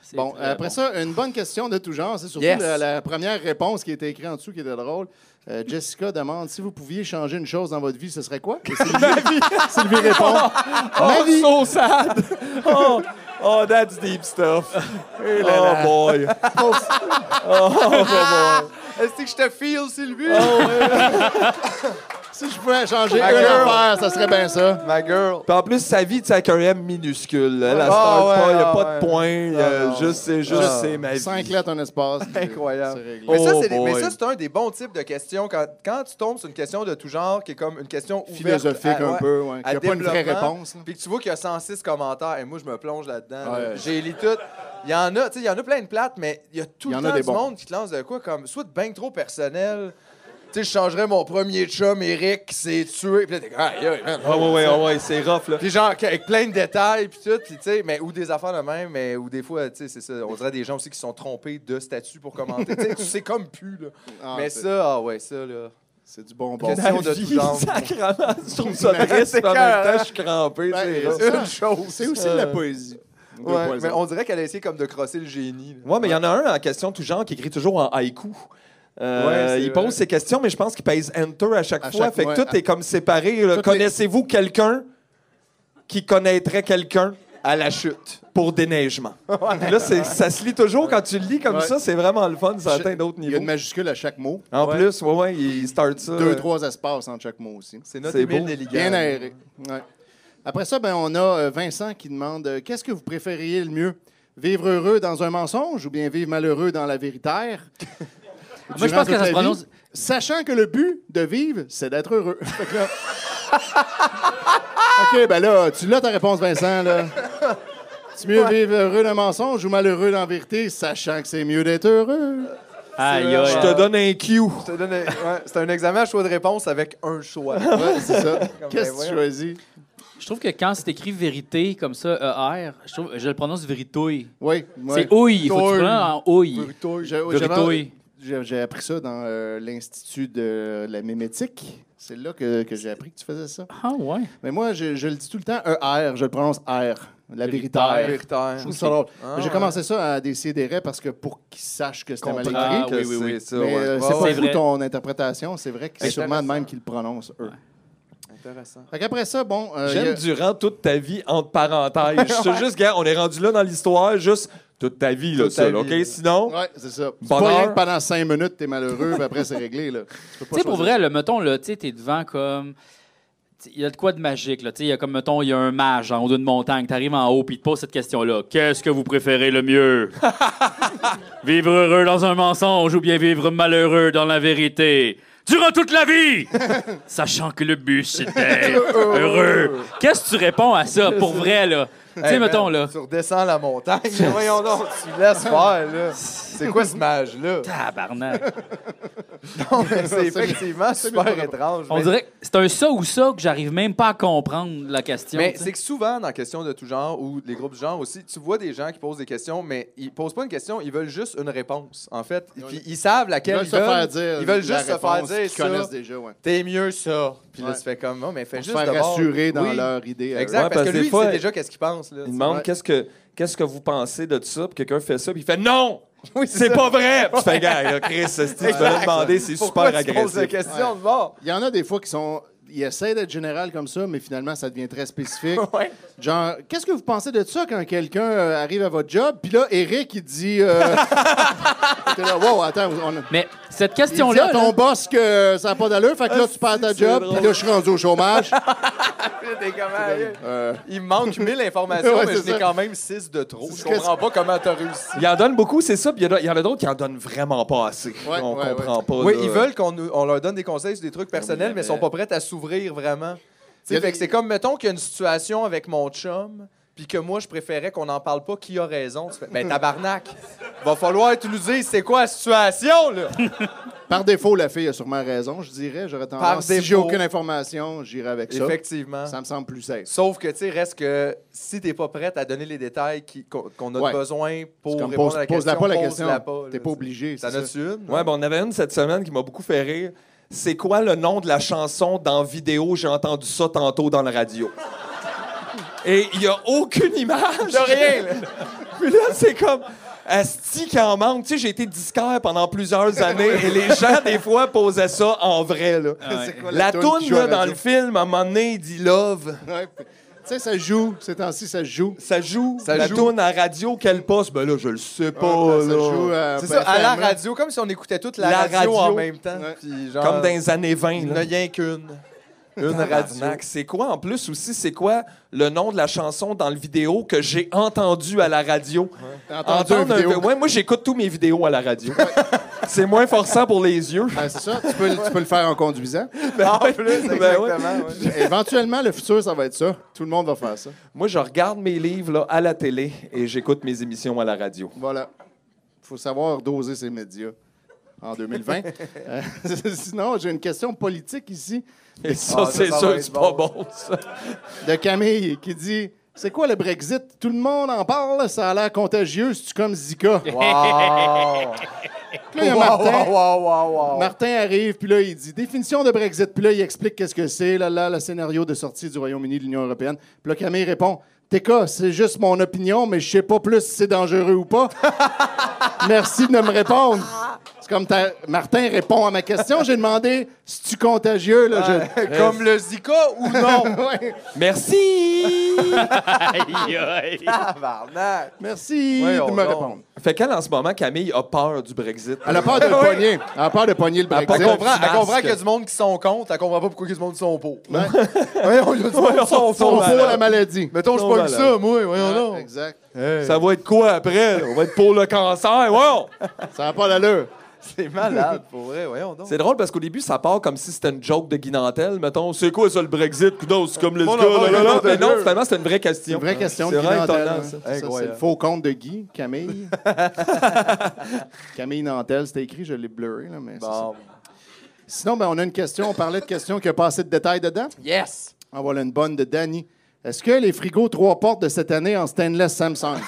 C'est
Bon,
très
après ça, une bonne question de tout genre. C'est surtout
Yes.
la, la première réponse qui était écrite en dessous qui était drôle. Euh, Jessica demande si vous pouviez changer une chose dans votre vie, ce serait quoi? Et Sylvie, Sylvie répond Ma vie.
Oh, so sad. Oh, oh, that's deep stuff. oh, boy.
Est-ce que je te feel, Sylvie?
Si je pouvais changer une
Ma girl.
affaire, ça serait bien ça.
Ma girl.
Puis en plus, sa vie, tu sais, avec un M minuscule. là. La
Ah,
star,
ouais,
pas- y a
ah,
pas
ouais.
de point. euh,
non.
juste, c'est juste,
Ah.
c'est ma vie.
Cinq lettres, un espace.
Incroyable.
C'est réglé.
Mais ça,
Oh
c'est des- mais
boy.
ça, c'est un des bons types de questions. Quand, quand tu tombes sur une question de tout genre, qui est comme une question ouverte
Philosophique
à-
un
ouais,
peu, ouais,
à
qu'il y a pas une vraie
développement,
réponse, là.
Puis que tu vois qu'il y a 106 commentaires, et moi, je me plonge là-dedans. là.
Ouais.
J'ai lu tout. Il y en a, tu sais, il y en a plein de plates, mais il y a tout
Il y
le
en
temps
a des
du
bons.
monde qui te lance de quoi, comme soit de bien trop personnel. sais, je changerais mon premier chum, Eric, qui s'est tué. Puis là, t'es comme, aïe, aïe, man.
Ah ouais, ouais, ah ouais, c'est rough, là.
Puis genre, avec plein de détails, puis tout, puis tu sais, mais ou des affaires de même, mais ou des fois, tu sais, c'est ça. On dirait des gens aussi qui sont trompés de statut pour commenter. tu sais, tu sais comme plus, là.
Ah,
mais
c'est-
ça, ah ouais, ça, là.
C'est du bonbon.
Qu'est-ce Question de
Avis,
tout genre.
sacrément, je trouve ça triste, mais en même temps, je suis crampé.
Ben,
c'est rough.
c'est
Une chose.
C'est aussi de la poésie. Deux
Euh, Ouais,
poisons.
mais on dirait qu'elle a essayé comme de crosser le génie. là.
Ouais, mais il y en a un en question tout genre qui écrit toujours en haïku. Euh,
Ouais, c'est
il
vrai.
pose ses questions, mais je pense qu'il pèse Enter à chaque
À
fois.
chaque
fait
fois,
que tout
à-
est comme séparé. là.
Toutes
Connaissez-vous quelqu'un qui connaîtrait quelqu'un à la chute pour déneigement? Puis là, c'est- ça se lit toujours. Quand tu le lis comme
Ouais.
ça, c'est vraiment le fun. Ça
Je-
atteint d'autres
Il y a
niveaux.
une majuscule à chaque mot.
En plus, ouais, ouais, il start ça.
Deux,
euh,
trois espaces entre chaque mot aussi.
C'est notre
C'est
Émile
beau.
Nelligan.
Bien aéré. Ouais. Après ça, ben, on a euh, Vincent qui demande euh, Qu'est-ce que vous préfériez le mieux Vivre heureux dans un mensonge ou bien vivre malheureux dans la véritaire
Moi, je pense que ça se prononce-
Sachant que le but de vivre, c'est d'être heureux. Fait que là- OK, ben là, tu l'as ta réponse, Vincent. Là. Tu mieux vivre heureux d'un mensonge ou malheureux dans la vérité, sachant que c'est mieux d'être heureux.
Aïe,
vrai.
aïe.
Je te donne un cue.
Je te donne un- ouais, c'est un examen à choix de réponse avec un choix.
Ouais, c'est ça.
Comme, ben,
Qu'est-ce que tu
voyons.
choisis
Je trouve que quand c'est écrit vérité comme ça, ER, je, trouve, je le prononce véritouille.
Oui, ouais.
C'est ouille. Il faut que tu
Touille.
prononces en ouille.
Brutouille. J'ai- j'avais-
Véritouille.
j'ai- J'ai appris ça dans euh, l'Institut de la mémétique. C'est là que, que j'ai appris que tu faisais ça.
Ah, ouais.
Mais moi, je, je le dis tout le temps ER, je le prononce R, la
Véritaire.
véritaire. Je trouve ça drôle. j'ai commencé ça à décider parce que pour qu'ils sachent que c'était mal écrit.
Comprends
écrit,
que
oui, oui, oui.
C'est ça,
Mais
ouais.
euh,
Ouais,
c'est
ouais,
pas
c'est
fou
vrai.
ton interprétation, c'est vrai que c'est sûrement de
Intéressant.
même qu'ils le prononcent, eux.
intéressant.
Fait qu'après ça, bon. euh, y a-
J'aime durant toute ta vie, entre parenthèses. Je te juste, gars, on est rendu là dans l'histoire, juste toute ta vie, là,
Toute ta
seul,
vie,
OK?
là.
Sinon,
Ouais, c'est ça. C'est
Bonheur.
pas rien que pendant cinq minutes, t'es malheureux, puis après, c'est réglé. là. Tu peux pas
Tu sais, pour
choisir.
vrai, le mettons, là, tu sais, t'es devant comme. tu sais, Il y a de quoi de magique, là. Tu sais, il y a comme, mettons, il y a un mage en haut d'une montagne. T'arrives en haut, puis il te pose cette question-là. Qu'est-ce que vous préférez le mieux? vivre heureux dans un mensonge ou bien vivre malheureux dans la vérité? Durant toute la vie! Sachant que le but, c'était heureux. Qu'est-ce que tu réponds à ça, pour vrai, là? Tu sais,
Hey, man,
mettons, là.
Tu redescends la montagne. voyons donc, tu laisses faire, là. C'est quoi ce mage-là?
Tabarnak.
Non, mais c'est effectivement super étrange.
On
mais-
dirait que c'est un ça ou ça que j'arrive même pas à comprendre la question.
Mais
tu sais.
c'est que souvent, dans Questions de tout genre ou les groupes du genre aussi, tu vois des gens qui posent des questions, mais ils posent pas une question, ils veulent juste une réponse, en fait. Puis ils savent
Ils
laquelle
veulent
ils,
se
veulent.
faire dire.
ils veulent
la
juste se faire
réponse
dire
qu'ils connaissent
ça.
déjà, ouais.
T'es mieux ça. Puis là,
Ouais.
tu fais comme, non, mais fais
Pour se
juste
faire
d'abord.
rassurer dans
Oui.
leur idée. euh, à eux.
Exact,
Ouais,
parce
parce
que
que
lui,
des
il
fois,
sait déjà qu'est-ce qu'il pense. Là,
il demande
Ouais.
qu'est-ce que qu'est-ce que vous pensez de ça, puis quelqu'un fait ça, puis il fait non,
Oui,
c'est pas vrai. Puis tu fais gars, là, Chris, c'est- tu me l'as demandé, c'est super
Pourquoi tu poses la
agressif.
question de mort?
Il y en a des fois qui sont. Ils essaient d'être général comme ça, mais finalement, ça devient très spécifique. Genre, qu'est-ce que vous pensez de ça quand quelqu'un euh, arrive à votre job? Puis là, Eric, il dit. Euh... T'es là, wow, attends, on a.
Mais cette
Il dit
question-là.
à ton boss que ça n'a pas d'allure, fait que
Ah,
là, tu perds ta job, puis là, je suis rendu au chômage.
T'es comme, euh, aïe. Il me manque mille informations,
Ouais,
mais
c'est
je n'ai
ça.
quand même six de trop. Je
ce que-
comprends pas comment t'as réussi.
Il en donne beaucoup, c'est ça, puis il y en a- il y en a d'autres qui en donnent vraiment pas assez.
Ouais,
on
ouais,
comprend pas.
Oui,
là.
ils veulent qu'on nous- on leur donne des conseils sur des trucs personnels, mais ils sont
mais-
pas prêts à s'ouvrir vraiment. Tu
Il y
sais,
a
fait
des-
que c'est comme, mettons qu'il y a une situation avec mon chum, puis que moi, je préférais qu'on n'en parle pas qui a raison. Tu fais, ben tabarnak, va falloir que tu nous dises c'est quoi la situation, là.
Par défaut, la fille a sûrement raison, je dirais. J'aurais tendance,
Par
si j'ai
défaut.
aucune information, j'irai avec ça.
Effectivement.
Ça me semble plus safe.
Sauf que, tu sais, reste que si t'es pas prête à donner les détails qui- qu'on qu'on a
Ouais.
besoin pour
C'est comme,
répondre
pose-
à la
pose-la
question,
pas la
pose-la
question.
là,
T'es pas obligé,
T'en
c'est ça.
as-tu une?
Ouais, ben, on avait une cette semaine qui m'a beaucoup fait rire. C'est quoi le nom de la chanson dans vidéo J'ai entendu ça tantôt dans la radio. Et il y a aucune image.
De rien, là.
Mais là, c'est comme. Asti qui en manque. Tu sais, j'ai été disquaire pendant plusieurs années et les gens, des fois, posaient ça en vrai, là.
Ouais.
C'est quoi
La
toune
toune,
qui joue à
là,
la
dans
radio?
le film, à un moment donné, il dit love.
Ouais, puis- Tu sais, ça joue. Ces temps-ci, ça joue.
Ça joue.
Ça
la
joue.
toune à radio, quel poste? Ben là, je le sais pas,
Ouais, Ah, ça
là.
joue euh, à-
C'est ça, à la
FM.
radio, comme si on écoutait toute la,
La
radio, en
radio.
même temps.
Ouais.
Puis genre,
Comme dans les années 20,
il n'y
là.
en a rien qu'une. Une radio.
Tabarnak, C'est quoi en plus aussi? C'est quoi le nom de la chanson dans le vidéo que j'ai entendu à la radio?
T'as entendu une
Entendre un-
vidéo.
Ouais, moi, j'écoute tous mes vidéos à la radio. C'est moins forçant pour les yeux.
Ah, c'est ça, tu peux, le- tu peux le faire en conduisant.
Ben ouais. Ben ouais.
Exactement, ouais.
Éventuellement, le futur, ça va être ça. Tout le monde va faire ça.
Moi, je regarde mes livres là, à la télé et j'écoute mes émissions à la radio.
Voilà. faut savoir doser ses médias. en 2020. Euh, sinon, j'ai une question politique ici
Et ça,
ça,
c'est
ça
sûr,
va
c'est
être
pas
bon.
bon, ça.
de Camille qui dit C'est quoi le Brexit Tout le monde en parle, ça a l'air contagieux, c'est comme Zika. Puis
Wow!
là, il y a
Wow,
Martin.
wow, wow, wow, wow.
Martin arrive, puis là, il dit définition de Brexit. Puis là, il explique qu'est-ce que c'est, là, là, le scénario de sortie du Royaume-Uni de l'Union européenne. Puis là, Camille répond TK, c'est juste mon opinion, mais je sais pas plus si c'est dangereux ou pas. Merci de me répondre. C'est comme ta- Martin répond à ma question. J'ai demandé si tu contagieux, là. je-
Comme le Zika ou non?
Ouais.
Merci!
Aïe, aïe.
Tabarnak!
Merci
Voyons
de me
donc.
répondre.
fait qu'elle, en ce moment, Camille a peur du Brexit.
Elle a peur de le
Oui.
pogner. Elle a peur de pogner le
Elle
Brexit.
Elle comprend, elle
Masque.
comprend qu'il y a du monde qui sont contre, elle comprend pas pourquoi il y a du monde qui sont pour.
Ouais.
Voyons, il y a du monde qui sont
Son
pour.
pour la maladie.
Mettons, je
Sont
pogne
malades.
ça, moi, voyons
Ouais,
donc.
exact.
Hey.
Ça va être quoi après? là? On va être pour le cancer, wow!
Ça n'a pas l'allure.
C'est malade, pour vrai, voyons donc.
C'est drôle parce qu'au début, ça part comme si c'était une joke de Guy Nantel. Mettons, c'est quoi ça le Brexit? Coudon, c'est comme le
Bon,
gars,
là,
là, là, là.
bon,
Mais non,
bon,
finalement, c'était une vraie
C'est
question.
une vraie question
C'est
de Guy
vraiment
Nantel,
étonnant,
hein.
ça.
Ça, c'est
Incroyable.
le faux compte de Guy, Camille. Camille Nantel, c'était écrit, je l'ai blurré. Là, mais c'est ça.
Bon.
Sinon, ben, on a une question. On parlait de questions qui a pas assez de détails dedans.
Yes!
En voilà une bonne de Danny. Est-ce que les frigos trois portes de cette année en stainless Samsung?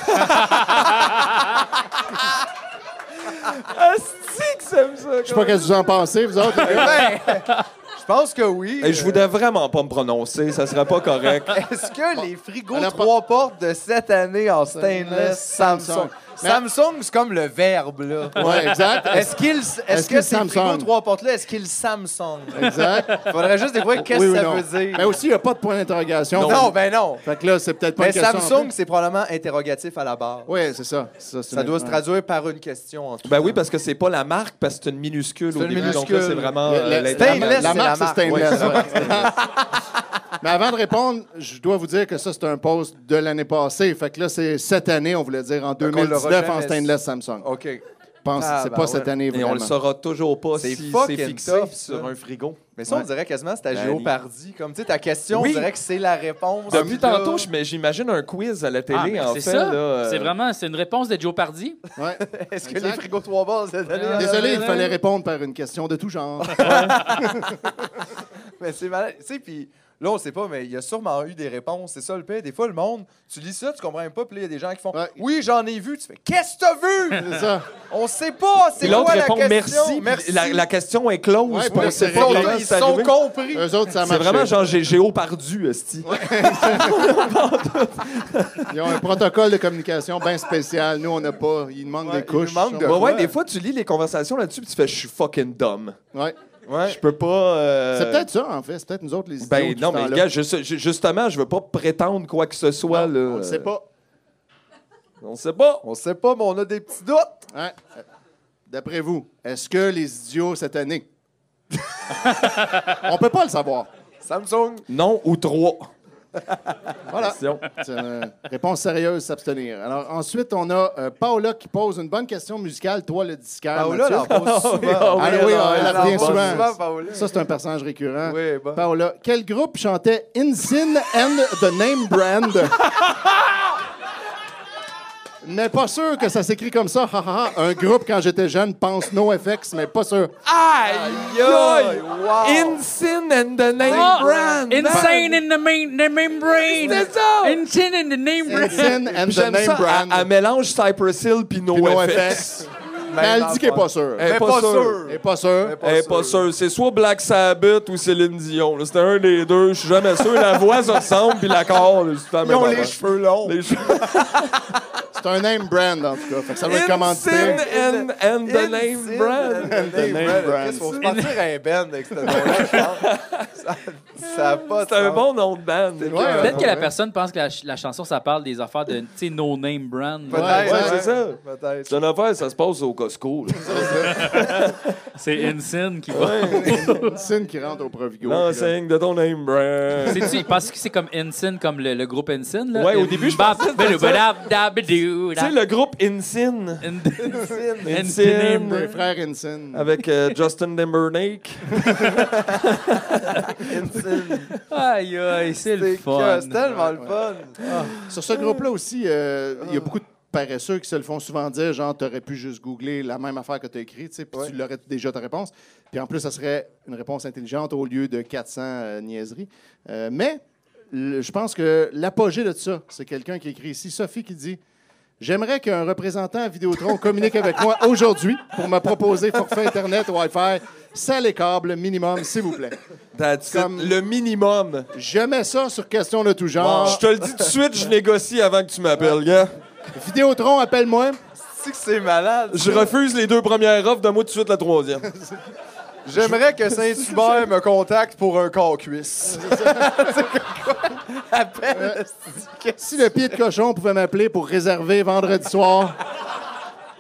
Asti que ça me ça,
Je sais pas qu'est-ce que vous en pensez, vous autres. les gars.
Ben, je pense que oui. Euh,
Et je voudrais vraiment pas me prononcer, ça serait pas correct.
Est-ce que les frigos
Alors,
trois portes de cette année en stainless
Stainless
Samsung?
Samsung.
Samsung, c'est comme le verbe, là.
Ouais, exact.
Est-ce qu'ils, est-ce
Est-ce
que
qu'ils
ces
Samsung?
frigos trois portes-là, est-ce qu'ils Samsung?
Exact.
Faudrait juste découvrir qu'est-ce que
Oui ou
ça
non.
veut dire.
Mais aussi, il n'y a pas de point d'interrogation.
non, ben non.
Fait que là, c'est peut-être pas
Mais
une question. en
Samsung,
plus.
c'est probablement interrogatif à la barre.
Oui, c'est ça. Ça, c'est
Ça
une-
doit se traduire par une question en tout.
Ben oui, parce que c'est pas la marque, parce que c'est une minuscule
C'est
au
une
début. Donc
minuscule.
là, c'est vraiment.
Le-
euh,
le-
la-
Stainless,
la,
c'est la
marque, c'est
marque.
stainless.
Ouais,
ouais. Mais avant de répondre, je dois vous dire que ça, c'est un post de l'année passée. Fait que là, c'est cette année, on voulait dire en
on l'aura
2019 en
jamais
stainless Samsung.
OK.
Je pense que
Ah,
c'est
ben
pas
ouais.
cette année,
Et
vraiment.
on le saura toujours pas
C'est
si c'est
fucking
fixé
tough, ça.
sur un frigo.
Mais ça, on
Ouais.
dirait quasiment c'est ta
Danny.
géopardie. Comme, tu sais, ta question,
Oui.
on dirait que c'est la réponse.
Depuis
Là,
tantôt, je- mais j'imagine un quiz à la
Ah,
télé,
mais
en
c'est
fait.
ça.
là, euh,
C'est vraiment c'est une réponse de Joe Pardy.
Ouais.
Est-ce que les
Exact.
frigos trois portes cette année? en-
Désolé, il fallait répondre par une question de tout genre.
Mais c'est malade. Tu sais, puis là, on sait pas, mais il y a sûrement eu des réponses. C'est ça le paix. Des fois, le monde, tu lis ça, tu comprends même pas. Puis là, il y a des gens qui font
Ouais.
Oui, j'en ai vu. Tu fais Qu'est-ce que t'as vu
C'est ça.
On sait pas. C'est
Puis l'autre
quoi la
répond
question
merci. puis La, la question est close.
Ouais,
puis
puis
on
on
sait
sait
pas
pas,
comment
Ils
c'est
sont
arrivé.
compris.
Eux autres, ça a
C'est
marché.
vraiment genre j'ai géopardu, Esti.
Ils ont un protocole de communication bien spécial. Nous, on n'a pas. Il manque
Ouais,
des couches.
il nous manque de-
Ouais, ouais,
Ouais.
des fois, tu lis les conversations là-dessus puis tu fais je suis fucking dumb.
Ouais.
Ouais.
Je peux pas. euh,
C'est peut-être ça, en fait. C'est peut-être nous autres, les idiots
Ben
de
non,
ce
mais
temps-là.
gars, je sais- je- justement, je veux pas prétendre quoi que ce soit. là.
On ne sait pas.
On sait pas.
On sait pas, mais on a des petits doutes.
Hein? Euh, D'après vous, est-ce que les idiots cette année? On peut pas le savoir.
Samsung.
Non ou trois.
Voilà.
Question.
C'est une euh, réponse sérieuse, s'abstenir. Alors ensuite, on a euh, Paola qui pose une bonne question musicale, toi le disquaire.
Paola,
Ah, Mathieu.
là, on pose souvent.
Ah oui, elle
en
revient
pose
souvent.
Paola.
Ça, c'est un personnage récurrent.
Oui, bon.
Paola, quel groupe chantait Insin and the Name Brand? mais pas sûr que ça s'écrit comme ça. ha, ha, ha. un groupe, quand j'étais jeune, pense NoFX, mais pas sûr.
Aïe, aïe, wow. Insin and the name brand.
Ah, Insane in the, main, the membrane.
C'est ça.
Insane in the name brand.
Insin and
Puis
the
J'aime
Name
ça.
Brand.
Elle, elle mélange Cypress Hill puis No,
Puis
FX.
NoFX. Mais elle dit qu'elle est pas sûre.
Elle est
Mais
pas
pas
sûre.
Elle
sûr.
est pas sûre.
Elle est pas sûre. C'est soit Black Sabbath ou Céline Dion. là. C'était un des deux. Je suis jamais sûr. La voix se ressemble puis l'accord. là, c'est la
Ils
même
ont les
affaire.
cheveux longs.
Les cheveux.
C'est un name brand, en tout cas. Fait que ça va être
Insin
commandité.
and, and the
Insin
name
and
brand.
the name
brand.
brand. Qu'est-ce qu'on se partir à un band avec ce nom-là, je pense. Ça- Ça a pas de
C'est un
sens.
bon nom de band.
Ouais,
Peut-être que la
ouais.
personne pense que la, ch- la chanson, ça parle des affaires de, tu sais, no name brand.
Peut-être,
Ouais,
ouais,
ouais.
c'est ça.
Peut-être.
C'est une affaire, ça se passe au Costco. là.
C'est Insane qui va.
Sin qui rentre au Provigo.
L'enseigne de ton name brand.
C'est-tu, parce que c'est comme Insane, comme le, le groupe Insane, là?
Ouais, au début, je pensais que c'était ça. Tu sais,
le...
le groupe Insin.
Insin.
Les frères Insin.
Avec euh, Justin Timberlake.
Aïe, aïe, c'est le
C'est que-
fun.
c'est tellement le fun.
Sur ce groupe-là aussi, euh, il y a beaucoup de paresseux qui se le font souvent dire, genre, t'aurais pu juste googler la même affaire que t'as écrite, tu sais, puis
Ouais.
tu l'aurais déjà ta réponse. Puis en plus, ça serait une réponse intelligente au lieu de 400 euh, niaiseries. Euh, mais le- je pense que l'apogée de ça, c'est quelqu'un qui écrit ici, Sophie, qui dit J'aimerais qu'un représentant à Vidéotron communique avec moi aujourd'hui pour me proposer forfait Internet, Wi-Fi, salle et câble minimum, s'il vous plaît.
That's it.
Comme-
Le minimum.
Je mets ça sur question de tout
Ah.
genre.
Je te le dis tout de suite, je négocie avant que tu m'appelles, gars.
Vidéotron, appelle-moi.
C'est que c'est malade.
Je refuse les deux premières offres, donne-moi tout de suite la troisième.
J'aimerais que Saint-Hubert me contacte pour un corps cuisse.
Si le pied de cochon pouvait m'appeler pour réserver vendredi soir,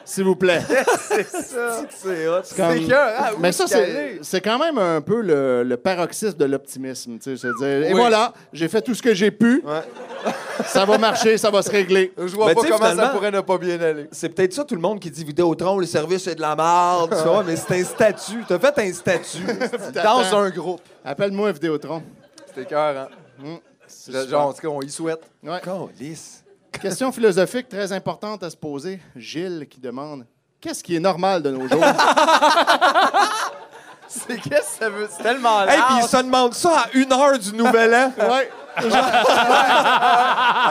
s'il vous plaît.
C'est hot.
comme-
C'est cœur. hein? Où
Mais ça,
est-ce qu'elle est?
c'est c'est quand même un peu le, le paroxysme de l'optimisme. tu sais, se dire, Et
Oui.
voilà, j'ai fait tout ce que j'ai pu.
Ouais.
ça va marcher, ça va se régler.
Je vois
Mais
pas
tu sais,
comment ça
finalement-
pourrait ne pas bien aller.
C'est peut-être ça tout le monde qui dit Vidéotron, le service c'est de la merde, tu vois, mais c'est un statut. T'as fait un statut dans
t'attends.
un groupe.
Appelle-moi Vidéotron.
C'était cœur, hein?
super.
Genre, en tout cas, on y souhaite.
Ouais.
Calice.
Question philosophique très importante à se poser. Gilles qui demande Qu'est-ce qui est normal de nos jours
C'est qu'est-ce que ça veut? C'est tellement
Hey, puis
large.
ils se demandent ça à une heure du nouvel an.
Ouais.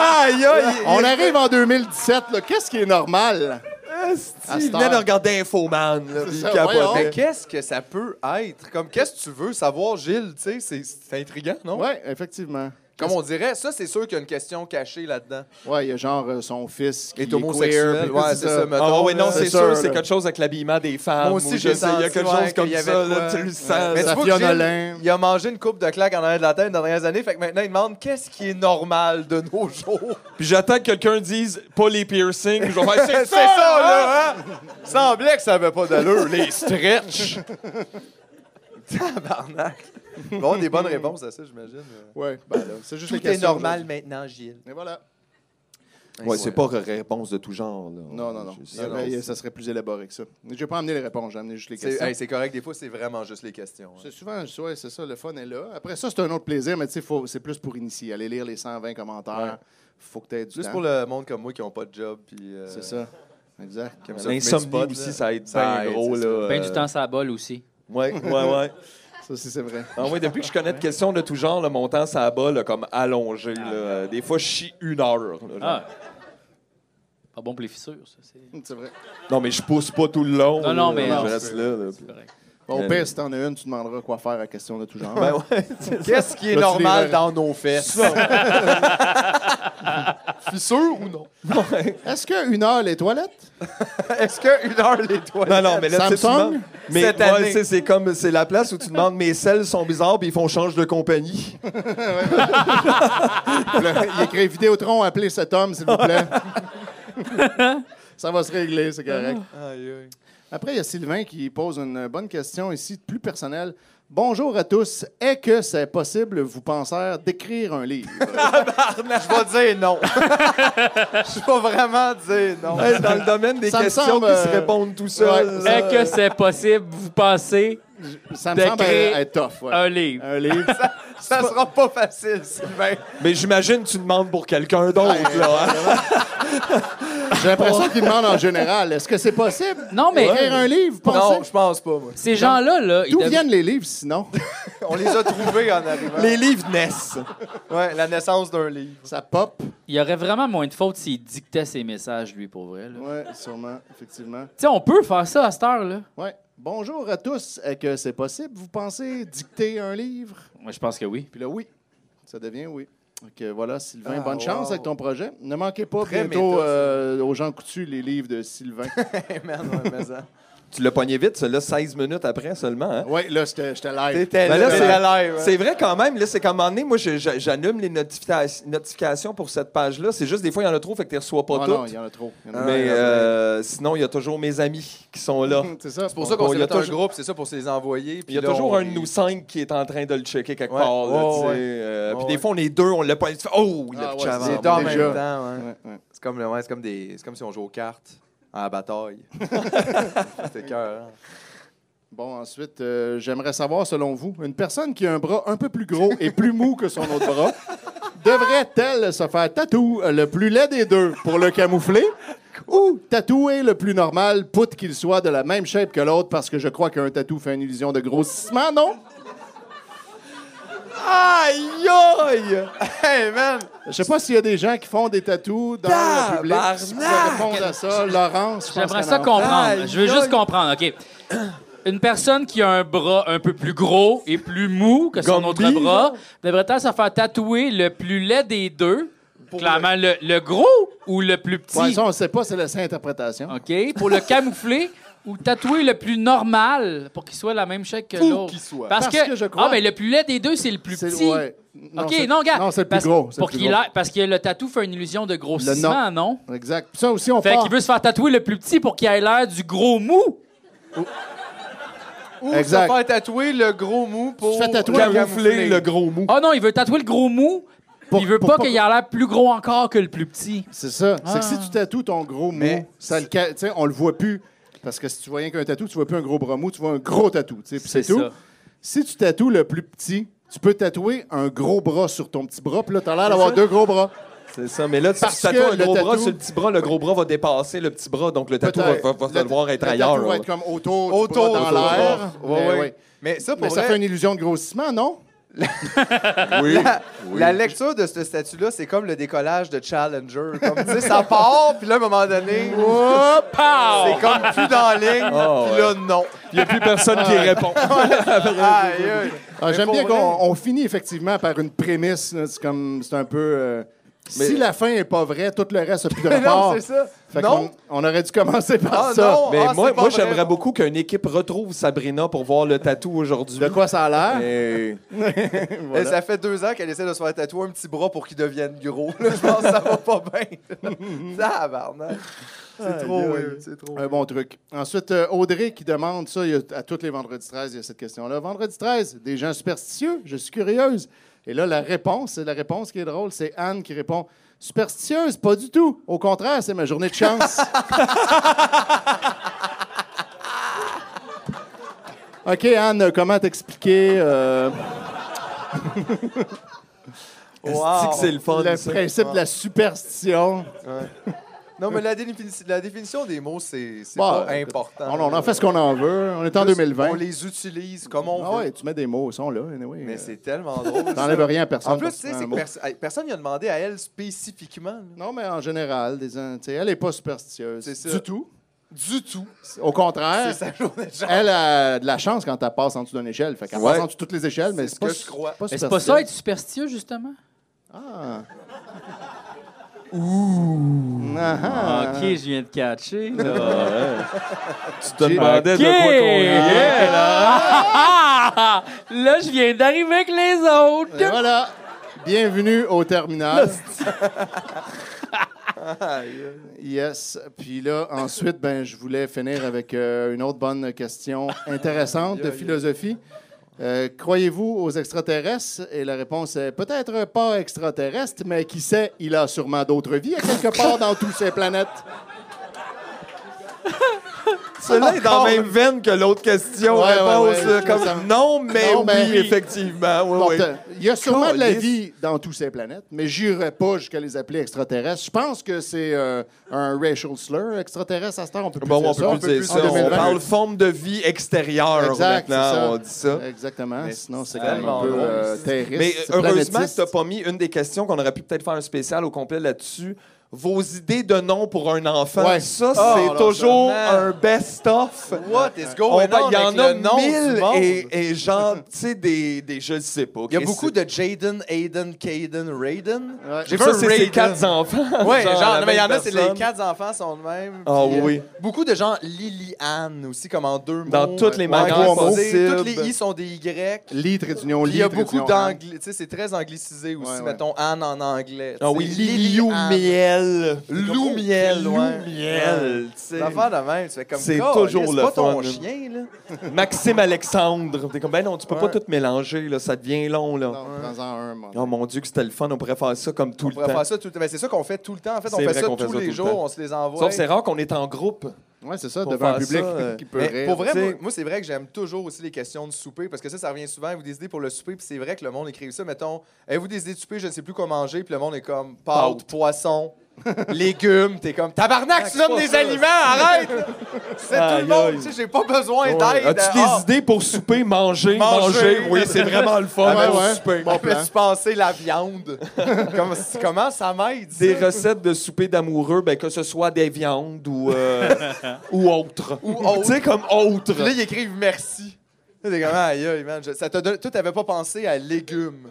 Aïe, aïe.
On arrive en 2017. là. Qu'est-ce qui est normal À
Ils
cette
venaient de
heure.
regarder Infoman, là, puis
ça,
ils capotaient.
voyons.
Mais qu'est-ce que ça peut être? Comme, qu'est-ce que tu veux savoir, Gilles? Tu sais, c'est- c'est intriguant, non?
Ouais, effectivement.
Comme on dirait, ça, c'est sûr qu'il y a une question cachée là-dedans.
Ouais, il y a genre euh, son fils qui
Est
est, queer,
homosexuel.
puis
Ouais,
tout
c'est ça, mettons.
Ah ouais, non,
là.
c'est
C'est
sûr,
sûr,
c'est
là.
quelque chose avec l'habillement des femmes.
Ah, Moi aussi,
ou je
j'ai
sais, il y a
senti,
quelque
ouais,
chose comme
qu'il y avait
ça,
de
là,
quoi.
tu le sens.
Mais tu vois
là.
Safia
que Gilles,
Nolin.
il a mangé une coupe de claques en arrière de la tête dans les dernières années, fait que maintenant, il demande qu'est-ce qui est normal de nos jours?
Puis j'attends que quelqu'un dise pas les piercings, puis je vais faire c'est
C'est ça,
ça.
là, hein? Semblait que ça avait pas d'allure, les stretch. Tabarnak. Bon, des bonnes réponses à ça, j'imagine.
Ouais, ben là, c'est juste les
Tout est
questions
normal
aujourd'hui.
maintenant, Gilles.
Et voilà.
hein?
Ouais, c'est pas réponse de tout genre. Là.
Non, non, non.
Je
Il
sais.
y avait- ça serait plus élaboré que ça. Je n'ai pas amené les réponses, j'ai amené juste les
C'est
questions.
hey, c'est correct, des fois, c'est vraiment juste les questions. hein.
C'est souvent, je- ouais, c'est ça, le fun est là. Après ça, c'est un autre plaisir, mais tu sais, faut- c'est plus pour initier. Aller lire les 120 commentaires,
Ouais.
faut que tu aies du
Juste
temps.
pour le monde comme moi qui n'ont pas de job. Puis, euh,
Hein? C'est ça. Exact.
qui aiment ça fumer du
L'insomnie
pot,
aussi,
là.
ça aide
Ça
bien
aide,
gros.
c'est
Là,
Ben du
euh,
temps, ça bol aussi.
Ouais, ouais, ouais.
Ça aussi, c'est vrai.
Ah ouais, depuis que je connais de questions de tout genre, le mon temps, ça bat là, comme allongé. là. Euh, Des fois, je chie une heure. là, genre.
Ah. Pas bon pour les fissures, ça. C'est
C'est vrai.
Non, mais je pousse pas tout le long.
Non, non,
là.
mais non,
Je reste
c'est-
là. là, puis-
c'est correct.
Bon,
Euh,
au pire, si t'en as une, tu demanderas quoi faire à question de tout genre.
Ben ouais.
Qu'est-ce qui est
Là, tu
normal
les-
dans nos fesses? Fissure ou non?
Est-ce qu'une heure les toilettes?
Est-ce qu'une heure les toilettes?
Non, non, mais là, tu sais, tu
Samsung,
demandes- Mais
cette
ouais,
année.
tu sais, c'est comme, c'est la place où tu demandes mes selles sont bizarres, puis ils font change de compagnie.
Il écrit Vidéotron, appelez cet homme, s'il vous plaît. ça va se régler, c'est correct.
Aïe, aïe.
Après, il y a Sylvain qui pose une bonne question ici, plus personnelle. Bonjour à tous. Est-ce que c'est possible, vous pensez, d'écrire un livre?
Je vais dire non. Je vais vraiment dire non.
Hey, dans le domaine des
Ça me
questions
semble,
qui
euh,
se répondent tout seules.
ouais.
là.
Est-ce que c'est possible, vous pensez,
Ça me semble
D'écrire
être, être tough. ouais.
un livre?
Un livre.
Ça sera pas facile, Sylvain.
Mais j'imagine que tu demandes pour quelqu'un d'autre, là. hein.
J'ai l'impression qu'il demande en général est-ce que c'est possible
Non, mais
d'écrire un livre?
Non,
Pensez.
je pense pas, moi.
ces gens-là, là, ils
D'où
dev-
viennent les livres sinon?
On les a trouvés en arrivant.
Les livres naissent.
Ouais, la naissance d'un livre.
Ça pop.
il y aurait vraiment moins de fautes s'il dictait ses messages, lui, pour vrai. là.
Oui, sûrement, effectivement.
Tu sais, on peut faire ça à cette heure-là.
Ouais. Bonjour à tous. Est-ce que c'est possible, vous pensez, dicter un livre?
Moi, je pense que oui.
Puis là, oui, ça devient oui. Donc euh, voilà, Sylvain,
Ah,
bonne chance
wow.
avec ton projet. Ne manquez pas
Très
bientôt
méta, ça.
euh, aux gens coutus les livres de Sylvain.
Hey, man, ouais, mais ça.
Tu l'as pogné vite, celui-là, 16 minutes après seulement. hein.
oui, là, j'étais j'étais live.
T'étais
Ben
là,
là,
t'étais
c'est-
live. hein.
C'est vrai quand même, là, c'est comme un moment donné, moi, je- je- j'allume les notifica- notifications pour cette page-là. C'est juste des fois, il y en a trop, fait que tu ne reçois pas
Ah non,
toutes.
il y en a trop. Il y en a
Mais
trop.
euh, sinon, il y a toujours mes amis qui sont là.
C'est ça.
C'est pour ça qu'on
Bon,
s'est
il y a
fait un
toujours-
groupe, c'est ça, pour se les envoyer.
Puis il y a
là, on
toujours un de
est-
nous cinq qui est en train de le checker quelque
Ouais.
part. là,
Ouais,
tu sais.
ouais.
Euh,
Ouais,
puis
ouais.
des fois, on est deux, on l'a pas. tu fais, Oh, il
Ah
l'a
ouais,
pitché avant.
C'est
Ah,
en
bon,
même
déjà.
temps, ouais.
Ouais, ouais.
C'est comme, le- ouais, c'est comme, des... c'est comme si on jouait aux cartes à la bataille. C'était cœur. hein.
Bon, ensuite, euh, j'aimerais savoir, selon vous, une personne qui a un bras un peu plus gros et plus mou que son autre bras, devrait-elle se faire tatou le plus laid des deux pour le camoufler Ou tatouer le plus normal, poutre qu'il soit de la même shape que l'autre, parce que je crois qu'un tatou fait une illusion de grossissement, non?
Aïe, aïe! Hey, man!
Je sais pas s'il y a des gens qui font des tatous dans le public.
Tabarnak!
Si vous pouvez répondre à ça, Laurence, je pense
J'aimerais
qu'elle
ça
en-
comprendre.
Aïe,
Je veux juste
aïe.
comprendre, OK. Une personne qui a un bras un peu plus gros et plus mou que son autre bras devrait-elle se faire tatouer le plus laid des deux? Clairement, le, le gros ou le plus petit?
Ouais, ça, on sait pas, c'est la sainte interprétation.
OK? Pour le camoufler ou tatouer le plus normal pour qu'il soit la même chèque que
Faut
l'autre.
qu'il soit.
Parce,
Parce
que,
que je crois-
Ah, ben le plus laid des deux, c'est le plus
C'est-
petit.
ouais.
OK,
c'est-
non, regarde.
Non, c'est le plus
Parce-
gros. c'est
Pour
le plus
qu'il
gros. Ah.
aille- Parce que le tatou fait une illusion de grossissement, non?
Exact. Puis ça aussi, on
Fait
part.
qu'il veut se faire tatouer le plus petit pour qu'il ait l'air du gros mou.
Ou
Exact.
se faire tatouer le gros mou pour
Tu te fais tatouer
camoufler.
Camoufler le gros mou.
Ah non, il veut tatouer le gros mou.
Pour-
il veut
pour
pas
pas-
qu'il ait l'air plus gros encore que le plus petit.
C'est ça. C'est
Ah.
que si tu tatoues ton gros mou,
Mais-
ça le ca- tu sais, on le voit plus. Parce que si tu vois rien qu'un tatou, tu vois plus un gros bras mou, tu vois un gros tatou. tu sais, puis C'est
C'est
tout.
ça.
Si tu tatoues le plus petit, tu peux tatouer un gros bras sur ton petit bras, puis là, t'as l'air d'avoir deux gros bras.
C'est ça, mais là, si
Parce
tu tatoues
que
un gros
le
bras
tatou-
sur le petit bras, le gros bras va dépasser le petit bras, donc le tatou va,
Peut-être.
va, va te
Le-
le voir être
le
ailleurs.
tatou va
là.
être comme autour, du
Autour
bras dans l'air.
Ouais,
Mais
ouais.
ouais.
Mais ça, pour
Mais ça
vrai,
fait une illusion de grossissement, non?
la, la lecture de ce statut-là, c'est comme le décollage de Challenger. Comme, tu sais, ça part, puis là, à un moment donné, c'est comme plus dans la ligne,
Ah,
puis là, non.
Il n'y a plus personne qui répond.
Aïe, aïe.
Ah,
Mais
J'aime
pour
bien
vrai-
qu'on on finit effectivement par une prémisse. là, C'est comme, c'est un peu... euh, Si la fin est pas vraie, tout le reste n'a plus de
Mais
rapport.
Non, c'est ça.
Fait
non.
qu'on- on, aurait dû commencer par
Ah,
ça.
non.
Mais
Ah,
moi,
c'est pas
moi
vrai.
j'aimerais beaucoup qu'une équipe retrouve Sabrina pour voir le tatou aujourd'hui.
De quoi ça a l'air?
Mais-
Et Ça fait deux ans qu'elle essaie de se faire tatouer un petit bras pour qu'il devienne gros. Là, je pense que ça va pas bien. Tabarnak. C'est trop,
aïe.
oui, c'est trop.
Un bon truc. Ensuite, euh, Audrey qui demande ça il y a- à tous les vendredis 13, il y a cette question-là. Vendredi 13, des gens superstitieux, je suis curieuse. Et là, la réponse, c'est la réponse qui est drôle, c'est Anne qui répond Superstitieuse, pas du tout. Au contraire, c'est ma journée de chance. OK, Anne, comment t'expliquer euh,
Est-ce que c'est le fun,
le
ça?
principe de la superstition?
Non, mais la, défini- la définition des mots, c'est c'est
Bah,
pas important.
On, on en fait ce qu'on en veut. On est en
Juste,
2020.
On les utilise comme on
Ah
veut.
ouais, tu mets des mots, ils sont là. Anyway.
Mais
Euh,
c'est tellement drôle.
T'enlèves
ça.
rien à personne.
En plus,
parce
tu
que
sais, c'est
c'est un
que
mot.
perso- hey, personne n'a demandé à elle spécifiquement. là.
Non, mais en général, des, tu sais, elle n'est pas superstitieuse.
C'est ça.
Du tout.
Du tout.
Au
C'est
contraire,
sa journée de chance.
elle a de la chance quand elle passe en dessous d'une échelle. Fait qu'elle
Ouais.
passe en dessous de toutes les échelles, mais
C'est
c'est
ce
pas,
que je crois.
pas
Mais c'est pas ça
superstitieuse.
être superstitieux, justement?
Ah.
Ah, OK, je viens de catcher. Ah,
Tu te demandais
OK!
de quoi qu'on riait.
là! là, je viens d'arriver que les
Et
autres.
voilà. Bienvenue au terminal. yes. Puis là, ensuite, ben, je voulais finir avec euh, une autre bonne question intéressante de philosophie. Euh, Croyez-vous aux extraterrestres? Et la réponse est peut-être pas extraterrestre, mais qui sait, il a sûrement d'autres vies à quelque part dans toutes ces planètes.
Celui-là est dans la même veine que l'autre question.
Ouais, ouais,
réponse,
ouais,
là,
je
comme,
me sens-
non, mais
Non,
oui,
mais oui.
effectivement. Oui,
Donc,
oui.
euh, Il y a sûrement de la
Calisse.
vie dans toutes ces planètes, mais j'irai pas jusqu'à les appeler extraterrestres. Je pense que c'est euh, un racial slur extraterrestre à ce temps. On peut plus
Bon,
dire
on
ça.
peut plus dire
en
ça. On
2020.
parle forme de vie extérieure
Exact, c'est ça.
maintenant. On dit ça.
Exactement.
Mais
Sinon, c'est
c'est
quand même un
tellement
peu
drôle.
euh, terroriste.
Mais euh, heureusement que
planétiste.
tu pas mis une des questions qu'on aurait pu peut-être faire un spécial au complet là-dessus. Vos idées de nom pour un enfant,
Ouais.
ça,
Oh,
c'est
alors,
toujours
ça, man.
un best-of.
What is
On
going
va-
on?
Il y en
Oh, avec
a
le nom du
mille
monde?
et, et genre, tu sais, des, des je ne sais pas.
Il y a beaucoup de Jaden, Aiden, Caden, Raiden.
Ouais.
J'ai vu
Ça,
un
c'est ses
Raiden.
quatre enfants.
Ouais,
Genre,
genre,
la
non, mais il y en
même
a, c'est les
personne.
quatre enfants sont de même.
Ah
Puis, euh,
oui.
Beaucoup de gens, Liliane aussi, comme en deux mots. euh,
Dans toutes les manières
trois mots.
possibles.
Toutes les I sont des Y.
Lee, traduction,
Puis il y a
Lee,
beaucoup
traduction, Anne.
d'anglais. Tu sais, c'est très anglicisé aussi.
Ouais, ouais.
Mettons Anne en anglais. tu
Ah oui,
sais,
Liliou
Liliane.
Miel.
Lou Miel, ouais.
Miel, tu sais.
L'affaire de même, tu fais comme
C'est
Caliste,
toujours le
pas ton
fun.
chien, là.
Maxime Alexandre. T'es comme, ben non, tu peux pas
Ouais.
tout mélanger, là, ça devient long, là.
Non, prends-en un, mon.
Oh mon Dieu, que c'était le fun, on pourrait faire ça comme tout
On
le
pourrait
temps.
faire ça tout le temps. Mais c'est ça qu'on fait tout le temps. En fait, on
C'est
fait
vrai
ça
qu'on fait
tous
ça tout
les
le
jours,
temps.
on se les envoie.
Sauf que c'est rare qu'on est en groupe.
Ouais, c'est ça,
Pour
devant
faire
un public
ça, euh,
qui peut
Mais
rire.
pour vrai,
tu sais.
moi, moi, c'est vrai que j'aime toujours aussi les questions de souper parce que ça, ça revient souvent. Avez-vous des idées pour le souper? Puis c'est vrai que le monde écrit ça. Mettons, avez-vous des idées de souper? Je ne sais plus quoi manger. Puis le monde est comme pâte,
Pâte.
poisson, légumes, t'es comme tabarnak, tu nommes des aliments, arrête! C'est tout le monde, tu sais, j'ai pas besoin d'aide.
As-tu des
Ah,
idées pour souper, manger, manger?
Manger.
Oui, c'est vraiment le fun.
Ah,
pour
ouais.
souper.
Bon plan.
Peux-tu passer la viande? Comme- comment ça m'aide? ça?
Des recettes de souper d'amoureux, ben, que ce soit des viandes ou, euh, ou autres.
Ou autres.
Tu sais, comme autres.
Puis là, ils écrivent merci. Là, T'es comme, aïe, aïe, man. je- ça te donne- Toi, t'avais pas pensé à légumes.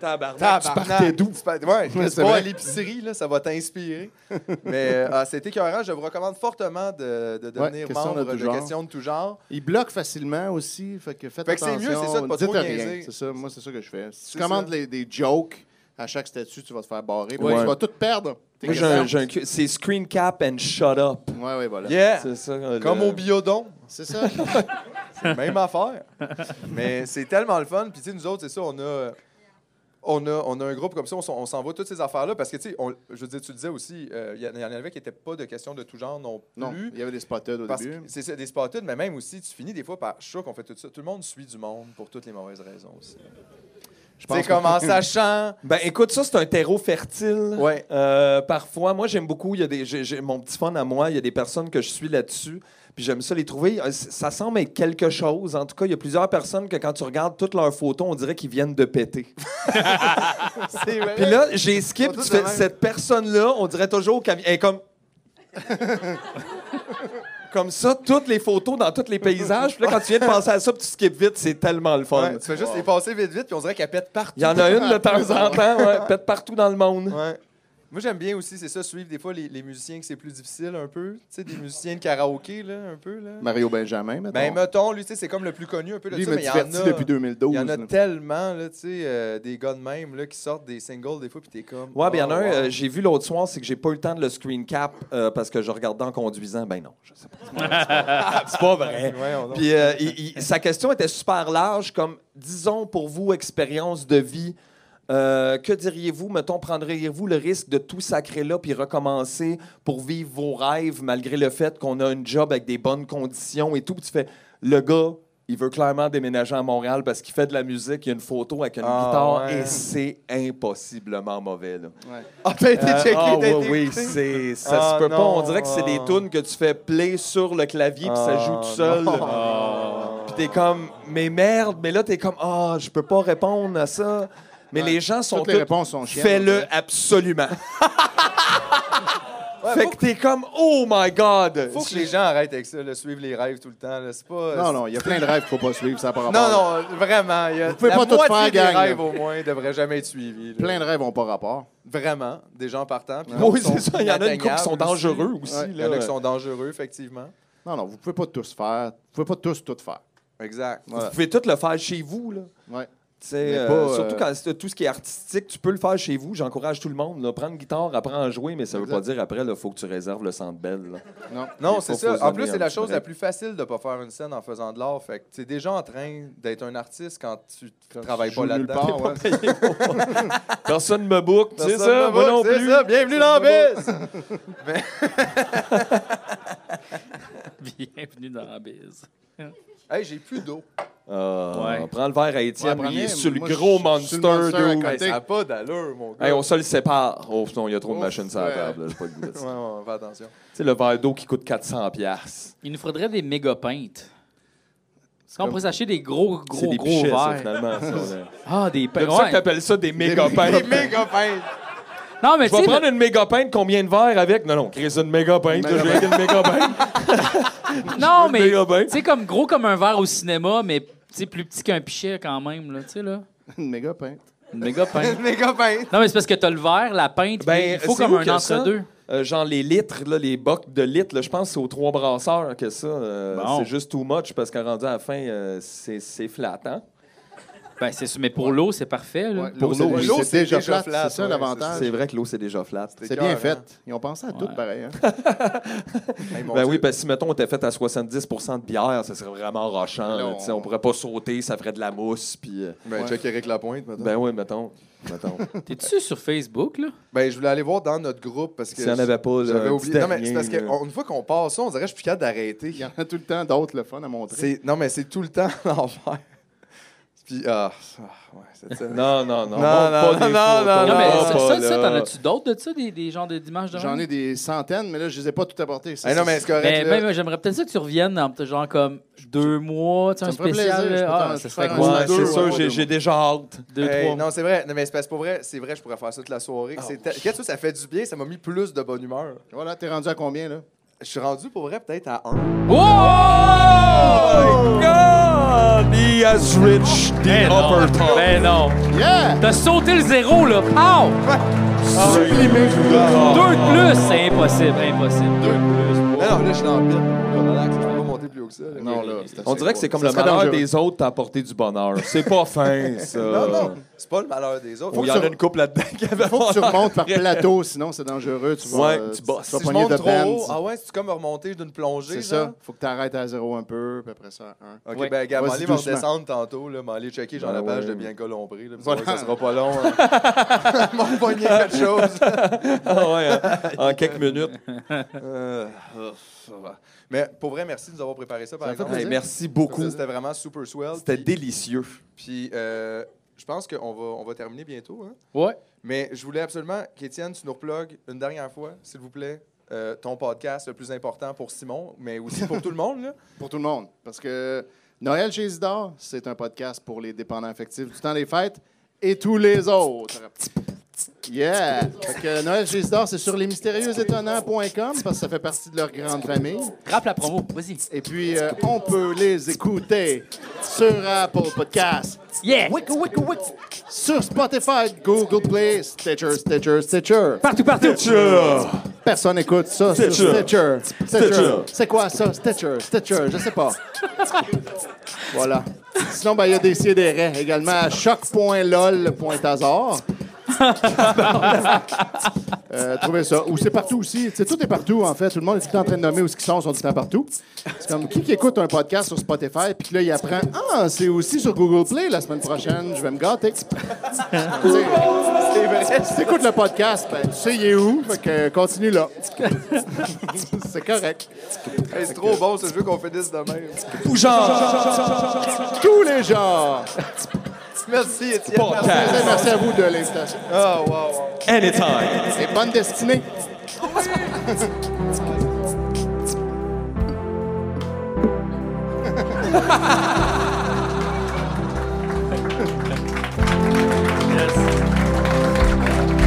Tabarnak.
Tabarnak.
partais d'où?
Tu par- Ouais,
Ouais,
c'est
c'est
pas
vrai.
à l'épicerie, là, ça va t'inspirer. Mais euh, ah, c'est écœurant. Je vous recommande fortement de, de
Ouais,
devenir
question
membre
de
de,
tout genre.
Questions de tout genre.
Ils bloquent facilement aussi. Fait que faites
Fait que c'est
attention.
mieux, c'est ça, de pas
dites
trop
rien.
niaiser.
C'est ça, moi, c'est ça que je fais. Si tu
C'est
commandes
ça.
les- des jokes à chaque statut, tu vas te faire barrer. puis
Ouais.
Tu vas tout perdre.
Moi, j'ai un- j'ai un cu- C'est screen cap and shut up.
Ouais, ouais, voilà.
Yeah!
C'est ça. euh,
Comme
le-
au biodon.
C'est ça.
Même affaire. Mais c'est tellement le fun. Puis, tu sais, nous autres, c'est ça, on a. On a, on a un groupe comme ça, on s'en- on s'envoie toutes ces affaires-là parce que, tu sais, on- je veux dire, tu le disais aussi, euh, il y, en- il y en avait qui n'étaient pas de questions de tout genre non plus.
Non, il y avait des spotted au
Parce que
début.
c'est ça, des spotted, mais même aussi, tu finis des fois par choc, on fait tout ça. Tout le monde suit du monde pour toutes les mauvaises raisons aussi.
Je
Tu sais, comme en
ça...
sachant.
Ben écoute, ça c'est un terreau fertile.
Ouais.
Euh, parfois, moi j'aime beaucoup. Il y a des, j'ai, j'ai- mon petit fun à moi. Il y a des personnes que je suis là-dessus. Puis j'aime ça les trouver. Euh, c- Ça semble être quelque chose. En tout cas, il y a plusieurs personnes que quand tu regardes toutes leurs photos, on dirait qu'ils viennent de péter.
C'est vrai.
Puis là, j'ai
Ils
skip.
sont
Tu
tous de
fais,
même.
cette personne-là, on dirait toujours qu'elle elle est comme. comme ça, toutes les photos dans tous les paysages. Puis là, quand tu viens de penser à ça, puis tu skip vite, c'est tellement le fun.
Ouais, tu fais juste les passer vite, vite, puis on dirait qu'elle pète partout.
Il y en a une de temps en temps, ouais, pète partout dans le monde.
Ouais. Moi, j'aime bien aussi, c'est ça, suivre des fois les, les musiciens que c'est plus difficile un peu. Tu sais, des musiciens de karaoké, là, un peu. Là.
Mario Benjamin, maintenant.
Ben, mettons, lui, tu sais, c'est comme le plus connu un peu de
Lui, il
ça,
m'a
mais il y en a.
diverti depuis 2012.
Il y en a
là.
tellement, là, tu sais, euh, des gars de même, là, qui sortent des singles des fois, puis t'es comme.
Ouais, bien
oh,
un,
wow.
euh, j'ai vu l'autre soir, c'est que j'ai pas eu le temps de le screen cap euh, parce que je regardais en conduisant. Ben non, je sais pas. C'est pas- C'est pas vrai.
Ouais, on-
Puis euh, il- il- sa question était super large, comme disons pour vous, expérience de vie. euh, que diriez-vous, mettons, prendriez-vous le risque de tout sacrer là puis recommencer pour vivre vos rêves malgré le fait qu'on a un job avec des bonnes conditions et tout? Puis tu fais, le gars, il veut clairement déménager à Montréal parce qu'il fait de la musique, il y a une photo avec une
Ah,
guitare
ouais.
et c'est impossiblement mauvais. Là.
Ah, t'as été
Euh,
checké,
ah,
t'as
oui,
été
oui,
écouté.
c'est- ça
Ah,
se peut pas.
non,
On dirait que c'est des
ah.
tunes que tu fais play sur le clavier puis ça joue tout seul. Puis t'es comme, mais merde, mais là t'es comme, ah, je peux pas répondre à ça. Mais les gens sont
Toutes les
tous-
réponses sont chiennes.
Fais-le absolument. fait que t'es comme, oh my god.
Faut que les gens arrêtent avec ça, là, suivre les rêves tout le temps. là, C'est pas.
Non, non, il y a plein de rêves qu'il faut pas suivre, ça par rapport.
Non, non, vraiment. il Y a,
pouvez
la
pas tout
moitié
faire,
des
gang, là.
rêves, au moins, devraient jamais être suivis. là.
Plein de rêves n'ont pas rapport.
Vraiment, des gens partant. puis
Oui,
d'autres
c'est
sont
ça. Il y en a une couple qui sont
inatteignables aussi.
dangereux aussi.
Ouais,
Il y en a
là.
qui sont dangereux, effectivement.
Non, non, vous pouvez pas tous faire. Vous pouvez pas tous tout faire.
Exact.
Vous pouvez tout le faire chez vous, là.
Ouais.
Tu sais,
Mais
euh,
pas, euh,
Surtout quand c'est tout ce qui est artistique, tu peux le faire chez vous. J'encourage tout le monde. Là. Prends une guitare, apprends à jouer, mais ça veut
Exact.
pas dire après, il faut que tu réserves le centre belle. là.
Non.
Non,
Il
c'est
faut
ça. En
fusionner
plus,
un
c'est la
petit
chose
break.
la plus facile de pas faire une scène en faisant de l'art. Fait que t'es déjà en train d'être un artiste quand tu
Quand tu
travailles
joues
pas
nulle
là-dedans.
part, ouais.
Personne me book, tu sais
Personne
ça,
ne
moi
va,
non
c'est
plus.
ça. Bienvenue dans la bise!
Bienvenue dans la bise.
Hey, j'ai plus d'eau.
Ah,
Ouais.
Prends le verre à Étienne,
Ouais, prends
il est
le,
sur le
moi,
gros
je suis
monster.
sur le Monster à
dude.
côté.
Hey, ça n'a pas d'allure, mon gars.
Hey, on se le sépare. Oh putain, il y a trop de
Ouf,
machines sur la
ouais.
table. là, J'ai pas le goût de
Ouais,
ça.
ouais, fais attention.
Tu sais, le verre d'eau qui coûte 400$. piastres.
Il nous faudrait des méga pintes. On
comme-
pourrait s'acheter des gros,
C'est
gros,
des
gros
pichets, ça,
verres.
finalement. ça, là.
Ah, des
C'est
pintes.
pour ça que t'appelles ça des méga
Des
pintes.
méga peintes.
Non, mais
Je
tu
vais
sais,
prendre une méga pinte, combien de verres avec? Non, non, crée une méga pinte. là, Je vais avec une méga pinte.
non,
une
mais
méga pinte.
tu sais, comme gros comme un verre au cinéma, mais tu sais, plus petit qu'un pichet quand même, là, tu sais, là.
Une méga peinte.
Une méga pinte.
Des méga peintes.
Non, mais c'est parce que t'as le verre, la pinte,
Ben,
mais il faut
c'est
comme
où
un
que ça?
entre-deux.
Euh, genre les litres, là, les bocs de litres, là, je pense que c'est aux trois brasseurs que ça. euh,
Bon.
C'est juste too much parce qu'en rendu à la fin, euh, c'est c'est flat, hein?
Ben, c'est sûr, mais pour l'eau, c'est parfait, là.
Ouais,
Pour l'eau,
c'est-
l'eau,
c'est
c'est
déjà
déjà
plate.
plate,
C'est ça
ouais,
Ah, C'est
l'avantage.
vrai que l'eau, c'est déjà flat.
C'est bien
écœurant.
fait. Ils ont pensé à tout
Ouais.
pareil. hein.
Hey, mon
Ben
Dieu.
oui, parce que si, mettons, on était fait à 70 de bière, ça serait vraiment rochant. là,
Non.
tu sais, on pourrait pas sauter, ça ferait de la mousse. Puis, euh,
Ben,
Ouais.
check Eric Lapointe, maintenant.
ben oui, mettons. mettons.
T'es-tu sur Facebook, là?
Ben, je voulais aller voir dans notre groupe parce que.
S'il n'y en avait pas, là,
J'avais
un
oublié.
petit
Non, mais c'est parce
dernier, là.
qu'une fois qu'on passe ça, on dirait que je suis plus capable d'arrêter.
Il y en a tout le temps d'autres, le fun à montrer.
C'est- Non, mais c'est tout le temps l'enfer. Puis, ah, ah, ouais, c'est ça.
Non, non,
Non,
non. montre
non,
pas des
non,
photos.
Ah,
non,
Non, mais
non,
ça,
pas
ça, ça,
là.
t'en as-tu d'autres de ça, des, des genres de dimanches de
J'en ai des centaines, mais là, je les ai pas toutes apportées. Ça,
Hey, Eh non,
ça,
mais c'est correct.
Mais,
là.
ben, ben, j'aimerais peut-être ça que tu reviennes dans peut-être genre comme deux mois, tu sais,
Ça
un
me ferait
spécial.
plaisir, je
là.
peux
ah,
t'en-
ça
je
serait
peux
cool.
t'en-
Ouais,
deux,
c'est
ouais,
sûr, j'ai-
deux
j'ai déjà hâte.
ben, Deux,
Hey,
trois
non, c'est vrai. Non, mais c'est parce que pour vrai, c'est vrai, je pourrais faire ça toute la soirée.
Ah,
C'est
oh,
te- Qu'est-ce que ça fait du bien? Ça m'a mis plus de bonne humeur.
Voilà, t'es rendu à combien, là?
Je suis rendu pour vrai peut-être à 1.
Oh my God! He has reached the
Ben non.
upper top.
Ben non.
Yeah!
T'as sauté le zéro, là. Pow!
Ah,
Deux de plus, c'est impossible, impossible. Deux de plus.
Non, non, là, je suis dans le pit. Là, relax, je peux pas monter plus haut que ça. là.
Non, là, c'est
On
assez
dirait que c'est
cool.
comme le
Ça serait
malheur
dangereux.
des autres t'a apporté du bonheur. C'est pas fin, ça.
Non, non, c'est pas le malheur des autres.
Il y
que
en
tu-
a une couple là-dedans qui avait
Faut que tu remontes par plateau, sinon c'est dangereux. Tu vas,
Ouais,
euh,
tu bosses.
tu vas
Si je
pogner
monte
de
trop haut,
bend.
ah ouais, c'est comme remonter d'une plongée.
C'est
genre?
ça. Faut que t'arrêtes à zéro un peu, puis après ça, à un.
Ok,
Ouais.
ben, gars,
Vas-y
m'en aller me
doucement.
redescendre tantôt, là, m'en aller checker genre
Ben
la page
ouais.
de Bianca Lompré, là, puis
Voilà.
ça sera pas long. Hein. M'en pogner quelque chose.
Ah ouais, en, en quelques minutes.
Euh, oh, ça va. Mais pour vrai, merci de nous avoir préparé ça, par
Ça me fait
exemple.
Hey,
plaisir.
merci beaucoup.
C'était vraiment super swell.
C'était
Puis-
délicieux.
Puis, euh, je pense qu'on va, on va terminer bientôt. hein.
Ouais.
Mais je voulais absolument qu'Étienne, tu nous replugues une dernière fois, s'il vous plaît, euh, ton podcast le plus important pour Simon, mais aussi pour tout le monde. Là.
Pour tout le monde. Parce que Noël chez Isidore, c'est un podcast pour les dépendants affectifs du temps des fêtes et tous les autres. Yeah! Fait que Noël chez Isidore, c'est sur lesmystérieuxétonnants.com parce que ça fait partie de leur grande famille.
Rappe la promo, vas-y.
Et puis, euh, on peut les écouter sur Apple Podcasts,
Yeah!
Wick, wick, wick, sur Spotify, Google Play, Stitcher, Stitcher, Stitcher.
Partout, partout! Euh,
Personne n'écoute ça sur
Stitcher.
Stitcher.
Stitcher.
Stitcher. C'est quoi ça? Stitcher. Stitcher. Je sais pas. voilà. Sinon, ben, il y a des sidérés également à choc.lol.hasard. euh, trouvez ça. Ou c'est partout aussi. C'est tout est partout, en fait. Tout le monde est tout le temps en train de nommer où ils sont, ils sont tout le temps partout. C'est comme qui, qui écoute un podcast sur Spotify, puis que là, il apprend Ah, c'est aussi sur Google Play la semaine prochaine, je vais me gâter. Tu sais, Si tu écoutes le podcast, ben, tu sais, il est où. Fait que euh, continue là. c'est correct.
Hey, c'est trop bon ce jeu qu'on finisse demain.
Tous les genres.
Merci, Étienne. Merci.
Podcast.
Merci à vous de l'invitation.
Ah, wow, wow.
Anytime.
Et bonne destinée.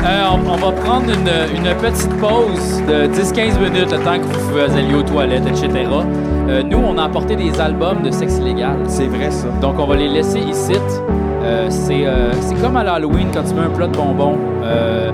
Euh, on, on va prendre une, une petite pause de 10-15 minutes, le temps que vous alliez aux toilettes, etc. Euh, nous, on a apporté des albums de sexe illégal.
C'est vrai, ça.
Donc, on va les laisser ici. Euh, c'est, euh, c'est comme à l'Halloween quand tu mets un plat de bonbons. Euh,